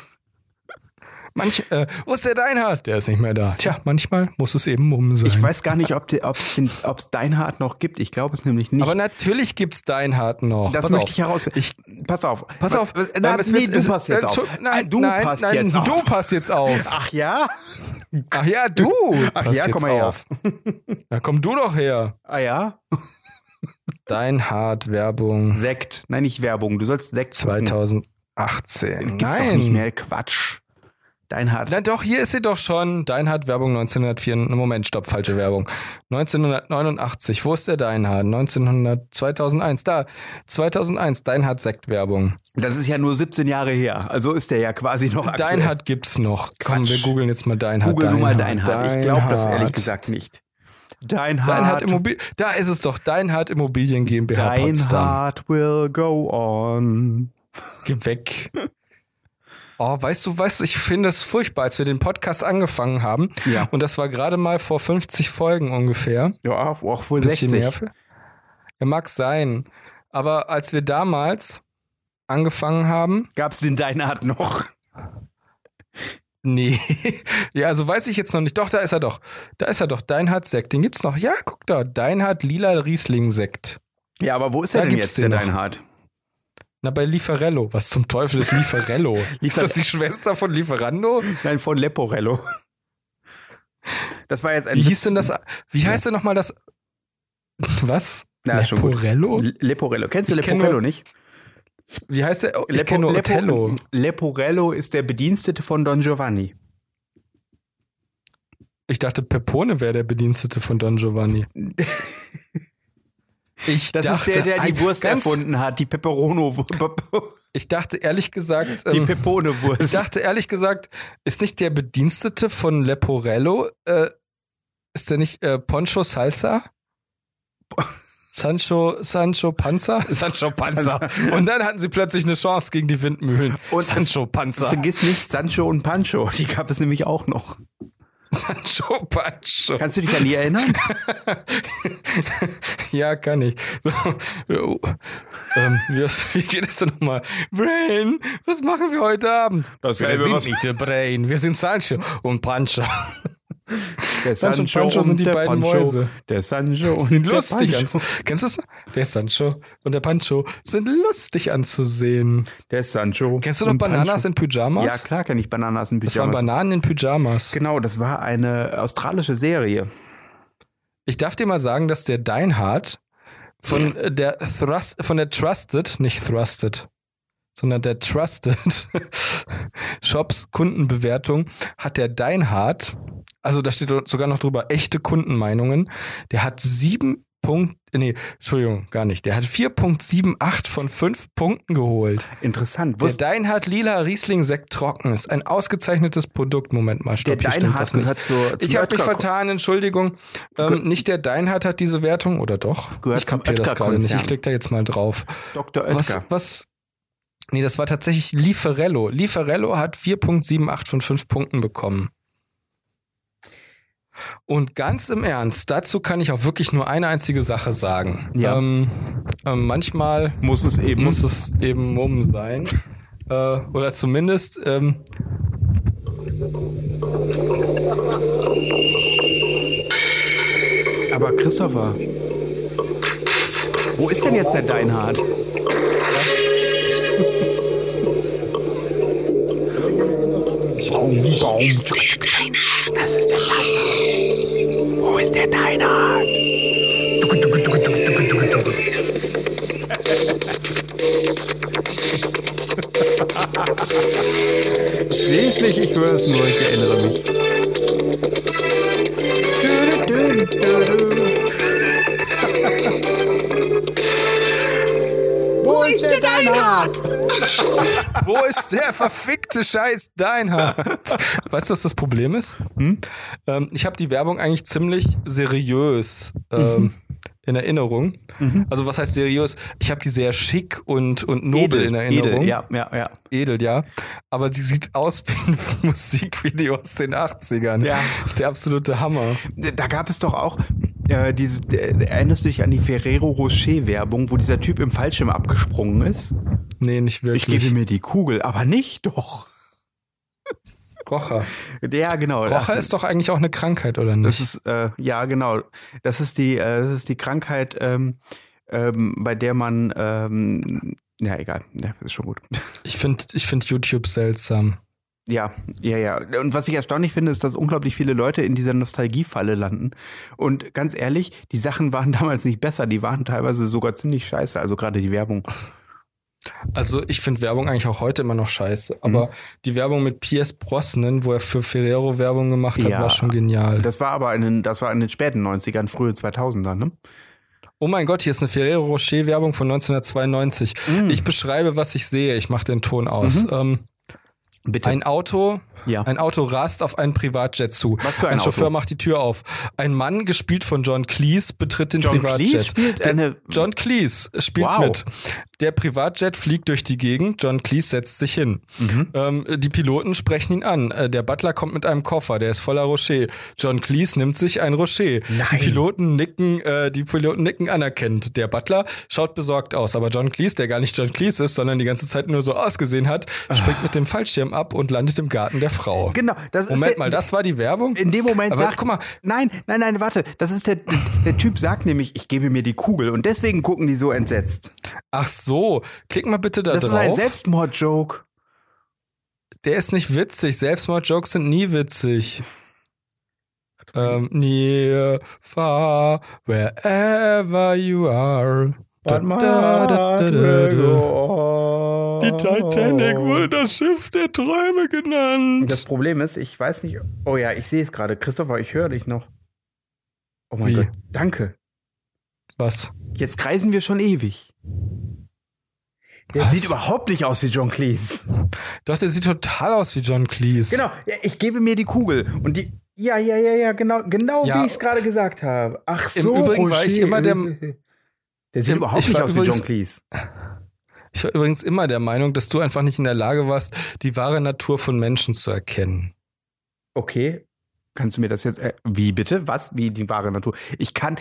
Speaker 1: Manch, äh, wo ist der Deinhard? Der ist nicht mehr da. Tja, manchmal muss es eben Mumm sein.
Speaker 2: Ich weiß gar nicht, ob es Deinhardt noch gibt. Ich glaube es nämlich nicht.
Speaker 1: Aber natürlich gibt's Deinhard noch.
Speaker 2: das
Speaker 1: Pass
Speaker 2: möchte
Speaker 1: auf.
Speaker 2: ich herausfinden. pass auf.
Speaker 1: Pass auf.
Speaker 2: Was, na,
Speaker 1: Ähm, es
Speaker 2: nee,
Speaker 1: wird-
Speaker 2: du
Speaker 1: es-
Speaker 2: passt jetzt
Speaker 1: äh,
Speaker 2: auf. Ah,
Speaker 1: Entschu- Nein,
Speaker 2: du
Speaker 1: nein,
Speaker 2: passt
Speaker 1: nein,
Speaker 2: jetzt auf.
Speaker 1: Du passt jetzt auf.
Speaker 2: Ach ja?
Speaker 1: Ach ja, du.
Speaker 2: Ach
Speaker 1: passt
Speaker 2: ja,
Speaker 1: jetzt
Speaker 2: komm mal her.
Speaker 1: auf. Na komm du doch her.
Speaker 2: Ah ja?
Speaker 1: Deinhard Werbung
Speaker 2: Sekt. Nein, nicht Werbung. Du sollst Sekt gucken.
Speaker 1: 2018.
Speaker 2: Gibt's
Speaker 1: nein.
Speaker 2: doch nicht mehr. Quatsch. Deinhard.
Speaker 1: Na doch, hier ist sie doch schon. Deinhard Werbung 1904. Moment, stopp, falsche Werbung. 1989. Wo ist der Deinhard? 1900, 2001. Da, 2001. Deinhard Sektwerbung.
Speaker 2: Das ist ja nur 17 Jahre her. Also ist der ja quasi noch aktuell.
Speaker 1: Deinhard gibt's noch. Komm,
Speaker 2: Quatsch.
Speaker 1: wir googeln jetzt mal Deinhard.
Speaker 2: Google du mal Deinhard. Ich glaube das ehrlich
Speaker 1: Deinhard.
Speaker 2: gesagt nicht.
Speaker 1: Deinhard
Speaker 2: Deinhard.
Speaker 1: Immobilien. Da ist es doch. Deinhard Immobilien GmbH Potsdam.
Speaker 2: Deinhard will go on.
Speaker 1: Geh weg. Oh, weißt du was? Ich finde es furchtbar, als wir den Podcast angefangen haben.
Speaker 2: Ja.
Speaker 1: Und das war gerade mal vor 50 Folgen ungefähr.
Speaker 2: Ja, auch auch vor
Speaker 1: bisschen
Speaker 2: 60.
Speaker 1: nervig. Ja, mag sein. Aber als wir damals angefangen haben,
Speaker 2: Gab's den Deinhard noch?
Speaker 1: nee. ja, also weiß ich jetzt noch nicht. Doch, da ist er doch. Da ist er doch. Deinhard Sekt. Den gibt's noch. Ja, guck da. Deinhard Lila Riesling Sekt.
Speaker 2: Ja, aber wo ist
Speaker 1: Da
Speaker 2: er denn
Speaker 1: gibt's
Speaker 2: jetzt, der
Speaker 1: den noch.
Speaker 2: Deinhard?
Speaker 1: Na, bei Lieferello. Was zum Teufel ist Lieferello? ist das die Schwester von Lieferando?
Speaker 2: Nein, von Leporello. Das war jetzt ein
Speaker 1: Wie
Speaker 2: Witz.
Speaker 1: hieß denn das? Wie heißt denn nochmal das? Was?
Speaker 2: Na, schon gut.
Speaker 1: Leporello?
Speaker 2: Leporello. Kennst du
Speaker 1: Ich kenn
Speaker 2: Leporello
Speaker 1: nur-
Speaker 2: nicht?
Speaker 1: Wie heißt der? Oh, ich
Speaker 2: Lepo-
Speaker 1: kenne nur
Speaker 2: Lepo-
Speaker 1: Othello.
Speaker 2: Leporello ist der Bedienstete von Don Giovanni.
Speaker 1: Ich dachte, Pepone wäre der Bedienstete von Don Giovanni. Ich
Speaker 2: Das
Speaker 1: dachte,
Speaker 2: ist der, der die
Speaker 1: ein-
Speaker 2: Wurst
Speaker 1: ganz-
Speaker 2: erfunden hat, die Peperono, die
Speaker 1: Ich dachte ehrlich gesagt, ähm, ich
Speaker 2: Pepone-Wurst.
Speaker 1: dachte ehrlich gesagt, ist nicht der Bedienstete von Leporello, äh, ist der nicht äh, Poncho Salsa? Sancho, Sancho Panza? Sancho Panza. Und dann hatten sie plötzlich eine Chance gegen die Windmühlen.
Speaker 2: Und-
Speaker 1: Sancho Panza.
Speaker 2: Vergiss nicht Sancho und Pancho, die gab es nämlich auch noch.
Speaker 1: Sancho Pancho.
Speaker 2: Kannst du dich an die erinnern?
Speaker 1: Ja, kann ich. So, oh. ähm, wie, das- wie geht es denn nochmal? Brain, was machen wir heute Abend?
Speaker 2: Dasselbe,
Speaker 1: wir sind
Speaker 2: was-
Speaker 1: nicht der Brain, wir sind Sancho und Pancho.
Speaker 2: Der
Speaker 1: Sancho und Pancho sind die
Speaker 2: der
Speaker 1: beiden
Speaker 2: Pancho.
Speaker 1: Mäuse.
Speaker 2: Der Sancho und
Speaker 1: Sind
Speaker 2: der
Speaker 1: lustig
Speaker 2: Pancho.
Speaker 1: anzusehen. Kennst du das? Der Sancho und der Pancho sind lustig anzusehen.
Speaker 2: Der Sancho.
Speaker 1: Kennst du noch
Speaker 2: und
Speaker 1: Bananas
Speaker 2: Pancho.
Speaker 1: in Pyjamas?
Speaker 2: Ja, klar kenne ich Bananas in
Speaker 1: Das waren
Speaker 2: Pyjamas.
Speaker 1: Bananen in Pyjamas.
Speaker 2: Genau, das war eine australische Serie.
Speaker 1: Ich darf dir mal sagen, dass der Deinhard von äh, der Thrust, von der Trusted, nicht Thrusted, sondern der Trusted Shops Kundenbewertung hat der Deinhard, also da steht sogar noch drüber echte Kundenmeinungen, der hat sieben Punkt, äh, nee, Entschuldigung, gar nicht, der hat 4.78 von fünf Punkten geholt.
Speaker 2: Interessant.
Speaker 1: Der
Speaker 2: Wusst,
Speaker 1: Deinhard Lila Riesling Sekt Trocken ist ein ausgezeichnetes Produkt. Moment mal,
Speaker 2: der
Speaker 1: stopp, hier stimmt
Speaker 2: Deinhard
Speaker 1: was nicht.
Speaker 2: gehört zur, zum
Speaker 1: Ich habe mich
Speaker 2: Oetker-
Speaker 1: vertan, Entschuldigung. Ähm, nicht der Deinhardt hat diese Wertung, oder doch?
Speaker 2: Gehört
Speaker 1: ich
Speaker 2: zum
Speaker 1: kapier das gerade nicht.
Speaker 2: Oetker-Konzern.
Speaker 1: Ich klicke da jetzt mal drauf.
Speaker 2: Dr.
Speaker 1: Was,
Speaker 2: Oetker.
Speaker 1: was? Nee, das war tatsächlich Lieferello. Lieferello hat 4.78 von 5 Punkten bekommen. Und ganz im Ernst, dazu kann ich auch wirklich nur eine einzige Sache sagen.
Speaker 2: Ja.
Speaker 1: Ähm, ähm, manchmal
Speaker 2: Muss es eben.
Speaker 1: muss es eben Mumm sein. Äh, oder zumindest. Ähm,
Speaker 2: Aber Christopher. Wo ist denn jetzt der Deinhard? Baum, Baum. Das ist der Deinhard. Wo ist der Deinhard? Tucke, tucke, tucke, tucke, tucke, tucke, tucke. Ich weiß nicht, ich höre es nur, ich erinnere mich. Dü, dü, dü, dü, dü. Wo ist der Deinhard?
Speaker 1: Wo ist der verfickte Scheiß Deinhard? Weißt du, was das Problem ist?
Speaker 2: Hm?
Speaker 1: Ähm, ich habe die Werbung eigentlich ziemlich seriös
Speaker 2: Mhm.
Speaker 1: ähm, in Erinnerung. Also was heißt seriös? Ich habe die sehr schick und, und nobel in Erinnerung.
Speaker 2: Edel, ja, ja, ja.
Speaker 1: Edel, ja. Aber die sieht aus wie ein Musikvideo aus den 80ern.
Speaker 2: Ja.
Speaker 1: Ist der absolute Hammer.
Speaker 2: Da gab es doch auch, äh, diese, äh, erinnerst du dich an die Ferrero Rocher-Werbung, wo dieser Typ im Fallschirm abgesprungen ist?
Speaker 1: Nee, nicht wirklich.
Speaker 2: Ich gebe mir die Kugel, aber nicht doch.
Speaker 1: Rocher.
Speaker 2: Ja, genau.
Speaker 1: Rocher
Speaker 2: das,
Speaker 1: ist doch eigentlich auch eine Krankheit, oder nicht?
Speaker 2: das ist, äh, ja, genau. Das ist die, äh, das ist die Krankheit, ähm, ähm, bei der man, ähm, ja, egal, ja, das ist schon gut.
Speaker 1: Ich finde ich find YouTube seltsam.
Speaker 2: Ja, ja, ja. Und was ich erstaunlich finde, ist, dass unglaublich viele Leute in dieser Nostalgiefalle landen. Und ganz ehrlich, die Sachen waren damals nicht besser, die waren teilweise sogar ziemlich scheiße, also gerade die Werbung.
Speaker 1: Also ich finde Werbung eigentlich auch heute immer noch scheiße.
Speaker 2: Mhm.
Speaker 1: Aber die Werbung mit P.S. Brosnan, wo er für Ferrero Werbung gemacht hat,
Speaker 2: Ja.
Speaker 1: war schon genial.
Speaker 2: Das war aber in den, das war in den späten 90ern, frühen 2000ern, ne?
Speaker 1: oh mein Gott, hier ist eine Ferrero Rocher Werbung von 1992.
Speaker 2: Mhm.
Speaker 1: Ich beschreibe, was ich sehe. Ich mache den Ton aus. Ähm,
Speaker 2: Bitte.
Speaker 1: ein Auto,
Speaker 2: Mhm. ja.
Speaker 1: ein Auto rast auf einen Privatjet zu.
Speaker 2: Was für ein
Speaker 1: ein Chauffeur
Speaker 2: Auto?
Speaker 1: macht die Tür auf. Ein Mann, gespielt von John Cleese, betritt den
Speaker 2: John
Speaker 1: Privatjet.
Speaker 2: Cleese spielt
Speaker 1: Der-
Speaker 2: eine.
Speaker 1: John Cleese spielt
Speaker 2: Wow.
Speaker 1: mit. Der Privatjet fliegt durch die Gegend, John Cleese setzt sich hin.
Speaker 2: Mhm.
Speaker 1: Ähm, die Piloten sprechen ihn an. Äh, der Butler kommt mit einem Koffer, der ist voller Rocher. John Cleese nimmt sich ein Rocher. Die
Speaker 2: Nein.
Speaker 1: Piloten nicken, äh, die Piloten nicken anerkennt. Der Butler schaut besorgt aus, aber John Cleese, der gar nicht John Cleese ist, sondern die ganze Zeit nur so ausgesehen hat, springt mit dem Fallschirm ab und landet im Garten der Frau.
Speaker 2: Ah. Genau, das ist
Speaker 1: Moment
Speaker 2: der-
Speaker 1: mal, das war die Werbung?
Speaker 2: In dem Moment
Speaker 1: Aber
Speaker 2: sagt,
Speaker 1: guck mal.
Speaker 2: nein, nein, nein, warte, das ist der, der Typ sagt nämlich, ich gebe mir die Kugel und deswegen gucken die so entsetzt.
Speaker 1: Ach so, klick mal bitte da
Speaker 2: Das
Speaker 1: drauf.
Speaker 2: ist ein Selbstmord-Joke.
Speaker 1: Der ist nicht witzig. Selbstmord-Jokes sind nie witzig. Ähm, near, far, wherever you are. Die Titanic wurde das Schiff der Träume
Speaker 2: Oh. Das
Speaker 1: genannt.
Speaker 2: Problem ist, ich weiß nicht. Oh ja, ich sehe es gerade. Christopher, ich höre dich noch. Oh mein
Speaker 1: Wie?
Speaker 2: Gott. Danke.
Speaker 1: Was?
Speaker 2: Jetzt kreisen wir schon ewig. Der
Speaker 1: Was?
Speaker 2: sieht überhaupt nicht aus wie John Cleese.
Speaker 1: Doch, der sieht total aus wie John Cleese.
Speaker 2: Genau, ja, ich gebe mir die Kugel und die. Ja, ja, ja, ja, genau, genau
Speaker 1: Ja.
Speaker 2: wie ich es gerade gesagt habe. Ach
Speaker 1: Im
Speaker 2: so,
Speaker 1: Übrigen war ich
Speaker 2: Roger,
Speaker 1: immer der-
Speaker 2: äh, Der sieht
Speaker 1: Im-
Speaker 2: überhaupt
Speaker 1: ich
Speaker 2: nicht
Speaker 1: war
Speaker 2: aus wie
Speaker 1: übrigens-
Speaker 2: John Cleese.
Speaker 1: Ich war übrigens immer der Meinung, dass du einfach nicht in der Lage warst, die wahre Natur von Menschen zu erkennen.
Speaker 2: Okay. Kannst du mir das jetzt. Äh, wie bitte? Was? Wie die wahre Natur? Ich kann.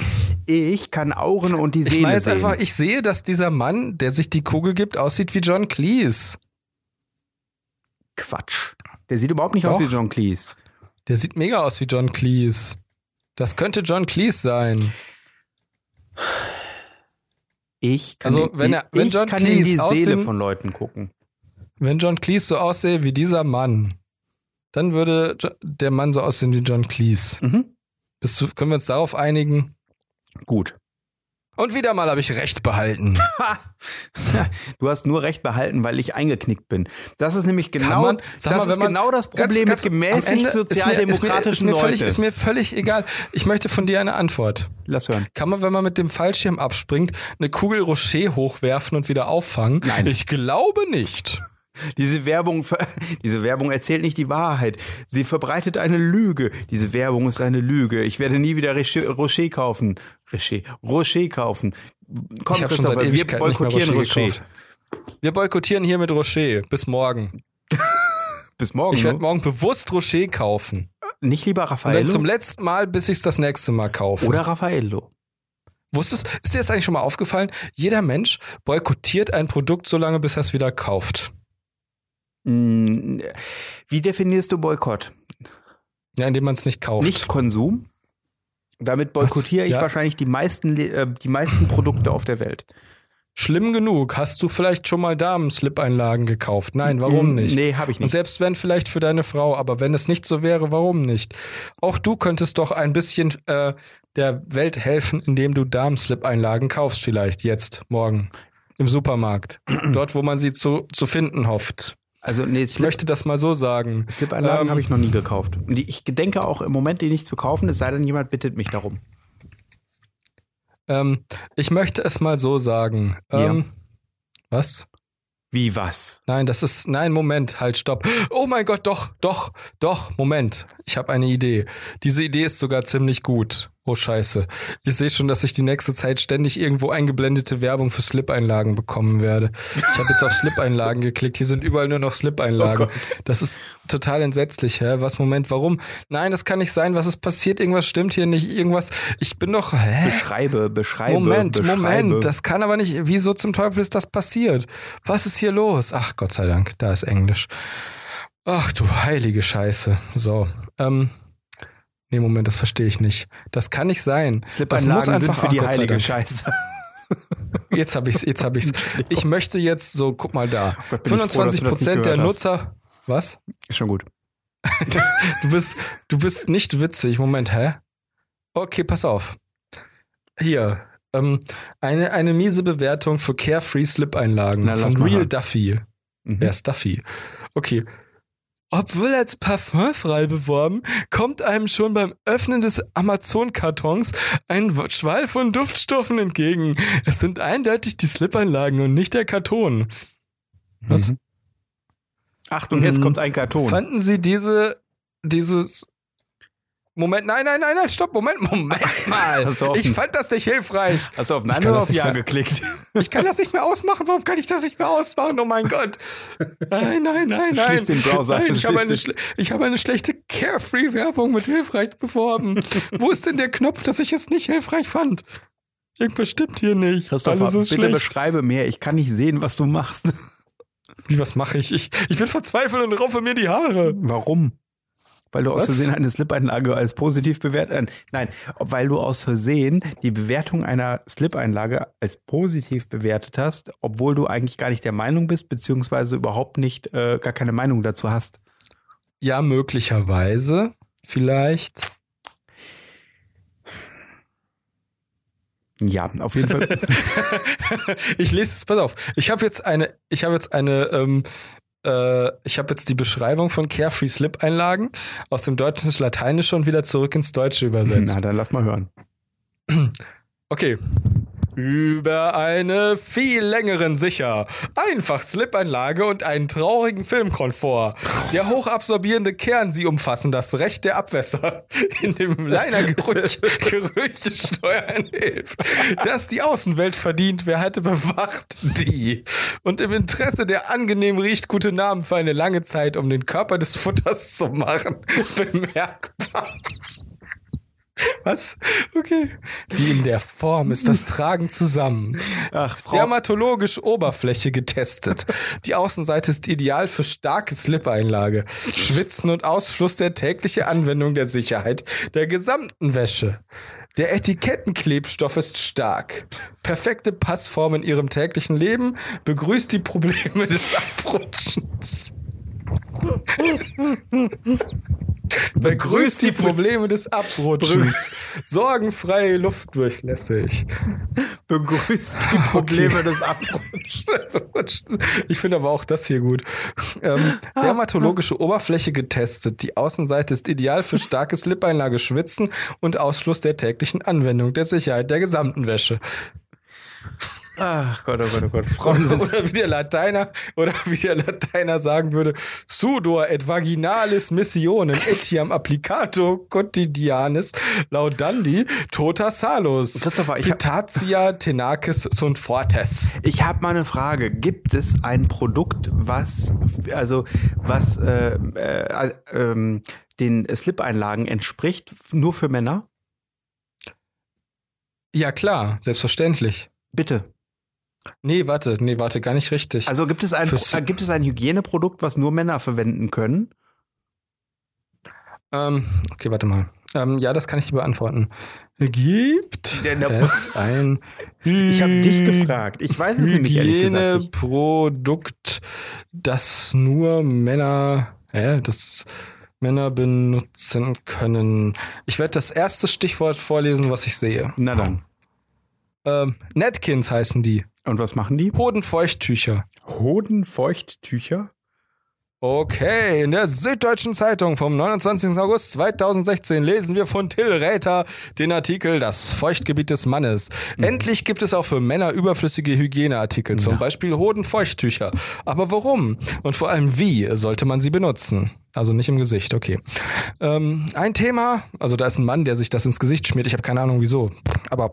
Speaker 2: Ich kann Auren und die Seele
Speaker 1: ich meine jetzt
Speaker 2: sehen.
Speaker 1: einfach, ich sehe, dass dieser Mann, der sich die Kugel gibt, aussieht wie John Cleese.
Speaker 2: Quatsch. Der sieht überhaupt nicht aus
Speaker 1: Doch.
Speaker 2: wie John Cleese.
Speaker 1: Der sieht mega aus wie John Cleese. Das könnte John Cleese sein.
Speaker 2: Ich kann,
Speaker 1: Also,
Speaker 2: in-
Speaker 1: wenn er- wenn
Speaker 2: ich
Speaker 1: John
Speaker 2: kann in die
Speaker 1: Cleese aussehen-
Speaker 2: Seele von Leuten gucken.
Speaker 1: Wenn John Cleese so aussähe wie dieser Mann, dann würde Jo- der Mann so aussehen wie John Cleese.
Speaker 2: Mhm.
Speaker 1: Bist du, können wir uns darauf einigen?
Speaker 2: Gut.
Speaker 1: Und wieder mal habe ich recht behalten.
Speaker 2: Du hast nur recht behalten, weil ich eingeknickt bin. Das ist nämlich genau,
Speaker 1: man- sag
Speaker 2: das
Speaker 1: mal,
Speaker 2: ist
Speaker 1: wenn man-
Speaker 2: genau das Problem
Speaker 1: Ganz- ganz
Speaker 2: mit
Speaker 1: am Ende
Speaker 2: gemäßigt
Speaker 1: ist mir-
Speaker 2: sozialdemokratischen
Speaker 1: ist mir, ist mir,
Speaker 2: Leuten.
Speaker 1: völlig, ist mir völlig egal. Ich möchte von dir eine Antwort.
Speaker 2: Lass hören.
Speaker 1: Kann man, wenn man mit dem Fallschirm abspringt, eine Kugel Rocher hochwerfen und wieder auffangen?
Speaker 2: Nein.
Speaker 1: Ich glaube nicht.
Speaker 2: Diese Werbung, ver- diese Werbung erzählt nicht die Wahrheit. Sie verbreitet eine Lüge. Diese Werbung ist eine Lüge. Ich werde nie wieder Rocher, Rocher kaufen. Rocher, Rocher kaufen. Komm,
Speaker 1: ich habe schon seit
Speaker 2: Christopher, wir
Speaker 1: Ewigkeiten nicht mehr
Speaker 2: boykottieren
Speaker 1: Rocher
Speaker 2: Rocher.
Speaker 1: gekauft. Wir boykottieren hier mit Rocher. Bis morgen.
Speaker 2: Bis morgen.
Speaker 1: Ich werde
Speaker 2: ne?
Speaker 1: morgen bewusst Rocher kaufen.
Speaker 2: Nicht lieber
Speaker 1: Und dann zum
Speaker 2: Raffaello
Speaker 1: letzten Mal, bis ich es das nächste Mal kaufe.
Speaker 2: oder Raffaello.
Speaker 1: Wusstest, ist dir das eigentlich schon mal aufgefallen? Jeder Mensch boykottiert ein Produkt so lange, bis er es wieder kauft.
Speaker 2: Mm, Wie definierst du Boykott?
Speaker 1: Ja, indem man es nicht kauft.
Speaker 2: Nicht Konsum? Damit boykottiere ich
Speaker 1: Ja.
Speaker 2: wahrscheinlich die meisten, Le- äh, die meisten Produkte auf der Welt.
Speaker 1: Schlimm genug. Hast du vielleicht schon mal Damen-Slip-Einlagen gekauft? Nein, warum
Speaker 2: Mm,
Speaker 1: nicht?
Speaker 2: Nee, habe ich
Speaker 1: Und
Speaker 2: nicht.
Speaker 1: selbst wenn vielleicht für deine Frau, aber wenn es nicht so wäre, warum nicht? Auch du könntest doch ein bisschen äh, der Welt helfen, indem du Darmslip-Einlagen kaufst, vielleicht jetzt, morgen, im Supermarkt. Dort, wo man sie zu, zu finden hofft.
Speaker 2: Also, nee,
Speaker 1: Ich möchte das mal so sagen.
Speaker 2: Slip-Einlagen
Speaker 1: Ähm,
Speaker 2: habe ich noch nie gekauft. Und die- ich denke auch im Moment, die nicht zu kaufen, es sei denn, jemand bittet mich darum.
Speaker 1: Ähm, ich möchte es mal so sagen.
Speaker 2: Ja.
Speaker 1: Ähm, Was?
Speaker 2: Wie was?
Speaker 1: Nein, das ist. Nein, Moment, halt, stopp. Oh mein Gott, doch, doch, doch, Moment. Ich habe eine Idee. Diese Idee ist sogar ziemlich gut. Oh Scheiße. Ich sehe schon, dass ich die nächste Zeit ständig irgendwo eingeblendete Werbung für Slip-Einlagen bekommen werde. Ich habe jetzt auf Slip-Einlagen geklickt. Hier sind überall nur noch Slip-Einlagen.
Speaker 2: Oh Gott.
Speaker 1: das ist total entsetzlich, hä? Was, Moment, warum? Nein, das kann nicht sein. Was ist passiert? Irgendwas stimmt hier nicht. Irgendwas. Ich bin doch. Hä?
Speaker 2: Beschreibe, beschreibe.
Speaker 1: Moment,
Speaker 2: beschreibe.
Speaker 1: Moment, das kann aber nicht. Wieso zum Teufel ist das passiert? Was ist hier los? Ach, Gott sei Dank, da ist Englisch. Ach du heilige Scheiße. So, ähm. Nee, Moment, das verstehe ich nicht. Das kann nicht sein. Das muss
Speaker 2: Slip-Einlagen
Speaker 1: einfach
Speaker 2: sind für die
Speaker 1: ach, Gott sei
Speaker 2: heilige
Speaker 1: Dank.
Speaker 2: Scheiße.
Speaker 1: Jetzt habe ich's, jetzt habe ich's. Ich möchte jetzt so, guck mal da.
Speaker 2: Gott, bin ich froh, dass
Speaker 1: 25
Speaker 2: du das nicht
Speaker 1: Prozent der
Speaker 2: gehört hast.
Speaker 1: Nutzer. Was?
Speaker 2: Ist schon gut.
Speaker 1: Du bist, du bist nicht witzig. Moment, hä? Okay, pass auf. Hier. Ähm, eine, eine miese Bewertung für Carefree Slip-Einlagen
Speaker 2: Na, lass
Speaker 1: von
Speaker 2: mal
Speaker 1: Real
Speaker 2: ran.
Speaker 1: Duffy.
Speaker 2: Mhm.
Speaker 1: Wer ist Duffy? Okay. Obwohl als parfümfrei beworben, kommt einem schon beim Öffnen des Amazon-Kartons ein W- Schwall von Duftstoffen entgegen. Es sind eindeutig die Slip-Einlagen und nicht der Karton. Was?
Speaker 2: Mhm. Oh. Achtung, jetzt
Speaker 1: Mhm.
Speaker 2: kommt ein Karton.
Speaker 1: Fanden Sie diese, dieses. Moment, nein, nein, nein, nein, stopp, Moment, Moment mal.
Speaker 2: Hast du offen.
Speaker 1: Ich fand das nicht hilfreich.
Speaker 2: Hast du auf
Speaker 1: Ich
Speaker 2: Nein
Speaker 1: kann
Speaker 2: oder
Speaker 1: das
Speaker 2: auf
Speaker 1: nicht
Speaker 2: Ja
Speaker 1: ver-
Speaker 2: geklickt?
Speaker 1: Ich kann das nicht mehr ausmachen. Warum kann ich das nicht mehr ausmachen? Oh mein Gott. Nein, nein, nein, nein.
Speaker 2: Schließ den Browser.
Speaker 1: Nein, ich, habe eine,
Speaker 2: Schließ
Speaker 1: schle- ich habe eine schlechte Carefree-Werbung mit hilfreich beworben. Wo ist denn der Knopf, dass ich es nicht hilfreich fand? Irgendwas stimmt hier nicht.
Speaker 2: Christopher,
Speaker 1: Alles
Speaker 2: bitte
Speaker 1: ist schlecht.
Speaker 2: beschreibe mehr. Ich kann nicht sehen, was du machst.
Speaker 1: Was mache ich? ich? Ich bin verzweifelt und raufe mir die Haare.
Speaker 2: Warum? Weil du aus
Speaker 1: Was?
Speaker 2: Versehen eine Slip-Einlage als positiv bewertet. äh, Nein, weil du aus Versehen die Bewertung einer Slip-Einlage als positiv bewertet hast, obwohl du eigentlich gar nicht der Meinung bist, beziehungsweise überhaupt nicht, äh, gar keine Meinung dazu hast.
Speaker 1: Ja, möglicherweise. Vielleicht.
Speaker 2: Ja, auf jeden Fall.
Speaker 1: ich lese es, pass auf. Ich habe jetzt eine, ich habe jetzt eine, ähm, äh, ich habe jetzt die Beschreibung von Carefree Slip Einlagen aus dem Deutschen ins Lateinische und wieder zurück ins Deutsche übersetzt.
Speaker 2: Na, dann lass mal hören.
Speaker 1: Okay. Über eine viel längeren Sicher, einfach Slip-Einlage und einen traurigen Filmkomfort. Der hochabsorbierende Kern, sie umfassen das Recht der Abwässer, in dem Liner-Gerüche Gerüche steuern hilft. Dass die Außenwelt verdient, wer hatte bewacht die. Und im Interesse der angenehm riecht gute Namen für eine lange Zeit, um den Körper des Futters zu machen, bemerkbar. Was? Okay. Die in der Form ist das Tragen zusammen.
Speaker 2: Ach, Frau,
Speaker 1: Dermatologisch Oberfläche getestet. Die Außenseite ist ideal für starke Slip-Einlage. Schwitzen und Ausfluss der tägliche Anwendung der Sicherheit der gesamten Wäsche. Der Etikettenklebstoff ist stark. Perfekte Passform in ihrem täglichen Leben begrüßt die Probleme des Abrutschens. Begrüßt die Probleme des Abrutschens. Sorgenfreie Luft durchlässig.
Speaker 2: begrüßt die Probleme des Abrutschens.
Speaker 1: Ich finde aber auch das hier gut. Ähm,
Speaker 2: Ah.
Speaker 1: dermatologische Oberfläche getestet. Die Außenseite ist ideal für starkes Lipeinlage, Schwitzen und Ausschluss der täglichen Anwendung der Sicherheit der gesamten Wäsche.
Speaker 2: Ach Gott, oh Gott, oh Gott. Frauen sind
Speaker 1: Oder wie der Lateiner oder wie der Lateiner sagen würde, sudor et vaginalis missionem etiam applicato quotidianis laudandi tota salus.
Speaker 2: Christopher, ich hab-
Speaker 1: Pitatia tenacis sunt fortes.
Speaker 2: Ich habe mal eine Frage. Gibt es ein Produkt, was also was äh, äh, ähm, den Slip-Einlagen entspricht, f- nur für Männer?
Speaker 1: Ja klar, selbstverständlich.
Speaker 2: Bitte.
Speaker 1: Nee, warte, nee, warte, gar nicht richtig.
Speaker 2: Also gibt es ein
Speaker 1: Für
Speaker 2: Pro-
Speaker 1: Slip-
Speaker 2: äh, gibt es ein Hygieneprodukt, was nur Männer verwenden können?
Speaker 1: ähm, okay, warte mal. Ähm, ja, das kann ich dir beantworten. Gibt
Speaker 2: Ja, na-
Speaker 1: es ein
Speaker 2: Ich habe dich
Speaker 1: Hm.
Speaker 2: gefragt. Ich weiß es nämlich ehrlich gesagt nicht.
Speaker 1: Hygieneprodukt, das nur Männer, hä, das Männer benutzen können. Ich werde das erste Stichwort vorlesen, was ich sehe.
Speaker 2: Na dann.
Speaker 1: Ähm, Netkins heißen die.
Speaker 2: Und was machen die?
Speaker 1: Hodenfeuchttücher.
Speaker 2: Hodenfeuchttücher?
Speaker 1: Okay, in der Süddeutschen Zeitung vom 29. August 2016 lesen wir von Till Räther den Artikel Das Feuchtgebiet des Mannes. Endlich gibt es auch für Männer überflüssige Hygieneartikel, zum Beispiel Hodenfeuchttücher. Aber warum? Und vor allem wie sollte man sie benutzen? Also nicht im Gesicht, okay. Ähm, ein Thema, also da ist ein Mann, der sich das ins Gesicht schmiert. Ich habe keine Ahnung wieso, aber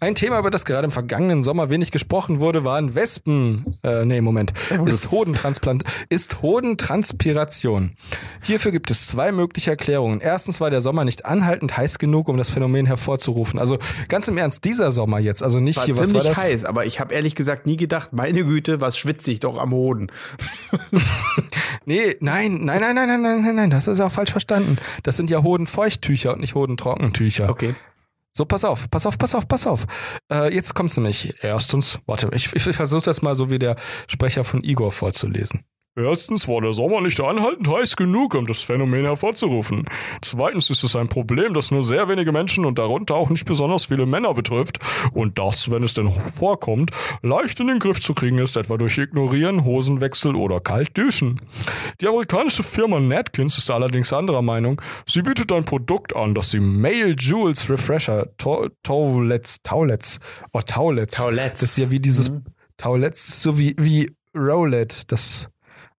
Speaker 1: ein Thema, über das gerade im vergangenen Sommer wenig gesprochen wurde, waren Wespen. Äh, nee, Moment. Ist, Hodentransplant ist Hodentranspiration. Hierfür gibt es zwei mögliche Erklärungen. Erstens war der Sommer nicht anhaltend heiß genug, um das Phänomen hervorzurufen. Also ganz im Ernst, dieser Sommer jetzt, also nicht
Speaker 2: War
Speaker 1: hier, was war
Speaker 2: ziemlich
Speaker 1: das?
Speaker 2: heiß, aber ich habe ehrlich gesagt nie gedacht, meine Güte, was schwitze ich doch am Hoden.
Speaker 1: Nee, nein, nein, nein, nein, nein, nein, nein, nein, das ist auch falsch verstanden. Das sind ja Hodenfeuchttücher und nicht Hodentrockentücher.
Speaker 2: Okay.
Speaker 1: So, pass auf, pass auf, pass auf, pass auf. Äh, jetzt kommt's nämlich. Erstens, warte, ich, ich, ich versuche das mal so wie der Sprecher von Igor vorzulesen. Erstens war der Sommer nicht anhaltend heiß genug, um das Phänomen hervorzurufen. Zweitens ist es ein Problem, das nur sehr wenige Menschen und darunter auch nicht besonders viele Männer betrifft und das, wenn es denn vorkommt, leicht in den Griff zu kriegen ist, etwa durch Ignorieren, Hosenwechsel oder Kaltduschen. Die amerikanische Firma Atkins ist allerdings anderer Meinung. Sie bietet ein Produkt an, das sie Male Jewels Refresher Tau- Taulets, Taulets, oh Taulets.
Speaker 2: Taulettes.
Speaker 1: Das ist ja wie dieses Taulets, das ist so wie, wie Rowlet, das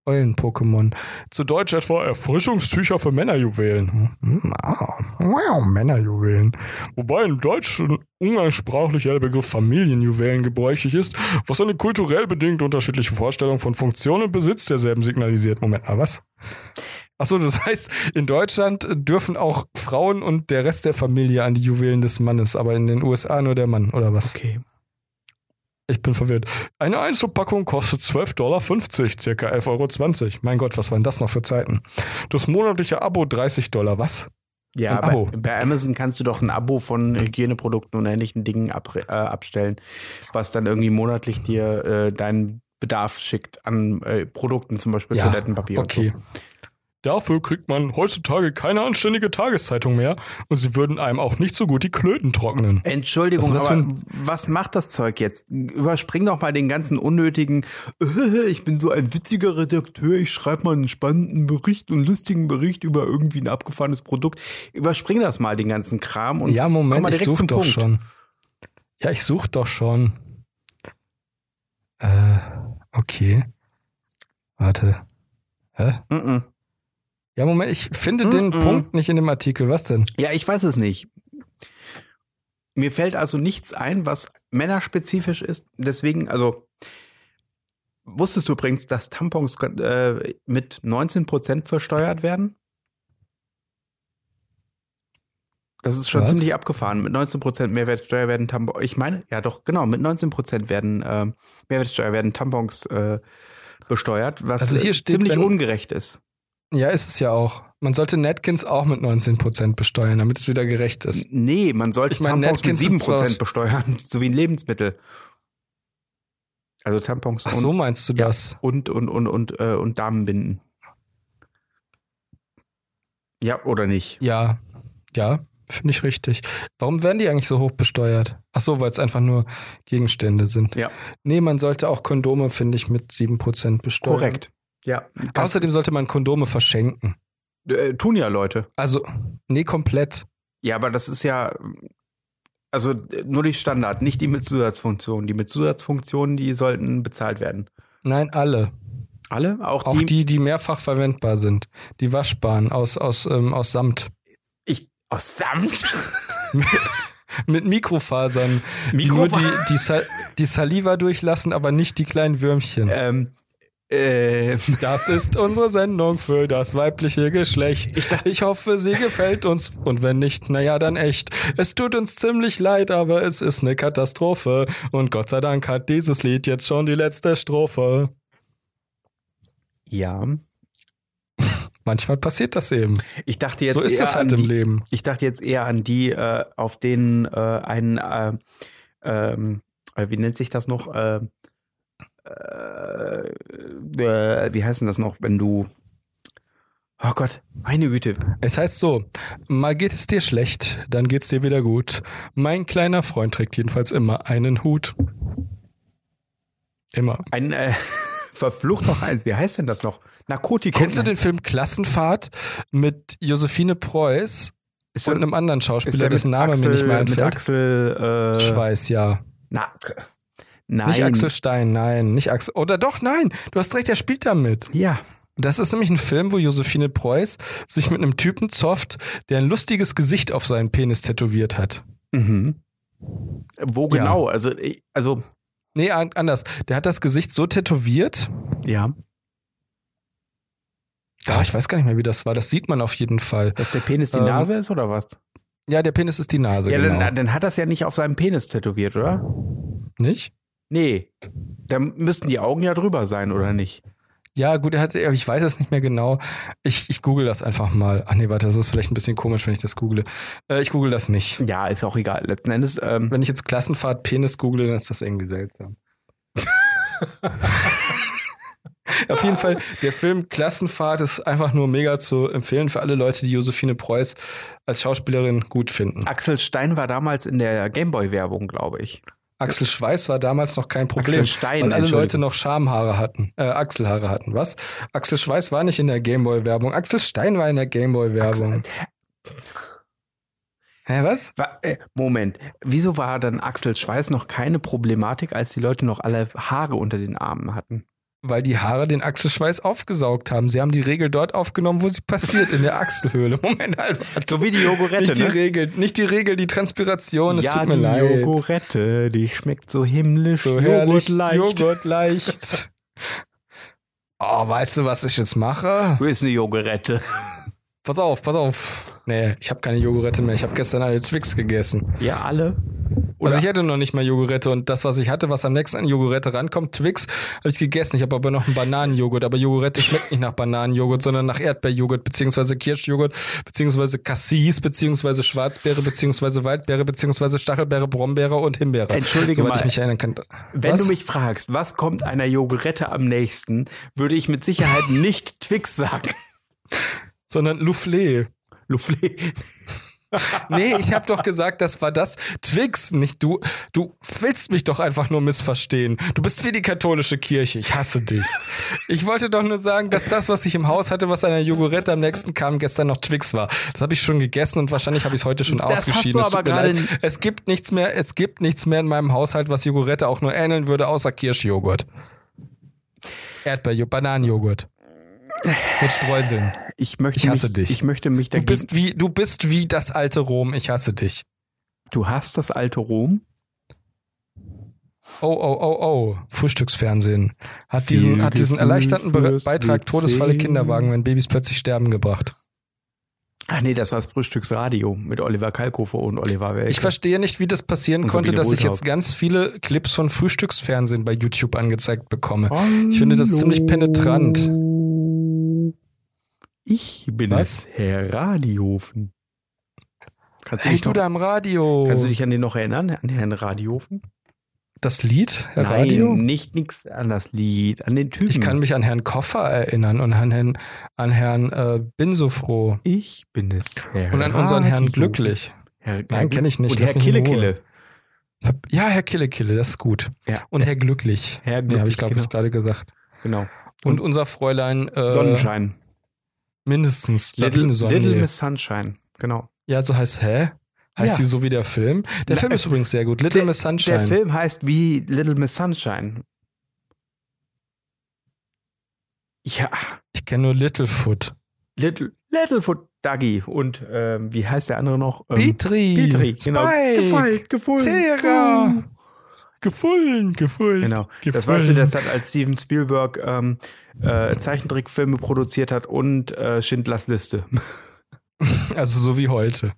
Speaker 1: Eulen-Pokémon. Zu Deutsch etwa Erfrischungstücher für Männerjuwelen. Hm, ah, Wow, Männerjuwelen. Wobei im Deutschen umgangssprachlich der Begriff Familienjuwelen gebräuchlich ist, was eine kulturell bedingt unterschiedliche Vorstellung von Funktion und Besitz derselben signalisiert. Moment mal, was? Achso, das heißt, in Deutschland dürfen auch Frauen und der Rest der Familie an die Juwelen des Mannes, aber in den USA nur der Mann, oder was?
Speaker 2: Okay.
Speaker 1: Ich bin verwirrt. Eine Einzelpackung kostet 12,50 Dollar, circa 11,20 Euro. Mein Gott, was waren das noch für Zeiten? Das monatliche Abo 30 Dollar, was?
Speaker 2: Ja,
Speaker 1: Ein
Speaker 2: bei,
Speaker 1: Abo.
Speaker 2: bei Amazon kannst du doch ein Abo von Hygieneprodukten und ähnlichen Dingen ab, äh, abstellen, was dann irgendwie monatlich dir äh, deinen Bedarf schickt an äh, Produkten, zum Beispiel
Speaker 3: Ja,
Speaker 2: Toilettenpapier
Speaker 3: Okay.
Speaker 2: und
Speaker 1: Dafür kriegt man heutzutage keine anständige Tageszeitung mehr und sie würden einem auch nicht so gut die Klöten trocknen.
Speaker 2: so. Entschuldigung,
Speaker 1: Was ist das
Speaker 2: aber
Speaker 1: für
Speaker 2: was macht das Zeug jetzt? Überspring doch mal den ganzen unnötigen, äh, ich bin so ein witziger Redakteur, ich schreibe mal einen spannenden Bericht und lustigen Bericht über irgendwie ein abgefahrenes Produkt. Überspring das mal, den ganzen Kram und
Speaker 3: Ja,
Speaker 2: komm
Speaker 3: Moment,
Speaker 2: mal
Speaker 3: ich
Speaker 2: direkt
Speaker 3: suche
Speaker 2: zum
Speaker 3: doch
Speaker 2: Punkt.
Speaker 3: schon.
Speaker 1: Ja, ich suche doch schon. Äh, okay. Warte.
Speaker 2: Mhm.
Speaker 1: Ja, Moment, ich finde den
Speaker 2: Mm-mm.
Speaker 1: Punkt nicht in dem Artikel. Was denn?
Speaker 2: Ja, ich weiß es nicht. Mir fällt also nichts ein, was männerspezifisch ist. Deswegen, also wusstest du übrigens, dass Tampons äh, mit 19% versteuert werden? Das ist schon
Speaker 1: Was?
Speaker 2: ziemlich abgefahren. Mit 19% Mehrwertsteuer werden Tampons. Ich meine, ja doch, genau, mit 19% werden äh, Mehrwertsteuer werden Tampons äh, besteuert, was
Speaker 1: Also hier
Speaker 2: äh,
Speaker 1: steht,
Speaker 2: ziemlich
Speaker 1: wenn-
Speaker 2: ungerecht ist.
Speaker 1: Ja, ist es ja auch. Man sollte Netkins auch mit 19% besteuern, damit es wieder gerecht ist.
Speaker 2: Nee, man sollte
Speaker 1: Ich meine,
Speaker 2: Tampons
Speaker 1: Netkins
Speaker 2: mit
Speaker 1: sind
Speaker 2: 7%
Speaker 1: zwar aus-
Speaker 2: besteuern, so wie ein Lebensmittel. Also Tampons
Speaker 1: Ach so,
Speaker 2: und,
Speaker 1: meinst du
Speaker 2: Ja.
Speaker 1: das?
Speaker 2: und, und, und, und, äh, und Damenbinden. Ja, oder nicht?
Speaker 1: Ja. Ja, finde ich richtig. Warum werden die eigentlich so hoch besteuert? Ach so, weil es einfach nur Gegenstände sind.
Speaker 2: Ja.
Speaker 1: Nee, man sollte auch Kondome, finde ich, mit 7% besteuern.
Speaker 2: Korrekt. Ja. Kannst,
Speaker 1: Außerdem sollte man Kondome verschenken.
Speaker 2: äh, tun ja Leute.
Speaker 1: Also, nee, komplett.
Speaker 2: Ja, aber das ist ja, also äh, nur die Standard, nicht die mit Zusatzfunktionen. Die mit Zusatzfunktionen, die sollten bezahlt werden.
Speaker 1: Nein, alle.
Speaker 2: Alle? Auch,
Speaker 1: Auch die, die, mehrfach verwendbar sind. Die waschbaren aus, aus, ähm, aus Samt.
Speaker 2: Ich, aus Samt?
Speaker 1: Mit Mikrofasern.
Speaker 2: Mikrofa-
Speaker 1: Die nur die, die, Sa die Saliva durchlassen, aber nicht die kleinen Würmchen.
Speaker 2: ähm, äh,
Speaker 1: Das ist unsere Sendung für das weibliche Geschlecht. Ich, hoffe, sie gefällt uns. Und wenn nicht, naja, dann echt. Es tut uns ziemlich leid, aber es ist eine Katastrophe. Und Gott sei Dank hat dieses Lied jetzt schon die letzte Strophe.
Speaker 2: ja.
Speaker 1: Manchmal passiert das eben.
Speaker 2: Ich dachte jetzt
Speaker 1: so ist
Speaker 2: eher
Speaker 1: das halt
Speaker 2: an
Speaker 1: im
Speaker 2: die,
Speaker 1: Leben.
Speaker 2: Ich dachte jetzt eher an die, äh, auf denen äh, ein, äh, ähm, äh, wie nennt sich das noch? Äh, äh, äh, wie heißt denn das noch, wenn du. Oh Gott, meine Güte.
Speaker 1: Es heißt so, mal geht es dir schlecht, dann geht's dir wieder gut. Mein kleiner Freund trägt jedenfalls immer einen Hut. Immer.
Speaker 2: Ein äh, verflucht noch eins. Wie heißt denn das noch? Narkotikum.
Speaker 1: Kennst du den Film Klassenfahrt mit Josephine Preuß
Speaker 2: Ist,
Speaker 1: und
Speaker 2: das-
Speaker 1: einem anderen
Speaker 2: ist
Speaker 1: Schauspieler,
Speaker 2: der
Speaker 1: dessen
Speaker 2: mit
Speaker 1: Name
Speaker 2: Axel,
Speaker 1: mir nicht mehr
Speaker 2: mit
Speaker 1: einfällt?
Speaker 2: Axel. Äh,
Speaker 1: Schweiß, ja.
Speaker 2: Na, nein.
Speaker 1: Nicht Axel Stein, nein. Nicht Axel. Oder doch, nein. Du hast recht, er spielt damit.
Speaker 2: Ja.
Speaker 1: Das ist nämlich ein Film, wo Josephine Preuß sich mit einem Typen zofft, der ein lustiges Gesicht auf seinen Penis tätowiert hat.
Speaker 2: Mhm. Wo
Speaker 1: Ja.
Speaker 2: genau? Also, ich, also,
Speaker 1: Nee, an- anders. Der hat das Gesicht so tätowiert.
Speaker 2: ja.
Speaker 1: Ja, Ah, ich weiß gar nicht mehr, wie das war. Das sieht man auf jeden Fall.
Speaker 2: Dass der Penis die
Speaker 1: Ähm,
Speaker 2: Nase ist oder was?
Speaker 1: Ja, der Penis ist die Nase.
Speaker 2: ja,
Speaker 1: genau.
Speaker 2: dann, dann hat das ja nicht auf seinem Penis tätowiert, oder?
Speaker 1: nicht?
Speaker 2: Nee. Dann müssten die Augen ja drüber sein, oder nicht?
Speaker 1: Ja, gut, er hat, ich weiß es nicht mehr genau. Ich, ich google das einfach mal. Ach nee, warte, das ist vielleicht ein bisschen komisch, wenn ich das google. Äh, ich google das nicht.
Speaker 2: Ja, ist auch egal. Letzten Endes, ähm,
Speaker 1: Wenn ich jetzt Klassenfahrt Penis google, dann ist das irgendwie seltsam. Auf jeden Fall, der Film Klassenfahrt ist einfach nur mega zu empfehlen für alle Leute, die Josephine Preuß als Schauspielerin gut finden.
Speaker 2: Axel Stein war damals in der Gameboy-Werbung, glaube ich.
Speaker 1: Axel Schweiß war damals noch kein Problem,
Speaker 2: Axel Stein,
Speaker 1: weil alle
Speaker 2: Entschuldigung.
Speaker 1: Leute noch Schamhaare hatten, äh, Achselhaare hatten. Was? Axel Schweiß war nicht in der Gameboy-Werbung. Axel Stein war in der Gameboy-Werbung. Hä, was?
Speaker 2: Wa- äh, Moment, wieso war dann Axel Schweiß noch keine Problematik, als die Leute noch alle Haare unter den Armen hatten?
Speaker 1: Weil die Haare den Achselschweiß aufgesaugt haben. Sie haben die Regel dort aufgenommen, wo sie passiert, in der Achselhöhle. Moment, halt. warte.
Speaker 2: So wie die
Speaker 1: Nicht
Speaker 2: Jogurette,
Speaker 1: die
Speaker 2: ne?
Speaker 1: Regel, nicht die Regel, die Transpiration. es
Speaker 2: ja,
Speaker 1: tut mir
Speaker 2: die
Speaker 1: leid.
Speaker 2: Jogurette, die schmeckt so himmlisch,
Speaker 1: So herrlich,
Speaker 2: Joghurt leicht.
Speaker 1: Joghurt leicht. Oh, weißt du, was ich jetzt mache?
Speaker 2: Wo ist eine Jogurette?
Speaker 1: Pass auf, pass auf. Nee, ich habe keine Jogurette mehr. Ich habe gestern eine Twix gegessen.
Speaker 2: Ja, alle.
Speaker 1: Also
Speaker 2: Oder-
Speaker 1: ich hatte noch nicht mal Jogurette und das, was ich hatte, was am nächsten an Jogurette rankommt, Twix, habe ich gegessen. Ich habe aber noch einen Bananenjoghurt. Aber Jogurette schmeckt nicht nach Bananenjoghurt, sondern nach Erdbeerjoghurt, beziehungsweise Kirschjoghurt, beziehungsweise Cassis, beziehungsweise Schwarzbeere, beziehungsweise Waldbeere, beziehungsweise Stachelbeere, Brombeere und Himbeere.
Speaker 2: Entschuldige
Speaker 1: Soweit
Speaker 2: mal.
Speaker 1: ich mich erinnern kann.
Speaker 2: Wenn
Speaker 1: Was?
Speaker 2: du mich fragst, was kommt einer Jogurette am nächsten, würde ich mit Sicherheit nicht Twix sagen.
Speaker 1: Sondern Soufflé.
Speaker 2: Luffle.
Speaker 1: Nee, ich habe doch gesagt, das war das Twix, nicht du. Du willst mich doch einfach nur missverstehen. Du bist wie die katholische Kirche. Ich hasse dich. Ich wollte doch nur sagen, dass das, was ich im Haus hatte, was an der Jogurette am nächsten kam, gestern noch Twix war. Das habe ich schon gegessen und wahrscheinlich habe ich es heute schon
Speaker 2: Das hast
Speaker 1: ausgeschieden.
Speaker 2: du
Speaker 1: Es tut
Speaker 2: aber
Speaker 1: mir
Speaker 2: gerade
Speaker 1: leid. Es gibt nichts mehr. Es gibt nichts mehr in meinem Haushalt, was Jogurette auch nur ähneln würde, außer Kirschjoghurt, Erdbeerjoghurt, Bananenjoghurt mit Streuseln.
Speaker 2: Ich möchte
Speaker 1: Ich hasse
Speaker 2: mich,
Speaker 1: dich.
Speaker 2: Ich möchte mich
Speaker 1: Du
Speaker 2: dagegen.
Speaker 1: bist wie du bist wie das alte Rom. Ich hasse dich.
Speaker 2: du hast das alte Rom?
Speaker 1: Oh, oh, oh, oh. Frühstücksfernsehen. Hat diesen, hat diesen erleichterten Be
Speaker 2: Gefühl fürs
Speaker 1: Beitrag
Speaker 2: WC.
Speaker 1: Todesfalle Kinderwagen, wenn Babys plötzlich sterben gebracht.
Speaker 2: Ach Ah, nee, das war das Frühstücksradio mit Oliver Kalkofe und Oliver Welke.
Speaker 1: Ich verstehe nicht, wie das passieren
Speaker 2: Und
Speaker 1: konnte,
Speaker 2: Sabine
Speaker 1: dass ich
Speaker 2: Wohltaub.
Speaker 1: jetzt ganz viele Clips von Frühstücksfernsehen bei YouTube angezeigt bekomme. Ich finde das ziemlich penetrant.
Speaker 2: Ich bin es, Herr Radiofen. Kannst du,
Speaker 1: Hey,
Speaker 2: dich
Speaker 1: du
Speaker 2: noch,
Speaker 1: da am Radio.
Speaker 2: kannst du dich an den noch erinnern, an Herrn Radiofen?
Speaker 1: das Lied, Herr
Speaker 2: Nein,
Speaker 1: Radio?
Speaker 2: nicht nix an das Lied, an den Typen.
Speaker 1: Ich kann mich an Herrn Koffer erinnern und an Herrn, an Herrn äh, Binsofroh
Speaker 2: Ich bin es, Herr
Speaker 1: und an unseren Herrn
Speaker 2: Radiofen.
Speaker 1: Glücklich.
Speaker 2: Herr,
Speaker 1: Nein, kenn ich nicht.
Speaker 2: Und
Speaker 1: Lass
Speaker 2: Herr
Speaker 1: mich in Ruhe.
Speaker 2: Killekille.
Speaker 1: Ja, Herr Kille Kille, das ist gut.
Speaker 2: Ja.
Speaker 1: Und Herr Glücklich.
Speaker 2: Herr
Speaker 1: Nee, habe
Speaker 2: Glücklich,
Speaker 1: ich, glaube
Speaker 2: genau.
Speaker 1: ich, gerade gesagt.
Speaker 2: genau.
Speaker 1: Und unser Fräulein äh,
Speaker 2: Sonnenschein.
Speaker 1: Mindestens.
Speaker 2: Little,
Speaker 1: Sabine Sonnier.
Speaker 2: Little Miss Sunshine. Genau.
Speaker 1: Ja, so heißt, hä? Heißt sie
Speaker 2: Ja.
Speaker 1: so wie der Film? Der
Speaker 2: Na,
Speaker 1: Film ist übrigens sehr gut. Little Miss Sunshine.
Speaker 2: Der Film heißt wie Little Miss Sunshine. Ja,
Speaker 1: Ich kenne nur Littlefoot.
Speaker 2: Little, Littlefoot Duggy und ähm, wie heißt der andere noch? Ähm,
Speaker 1: Petri.
Speaker 2: Petri, genau.
Speaker 1: Spike.
Speaker 2: Gefallen, gefallen.
Speaker 1: Sarah. Gefullen, gefullen.
Speaker 2: Genau. Das
Speaker 1: Gefallen.
Speaker 2: weißt du, das hat als Steven Spielberg ähm, äh, Zeichentrickfilme produziert hat und äh, Schindlers Liste.
Speaker 1: Also so wie heute.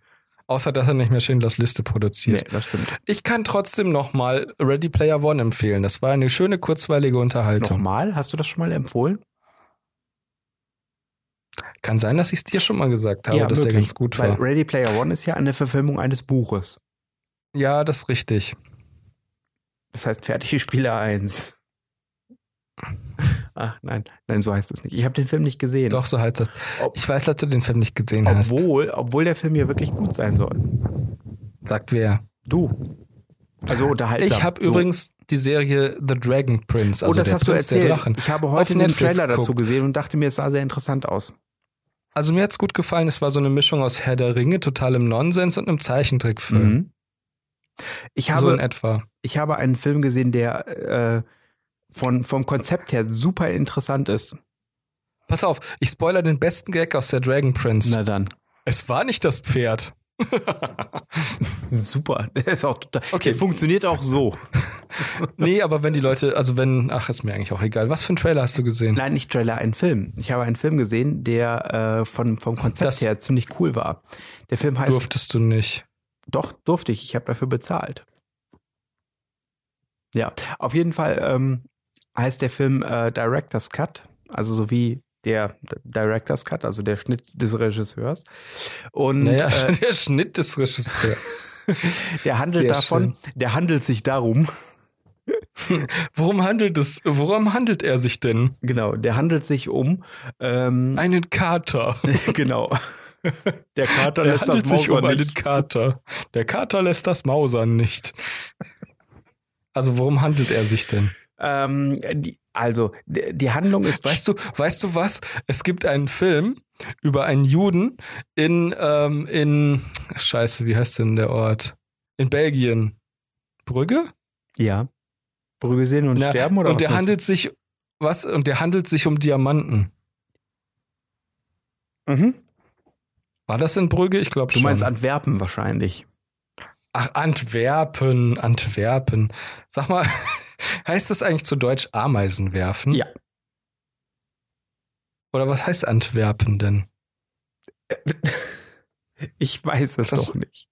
Speaker 1: Außer, dass er nicht mehr Schindlers Liste produziert.
Speaker 2: das stimmt.
Speaker 1: Ich kann trotzdem nochmal Ready Player One empfehlen. Das war eine schöne, kurzweilige Unterhaltung.
Speaker 2: Nochmal, hast du das schon mal empfohlen?
Speaker 1: Kann sein, dass ich es dir schon mal gesagt habe, dass der ganz gut
Speaker 2: Weil
Speaker 1: war.
Speaker 2: Ready Player One ist ja eine Verfilmung eines Buches.
Speaker 1: Ja, das ist richtig.
Speaker 2: Das heißt fertige Spieler 1. Ach nein, nein, so heißt es nicht. Ich habe den Film nicht gesehen.
Speaker 1: Doch, so heißt das.
Speaker 2: Genau. Ob-
Speaker 1: Ich weiß, dass du den Film nicht gesehen hast.
Speaker 2: Obwohl, obwohl der Film ja wirklich gut sein soll.
Speaker 1: Sagt wer?
Speaker 2: Du. Also unterhaltsam.
Speaker 1: Ich habe
Speaker 2: So.
Speaker 1: übrigens die Serie The Dragon Prince, also
Speaker 2: oh, das
Speaker 1: der
Speaker 2: hast du
Speaker 1: Prinz der
Speaker 2: erzählt.
Speaker 1: Drachen.
Speaker 2: Ich habe
Speaker 1: auf
Speaker 2: heute den
Speaker 1: Netflix
Speaker 2: Trailer dazu
Speaker 1: geguckt.
Speaker 2: gesehen und dachte mir, es sah sehr interessant aus.
Speaker 1: Also mir hat's gut gefallen. Es war so eine Mischung aus Herr der Ringe, totalem Nonsens und einem Zeichentrickfilm.
Speaker 2: Mhm. Ich
Speaker 1: so in
Speaker 2: habe,
Speaker 1: etwa.
Speaker 2: ich habe einen Film gesehen, der äh, von, vom Konzept her super interessant ist.
Speaker 1: Pass auf, ich spoiler den besten Gag aus der Dragon Prince.
Speaker 2: dann.
Speaker 1: Es war nicht das Pferd.
Speaker 2: Super. Der ist auch total.
Speaker 1: Okay.
Speaker 2: Der funktioniert auch so.
Speaker 1: nee, aber wenn die Leute, also wenn, ach, ist mir eigentlich auch egal. Was für einen Trailer hast du gesehen?
Speaker 2: Nein, nicht Trailer, einen Film. Ich habe einen Film gesehen, der äh, von, vom Konzept
Speaker 1: Das-
Speaker 2: her ziemlich cool war. Der Film heißt
Speaker 1: Durftest du nicht.
Speaker 2: Doch, durfte ich. Ich habe dafür bezahlt. Ja, auf jeden Fall ähm, heißt der Film äh, Director's Cut, also so wie der D- Director's Cut, also der Schnitt des Regisseurs. Und
Speaker 1: naja,
Speaker 2: äh,
Speaker 1: der Schnitt des Regisseurs.
Speaker 2: der handelt
Speaker 1: sehr
Speaker 2: davon, der handelt sich darum,
Speaker 1: Worum handelt es? Worum handelt er sich denn?
Speaker 2: Genau, der handelt sich um. Ähm,
Speaker 1: Einen Kater.
Speaker 2: genau. Der Kater
Speaker 1: Der
Speaker 2: lässt das
Speaker 1: handelt sich um
Speaker 2: Mausern
Speaker 1: einen
Speaker 2: nicht.
Speaker 1: Kater. Der Kater lässt das Mausern nicht. Also worum handelt er sich denn?
Speaker 2: Ähm, die, also, die, die Handlung ist.
Speaker 1: Weißt du, weißt du was? Es gibt einen Film über einen Juden in, ähm, in Scheiße, wie heißt denn der Ort? In Belgien. Brügge?
Speaker 2: Ja. Brügge sehen und
Speaker 1: Na,
Speaker 2: sterben oder
Speaker 1: und
Speaker 2: was
Speaker 1: der
Speaker 2: meinst
Speaker 1: handelt sich was? Und der handelt sich um Diamanten.
Speaker 2: du? Mhm.
Speaker 1: War das in Brügge? Ich glaube
Speaker 2: Du
Speaker 1: schon.
Speaker 2: meinst Antwerpen wahrscheinlich.
Speaker 1: Ach, Antwerpen, Antwerpen. Sag mal, heißt das eigentlich zu Deutsch Ameisen werfen?
Speaker 2: Ja.
Speaker 1: Oder was heißt Antwerpen denn?
Speaker 2: Ich weiß es
Speaker 1: Das-
Speaker 2: doch nicht.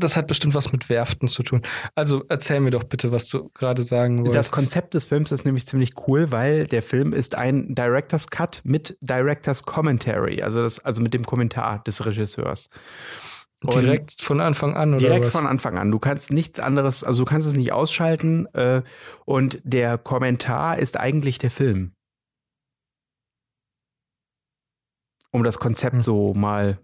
Speaker 1: Das hat bestimmt was mit Werften zu tun. Also erzähl mir doch bitte, was du gerade sagen wolltest.
Speaker 2: Das Konzept des Films ist nämlich ziemlich cool, weil der Film ist ein Director's Cut mit Director's Commentary, also, das, also mit dem Kommentar des Regisseurs. Und-
Speaker 1: direkt von Anfang an oder
Speaker 2: Direkt
Speaker 1: was?
Speaker 2: von Anfang an. Du kannst nichts anderes, also du kannst es nicht ausschalten. Äh, und der Kommentar ist eigentlich der Film. Um das Konzept
Speaker 1: Hm.
Speaker 2: so mal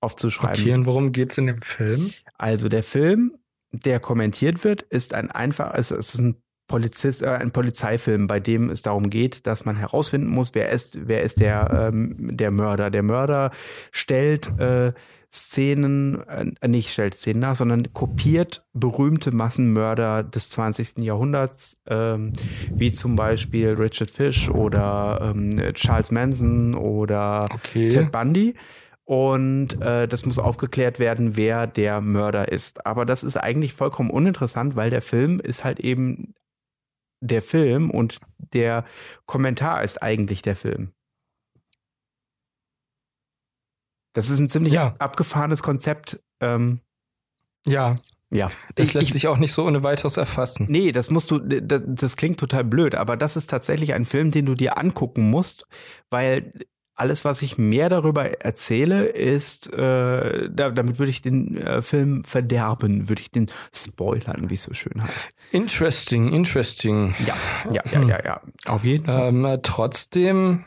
Speaker 2: aufzuschreiben.
Speaker 1: Okay, und worum geht's in dem Film?
Speaker 2: Also der Film, der kommentiert wird, ist ein einfach, es es ist ein Polizist, äh, ein Polizeifilm, bei dem es darum geht, dass man herausfinden muss, wer ist, wer ist der, ähm, der Mörder. Der Mörder stellt äh, Szenen, äh, nicht stellt Szenen nach, sondern kopiert berühmte Massenmörder des 20. Jahrhunderts, ähm, wie zum Beispiel Richard Fish oder ähm, Charles Manson oder
Speaker 1: Okay.
Speaker 2: Ted Bundy. Und äh, das muss aufgeklärt werden, wer der Mörder ist. Aber das ist eigentlich vollkommen uninteressant, weil der Film ist halt eben der Film und der Kommentar ist eigentlich der Film. Das ist ein ziemlich
Speaker 1: Ja.
Speaker 2: abgefahrenes Konzept. Ähm,
Speaker 1: Ja,
Speaker 2: ja,
Speaker 1: das
Speaker 2: Ich-
Speaker 1: lässt
Speaker 2: ich-
Speaker 1: sich auch nicht so ohne weiteres erfassen.
Speaker 2: Nee, das musst du, das, das klingt total blöd, aber das ist tatsächlich ein Film, den du dir angucken musst, weil alles, was ich mehr darüber erzähle, ist, äh, da, damit würde ich den äh, Film verderben, würde ich den spoilern, wie es so schön heißt.
Speaker 1: Interesting, interesting.
Speaker 2: Ja, ja, ja, ja, ja. Auf jeden Fall.
Speaker 1: Ähm, äh, trotzdem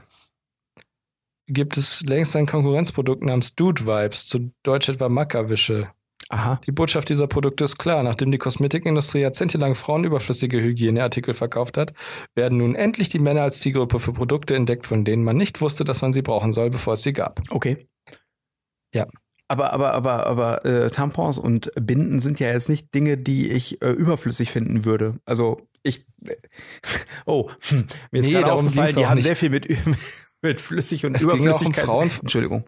Speaker 1: gibt es längst ein Konkurrenzprodukt namens Dude Vibes, zu Deutsch etwa Mackerwische.
Speaker 2: Aha.
Speaker 1: Die Botschaft dieser Produkte ist klar. Nachdem die Kosmetikindustrie jahrzehntelang Frauen überflüssige Hygieneartikel verkauft hat, werden nun endlich die Männer als Zielgruppe für Produkte entdeckt, von denen man nicht wusste, dass man sie brauchen soll, bevor es sie gab.
Speaker 2: Okay.
Speaker 1: Ja.
Speaker 2: Aber, aber, aber, aber äh, Tampons und Binden sind ja jetzt nicht Dinge, die ich äh, überflüssig finden würde. Also ich. oh, hm, mir ist
Speaker 1: Nee,
Speaker 2: gerade
Speaker 1: darum
Speaker 2: aufgefallen,
Speaker 1: ging's
Speaker 2: die
Speaker 1: auch
Speaker 2: haben
Speaker 1: nicht.
Speaker 2: sehr viel mit, Ü- mit flüssig und
Speaker 1: Es ging auch um
Speaker 2: Überflüssigkeit.
Speaker 1: Frauen-
Speaker 2: Entschuldigung,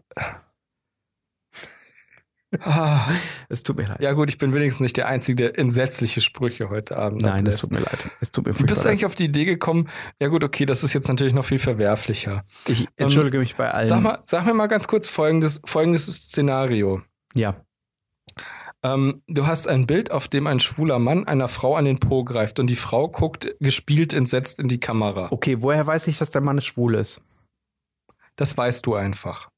Speaker 1: Ah,
Speaker 2: es tut mir leid.
Speaker 1: ja gut, ich bin wenigstens nicht der Einzige, der entsetzliche Sprüche heute Abend
Speaker 2: Nein,
Speaker 1: ablässt.
Speaker 2: es tut mir leid. Es tut mir
Speaker 1: Wie bist du
Speaker 2: furchtbar
Speaker 1: eigentlich auf die Idee gekommen? Ja gut, okay, das ist jetzt natürlich noch viel verwerflicher.
Speaker 2: leid. Ich entschuldige mich bei allen.
Speaker 1: Sag, mal, sag mir mal ganz kurz folgendes, folgendes Szenario.
Speaker 2: Ja.
Speaker 1: Ähm, du hast ein Bild, auf dem ein schwuler Mann einer Frau an den Po greift und die Frau guckt gespielt entsetzt in die Kamera.
Speaker 2: Okay, woher weiß ich, dass der Mann schwul ist?
Speaker 1: Das weißt du einfach.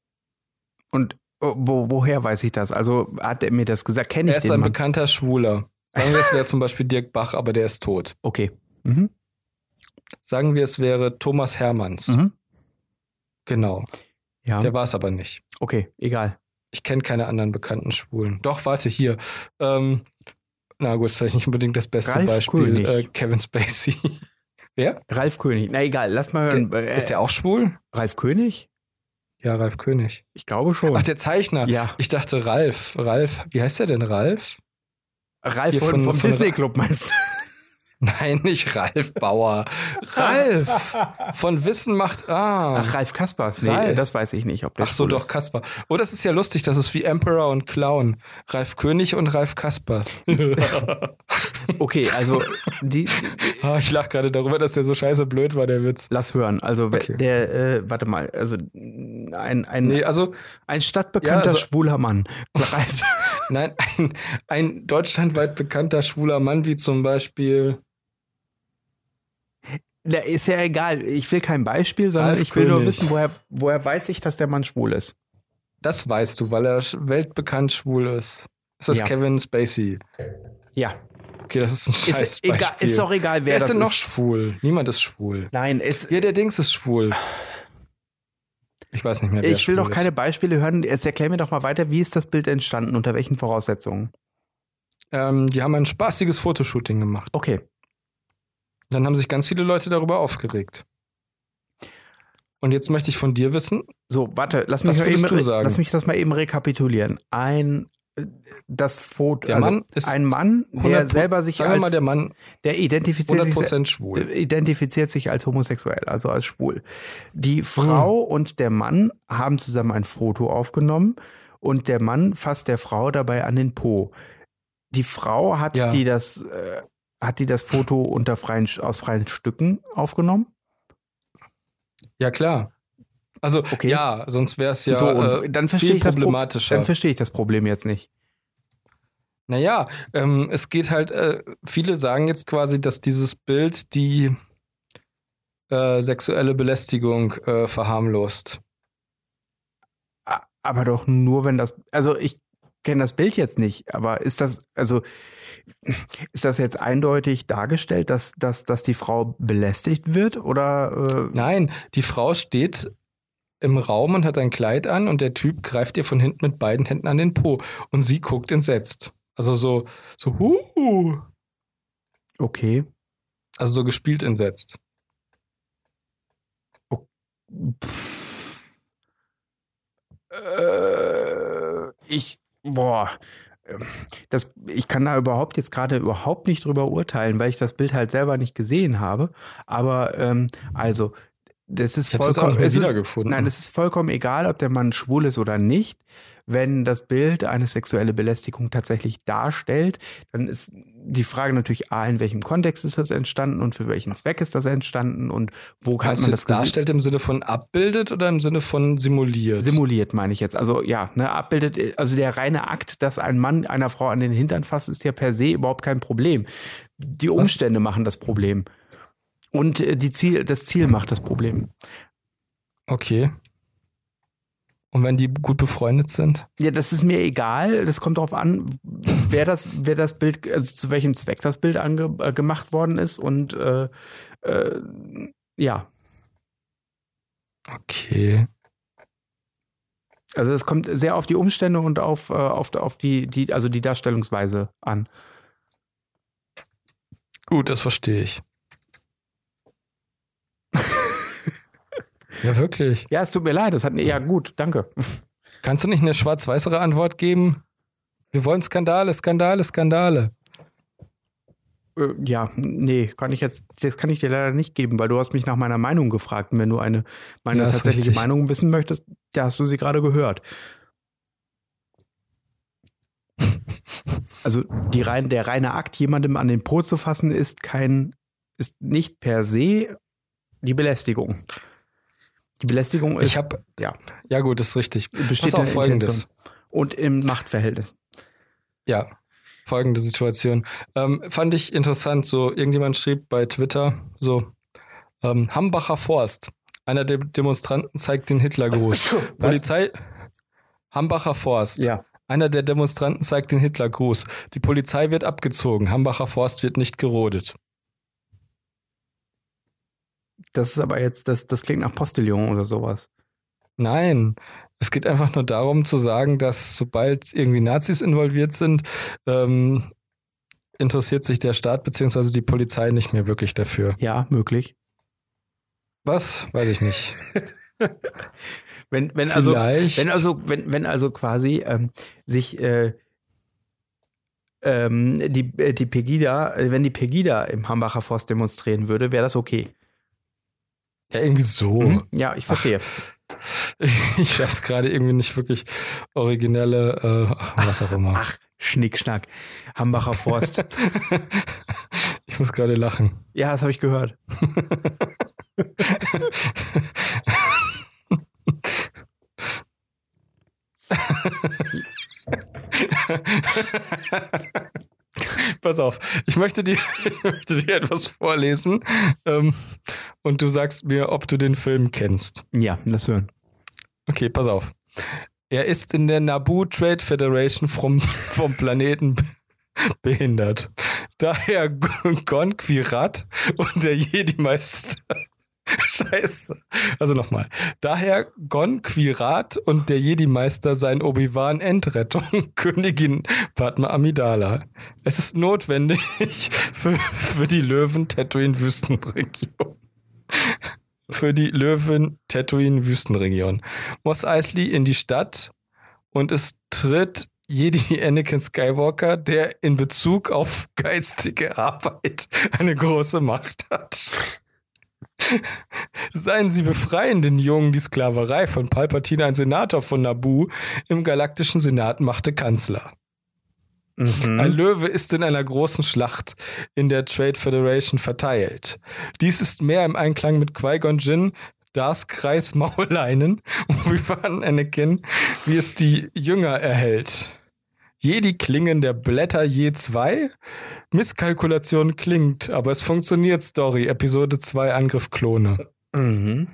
Speaker 2: Und oh, wo, woher weiß ich das? Also hat er mir das gesagt? Kenne
Speaker 1: Er
Speaker 2: ich
Speaker 1: ist
Speaker 2: den
Speaker 1: ein
Speaker 2: Mann?
Speaker 1: bekannter Schwuler. Sagen wir, es wäre zum Beispiel Dirk Bach, aber der ist tot.
Speaker 2: Okay. Mhm.
Speaker 1: Sagen wir, es wäre Thomas Hermanns.
Speaker 2: Mhm.
Speaker 1: Genau.
Speaker 2: Ja.
Speaker 1: Der war es aber nicht.
Speaker 2: Okay, egal.
Speaker 1: Ich kenne keine anderen bekannten Schwulen. Doch, warte, hier. Ähm, na gut, ist vielleicht nicht unbedingt das beste
Speaker 2: Ralf
Speaker 1: Beispiel.
Speaker 2: König.
Speaker 1: Äh, Kevin Spacey. Wer?
Speaker 2: Ralf König. Na egal, lass mal hören. Äh,
Speaker 1: Ist der auch schwul?
Speaker 2: Ralf König?
Speaker 1: Ja, Ralf König.
Speaker 2: Ich glaube schon.
Speaker 1: Ach, der Zeichner.
Speaker 2: ja.
Speaker 1: Ich dachte Ralf. Ralf, wie heißt der denn Ralf?
Speaker 2: Ralf
Speaker 1: Hier
Speaker 2: von,
Speaker 1: von-
Speaker 2: vom
Speaker 1: von-
Speaker 2: Disney Club meinst
Speaker 1: Nein, nicht Ralf Bauer.
Speaker 2: du?
Speaker 1: Ralf von Wissen macht Ah.
Speaker 2: Ach, Ralf Kaspers. Nee,
Speaker 1: Ralf.
Speaker 2: das weiß ich nicht, ob der
Speaker 1: Ach so,
Speaker 2: schwul
Speaker 1: doch,
Speaker 2: ist.
Speaker 1: Kasper. Oh, das ist ja lustig, das ist wie Emperor und Clown. Ralf König und Ralf Kaspers.
Speaker 2: Okay, also die,
Speaker 1: Ah, ich lache gerade darüber, dass der so scheiße blöd war, der Witz.
Speaker 2: lass hören. Also wer-
Speaker 1: Okay.
Speaker 2: der, äh, warte mal, also ein, ein,
Speaker 1: Nee, also,
Speaker 2: ein stadtbekannter
Speaker 1: Ja, also-
Speaker 2: schwuler Mann. Ralf,
Speaker 1: nein, ein, ein deutschlandweit bekannter schwuler Mann wie zum Beispiel.
Speaker 2: Na, ist ja egal. Ich will kein Beispiel, sondern
Speaker 1: Ralf
Speaker 2: ich will nur
Speaker 1: König.
Speaker 2: wissen, woher, woher weiß ich, dass der Mann schwul ist.
Speaker 1: Das weißt du, weil er sch- weltbekannt schwul ist. Ist das
Speaker 2: Ja.
Speaker 1: Kevin Spacey?
Speaker 2: Ja.
Speaker 1: Okay, das ist ein scheiß
Speaker 2: Ist, egal, ist doch egal, wer
Speaker 1: Wer ist
Speaker 2: das
Speaker 1: denn noch
Speaker 2: ist.
Speaker 1: schwul? Niemand ist schwul.
Speaker 2: Nein, es,
Speaker 1: Ja, der Dings ist schwul. Ich weiß nicht mehr, wer
Speaker 2: ich will
Speaker 1: schwul
Speaker 2: doch
Speaker 1: ist.
Speaker 2: keine Beispiele hören. Jetzt erklär mir doch mal weiter, wie ist das Bild entstanden, unter welchen Voraussetzungen?
Speaker 1: Ähm, die haben ein spaßiges Fotoshooting gemacht.
Speaker 2: Okay.
Speaker 1: Dann haben sich ganz viele Leute darüber aufgeregt. Und jetzt möchte ich von dir wissen,
Speaker 2: So, warte, lass mich,
Speaker 1: Was
Speaker 2: mal eben,
Speaker 1: würdest du
Speaker 2: re-
Speaker 1: sagen?
Speaker 2: lass mich das mal eben rekapitulieren. Ein, äh, das Foto, also
Speaker 1: der Mann ist,
Speaker 2: ein Mann, der
Speaker 1: 100%
Speaker 2: selber sich
Speaker 1: sagen wir
Speaker 2: als,
Speaker 1: mal, der Mann
Speaker 2: der identifiziert sich,
Speaker 1: 100% schwul.
Speaker 2: äh, identifiziert sich als homosexuell, also als schwul. Die Frau
Speaker 1: Hm.
Speaker 2: und der Mann haben zusammen ein Foto aufgenommen und der Mann fasst der Frau dabei an den Po. Die Frau hat
Speaker 1: Ja.
Speaker 2: die das, äh, hat die das Foto unter freien, aus freien Stücken aufgenommen?
Speaker 1: Ja, klar. Also,
Speaker 2: Okay.
Speaker 1: ja, sonst wäre es ja
Speaker 2: so, und
Speaker 1: äh,
Speaker 2: dann verstehe
Speaker 1: viel
Speaker 2: ich das Pro-
Speaker 1: problematischer.
Speaker 2: Dann verstehe ich das Problem jetzt nicht.
Speaker 1: Naja, ähm, es geht halt, äh, viele sagen jetzt quasi, dass dieses Bild die äh, sexuelle Belästigung äh, verharmlost.
Speaker 2: A- Aber doch nur, wenn das. Also ich kenne das Bild jetzt nicht, aber ist das, also ist das jetzt eindeutig dargestellt, dass, dass, dass die Frau belästigt wird? Oder äh,
Speaker 1: Nein, die Frau steht im Raum und hat ein Kleid an und der Typ greift ihr von hinten mit beiden Händen an den Po und sie guckt entsetzt. Also so, so, huh,
Speaker 2: okay.
Speaker 1: also so gespielt entsetzt.
Speaker 2: Pff. Äh, ich, boah. Das, ich kann da überhaupt jetzt gerade überhaupt nicht drüber urteilen, weil ich das Bild halt selber nicht gesehen habe. Aber ähm, also, das ist
Speaker 1: Ich habe das auch nicht
Speaker 2: vollkommen.
Speaker 1: mehr
Speaker 2: es ist,
Speaker 1: wiedergefunden.
Speaker 2: Nein, es ist vollkommen egal, ob der Mann schwul ist oder nicht. Wenn das Bild eine sexuelle Belästigung tatsächlich darstellt, dann ist die Frage natürlich A, in welchem Kontext ist das entstanden und für welchen Zweck ist das entstanden und wo hat
Speaker 1: Meinst
Speaker 2: man
Speaker 1: du
Speaker 2: das
Speaker 1: jetzt
Speaker 2: gesehen?
Speaker 1: darstellt im Sinne von abbildet oder im Sinne von simuliert?
Speaker 2: Simuliert, meine ich jetzt. Also ja, ne, abbildet, also der reine Akt, dass ein Mann einer Frau an den Hintern fasst, ist ja per se überhaupt kein Problem. Die Umstände machen das Problem. Und äh, die Ziel, das Ziel macht das Problem.
Speaker 1: okay. Und wenn die gut befreundet sind?
Speaker 2: Ja, das ist mir egal. Das kommt darauf an, wer das, wer das Bild, also zu welchem Zweck das Bild ange, äh, gemacht worden ist und äh, äh, ja.
Speaker 1: Okay.
Speaker 2: Also es kommt sehr auf die Umstände und auf, äh, auf, auf die, die, also die Darstellungsweise an.
Speaker 1: Gut, das verstehe ich. ja, wirklich.
Speaker 2: Ja, es tut mir leid, das hat ja gut, danke.
Speaker 1: Kannst du nicht eine schwarz-weißere Antwort geben? Wir wollen Skandale, Skandale, Skandale.
Speaker 2: Äh, Ja, nee, kann ich jetzt, das kann ich dir leider nicht geben, weil du hast mich nach meiner Meinung gefragt. Und wenn du eine meine
Speaker 1: Ja, ist
Speaker 2: tatsächliche
Speaker 1: richtig.
Speaker 2: Meinung wissen möchtest, da hast du sie gerade gehört. Also die rein, der reine Akt, jemandem an den Po zu fassen, ist kein, ist nicht per se die Belästigung. Die Belästigung Oh, ist
Speaker 1: Ich habe
Speaker 2: ja.
Speaker 1: Ja, gut, ist richtig.
Speaker 2: besteht
Speaker 1: pass auf
Speaker 2: in der
Speaker 1: Folgendes.
Speaker 2: Intention und im Machtverhältnis.
Speaker 1: Ja, folgende Situation. Ähm, fand ich interessant, so irgendjemand schrieb bei Twitter so, ähm, Hambacher Forst. Einer der Demonstranten zeigt den Hitlergruß. Polizei, Hambacher Forst.
Speaker 2: Ja.
Speaker 1: Einer der Demonstranten zeigt den Hitlergruß. Die Polizei wird abgezogen. Hambacher Forst wird nicht gerodet.
Speaker 2: Das ist aber jetzt, das, das klingt nach Postillon oder sowas.
Speaker 1: Nein, es geht einfach nur darum zu sagen, dass sobald irgendwie Nazis involviert sind, ähm, interessiert sich der Staat bzw. die Polizei nicht mehr wirklich dafür.
Speaker 2: Ja, möglich.
Speaker 1: Was? Weiß ich nicht.
Speaker 2: Wenn, wenn also
Speaker 1: Vielleicht.
Speaker 2: Wenn also, wenn, wenn also quasi ähm, sich äh, ähm, die, äh, die Pegida, äh, wenn die Pegida im Hambacher Forst demonstrieren würde, wäre das okay. Mhm.
Speaker 1: ja, irgendwie so.
Speaker 2: Ja, ich verstehe.
Speaker 1: Ich schaffe es gerade irgendwie nicht wirklich originelle, äh, ach, was auch immer.
Speaker 2: Ach, Schnickschnack. Hambacher Forst.
Speaker 1: Ich muss gerade lachen.
Speaker 2: ja, das habe ich gehört.
Speaker 1: Pass auf, ich möchte dir, ich möchte dir etwas vorlesen ähm, und du sagst mir, ob du den Film kennst.
Speaker 2: Ja, das hören.
Speaker 1: Okay, pass auf. Er ist in der Naboo Trade Federation vom, vom Planeten behindert. Daher Gon- Gonquirat und der Jedi-Meister. Scheiße. Also nochmal. Daher Gonquirat und der Jedi-Meister sein Obi-Wan Endrettung, Königin Padma Amidala. Es ist notwendig für, für die Löwen-Tatooine-Wüstenregion. Für die Löwen-Tatooine-Wüstenregion. Mos Eisley in die Stadt und es tritt Jedi Anakin Skywalker, der in Bezug auf geistige Arbeit eine große Macht hat. Seien Sie befreien den Jungen die Sklaverei von Palpatine, ein Senator von Naboo, im galaktischen Senat machte Kanzler. Ein Löwe ist in einer großen Schlacht in der Trade Federation verteilt. Dies ist mehr im Einklang mit Qui-Gon Jinn, Darth Kreis Mauleinen und Obi-Wan Anakin, wie es die Jünger erhält. Jedi Klingen der Blätter je zwei? Misskalkulation klingt, aber es funktioniert Story. Episode 2 Angriff Klone.
Speaker 2: Mhm.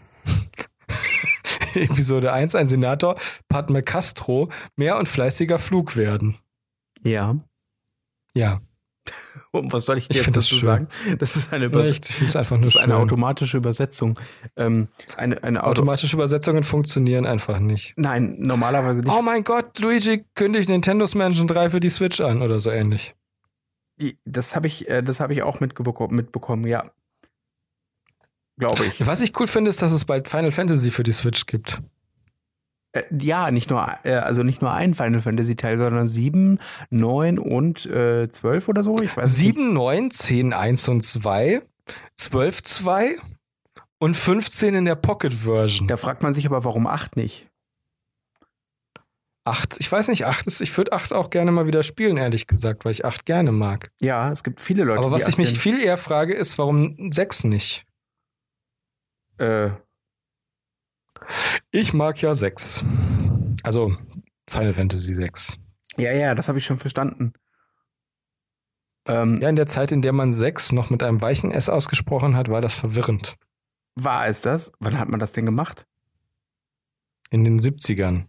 Speaker 1: Episode 1 ein Senator, Padme Castro, mehr und fleißiger Flug werden.
Speaker 2: Ja.
Speaker 1: Ja,
Speaker 2: Und was soll ich
Speaker 1: Ich
Speaker 2: dir jetzt
Speaker 1: find das
Speaker 2: dazu
Speaker 1: schön.
Speaker 2: sagen? Das ist eine, Übers
Speaker 1: echt, ich finde es einfach nur
Speaker 2: das ist eine
Speaker 1: schön.
Speaker 2: automatische Übersetzung. Ähm, eine, eine
Speaker 1: Also-
Speaker 2: Auto
Speaker 1: Automatische Übersetzungen funktionieren einfach nicht.
Speaker 2: Nein, normalerweise nicht.
Speaker 1: Oh mein Gott, Luigi kündigt Nintendo's Mansion 3 für die Switch an oder so ähnlich.
Speaker 2: Das habe ich, äh, das habe ich auch mitbeko- mitbekommen, ja. Glaube ich.
Speaker 1: Was ich cool finde, ist, dass es bald Final Fantasy für die Switch gibt.
Speaker 2: Äh, ja, nicht nur, äh, also nicht nur ein Final Fantasy Teil, sondern sieben, neun und äh, zwölf oder so. Ich weiß es
Speaker 1: 7, 9, 10, 1 und 2, 12, 2 und 15 in der Pocket-Version.
Speaker 2: Nicht. Da fragt man sich aber, warum acht nicht?
Speaker 1: 8, ich weiß nicht, 8 ist, ich würde 8 auch gerne mal wieder spielen, ehrlich gesagt, weil ich 8 gerne mag.
Speaker 2: Ja, es gibt viele Leute,
Speaker 1: Aber was
Speaker 2: die
Speaker 1: ich mich
Speaker 2: acht
Speaker 1: viel eher frage, ist, warum 6 nicht?
Speaker 2: denn- äh,
Speaker 1: Ich mag ja 6. Also Final Fantasy 6.
Speaker 2: Ja, ja, das habe ich schon verstanden. Ähm,
Speaker 1: Ja, in der Zeit, in der man 6 noch mit einem weichen S ausgesprochen hat, war das verwirrend.
Speaker 2: War es das? Wann hat man das denn gemacht?
Speaker 1: In den 70ern.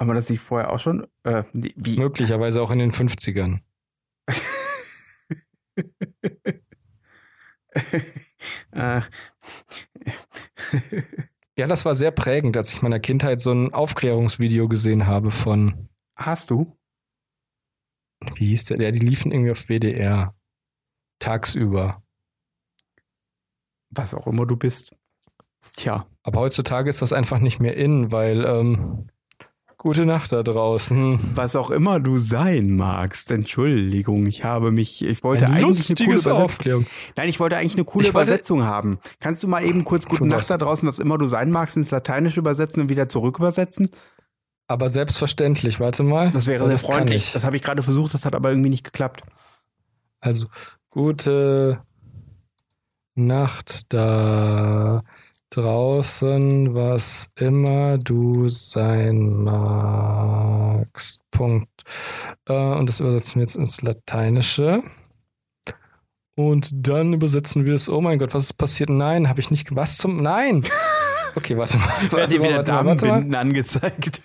Speaker 2: Haben wir das nicht vorher auch schon? Äh, nee, wie?
Speaker 1: Möglicherweise auch in den 50ern.
Speaker 2: Äh,
Speaker 1: Ja, das war sehr prägend, als ich in meiner Kindheit so ein Aufklärungsvideo gesehen habe von,
Speaker 2: hast du?
Speaker 1: wie hieß der? Ja, die liefen irgendwie auf WDR. Tagsüber.
Speaker 2: Was auch immer du bist. Tja.
Speaker 1: Aber heutzutage ist das einfach nicht mehr in, weil, ähm, gute Nacht da draußen.
Speaker 2: Was auch immer du sein magst. Entschuldigung, ich habe mich. Ich wollte
Speaker 1: Ein
Speaker 2: eigentlich eine coole
Speaker 1: lustiges
Speaker 2: Übersetzung.
Speaker 1: Aufklärung.
Speaker 2: Nein, ich wollte eigentlich eine coole
Speaker 1: Ich wollte-
Speaker 2: Übersetzung haben. Kannst du mal eben kurz Gute
Speaker 1: Für
Speaker 2: Nacht
Speaker 1: was?
Speaker 2: da draußen, was immer du sein magst, ins Lateinische übersetzen und wieder zurück übersetzen?
Speaker 1: Aber selbstverständlich, warte mal.
Speaker 2: Das wäre
Speaker 1: Weil
Speaker 2: sehr
Speaker 1: Oh, kann
Speaker 2: freundlich.
Speaker 1: ich.
Speaker 2: Das habe ich gerade versucht, das hat aber irgendwie nicht geklappt.
Speaker 1: Also, gute Nacht da draußen, was immer du sein magst. Punkt. Äh, und das übersetzen wir jetzt ins Lateinische. Und dann übersetzen wir es. Oh mein Gott, was ist passiert? Nein, habe ich nicht. ge- Was zum. Nein! Okay, warte mal.
Speaker 2: Werden
Speaker 1: Warte
Speaker 2: dir
Speaker 1: mal,
Speaker 2: wieder
Speaker 1: warte mal, warte mal.
Speaker 2: Damenbinden angezeigt?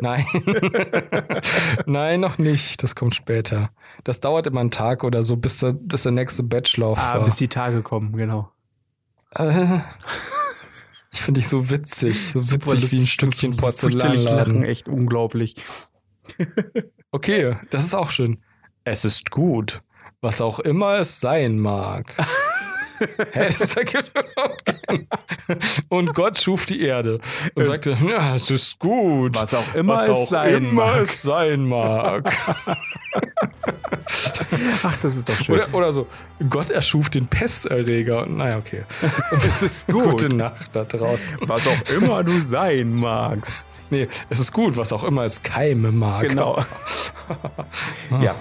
Speaker 1: Nein. Nein, noch nicht. Das kommt später. Das dauert immer einen Tag oder so, bis der, bis der nächste Batch läuft.
Speaker 2: Ah, bis die Tage kommen, genau.
Speaker 1: Äh, ich finde dich so witzig, so witzig wie ein Stückchen
Speaker 2: lachen,
Speaker 1: Porzellanladen.
Speaker 2: echt unglaublich.
Speaker 1: Okay, das ist auch schön. Es ist gut, was auch immer es sein mag. Hä, das ergibt überhaupt keinen- Und Gott schuf die Erde und
Speaker 2: Es-
Speaker 1: sagte, ja, es ist gut,
Speaker 2: Was auch immer es sein
Speaker 1: immer
Speaker 2: mag."
Speaker 1: es sein mag.
Speaker 2: Ach, das ist doch schön.
Speaker 1: Oder, oder so, Gott erschuf den Pesterreger. Und, naja, okay.
Speaker 2: es ist gut.
Speaker 1: Gute Nacht da draußen.
Speaker 2: Was auch immer du sein magst.
Speaker 1: Nee, es ist gut, was auch immer es Keime mag.
Speaker 2: Genau. ja.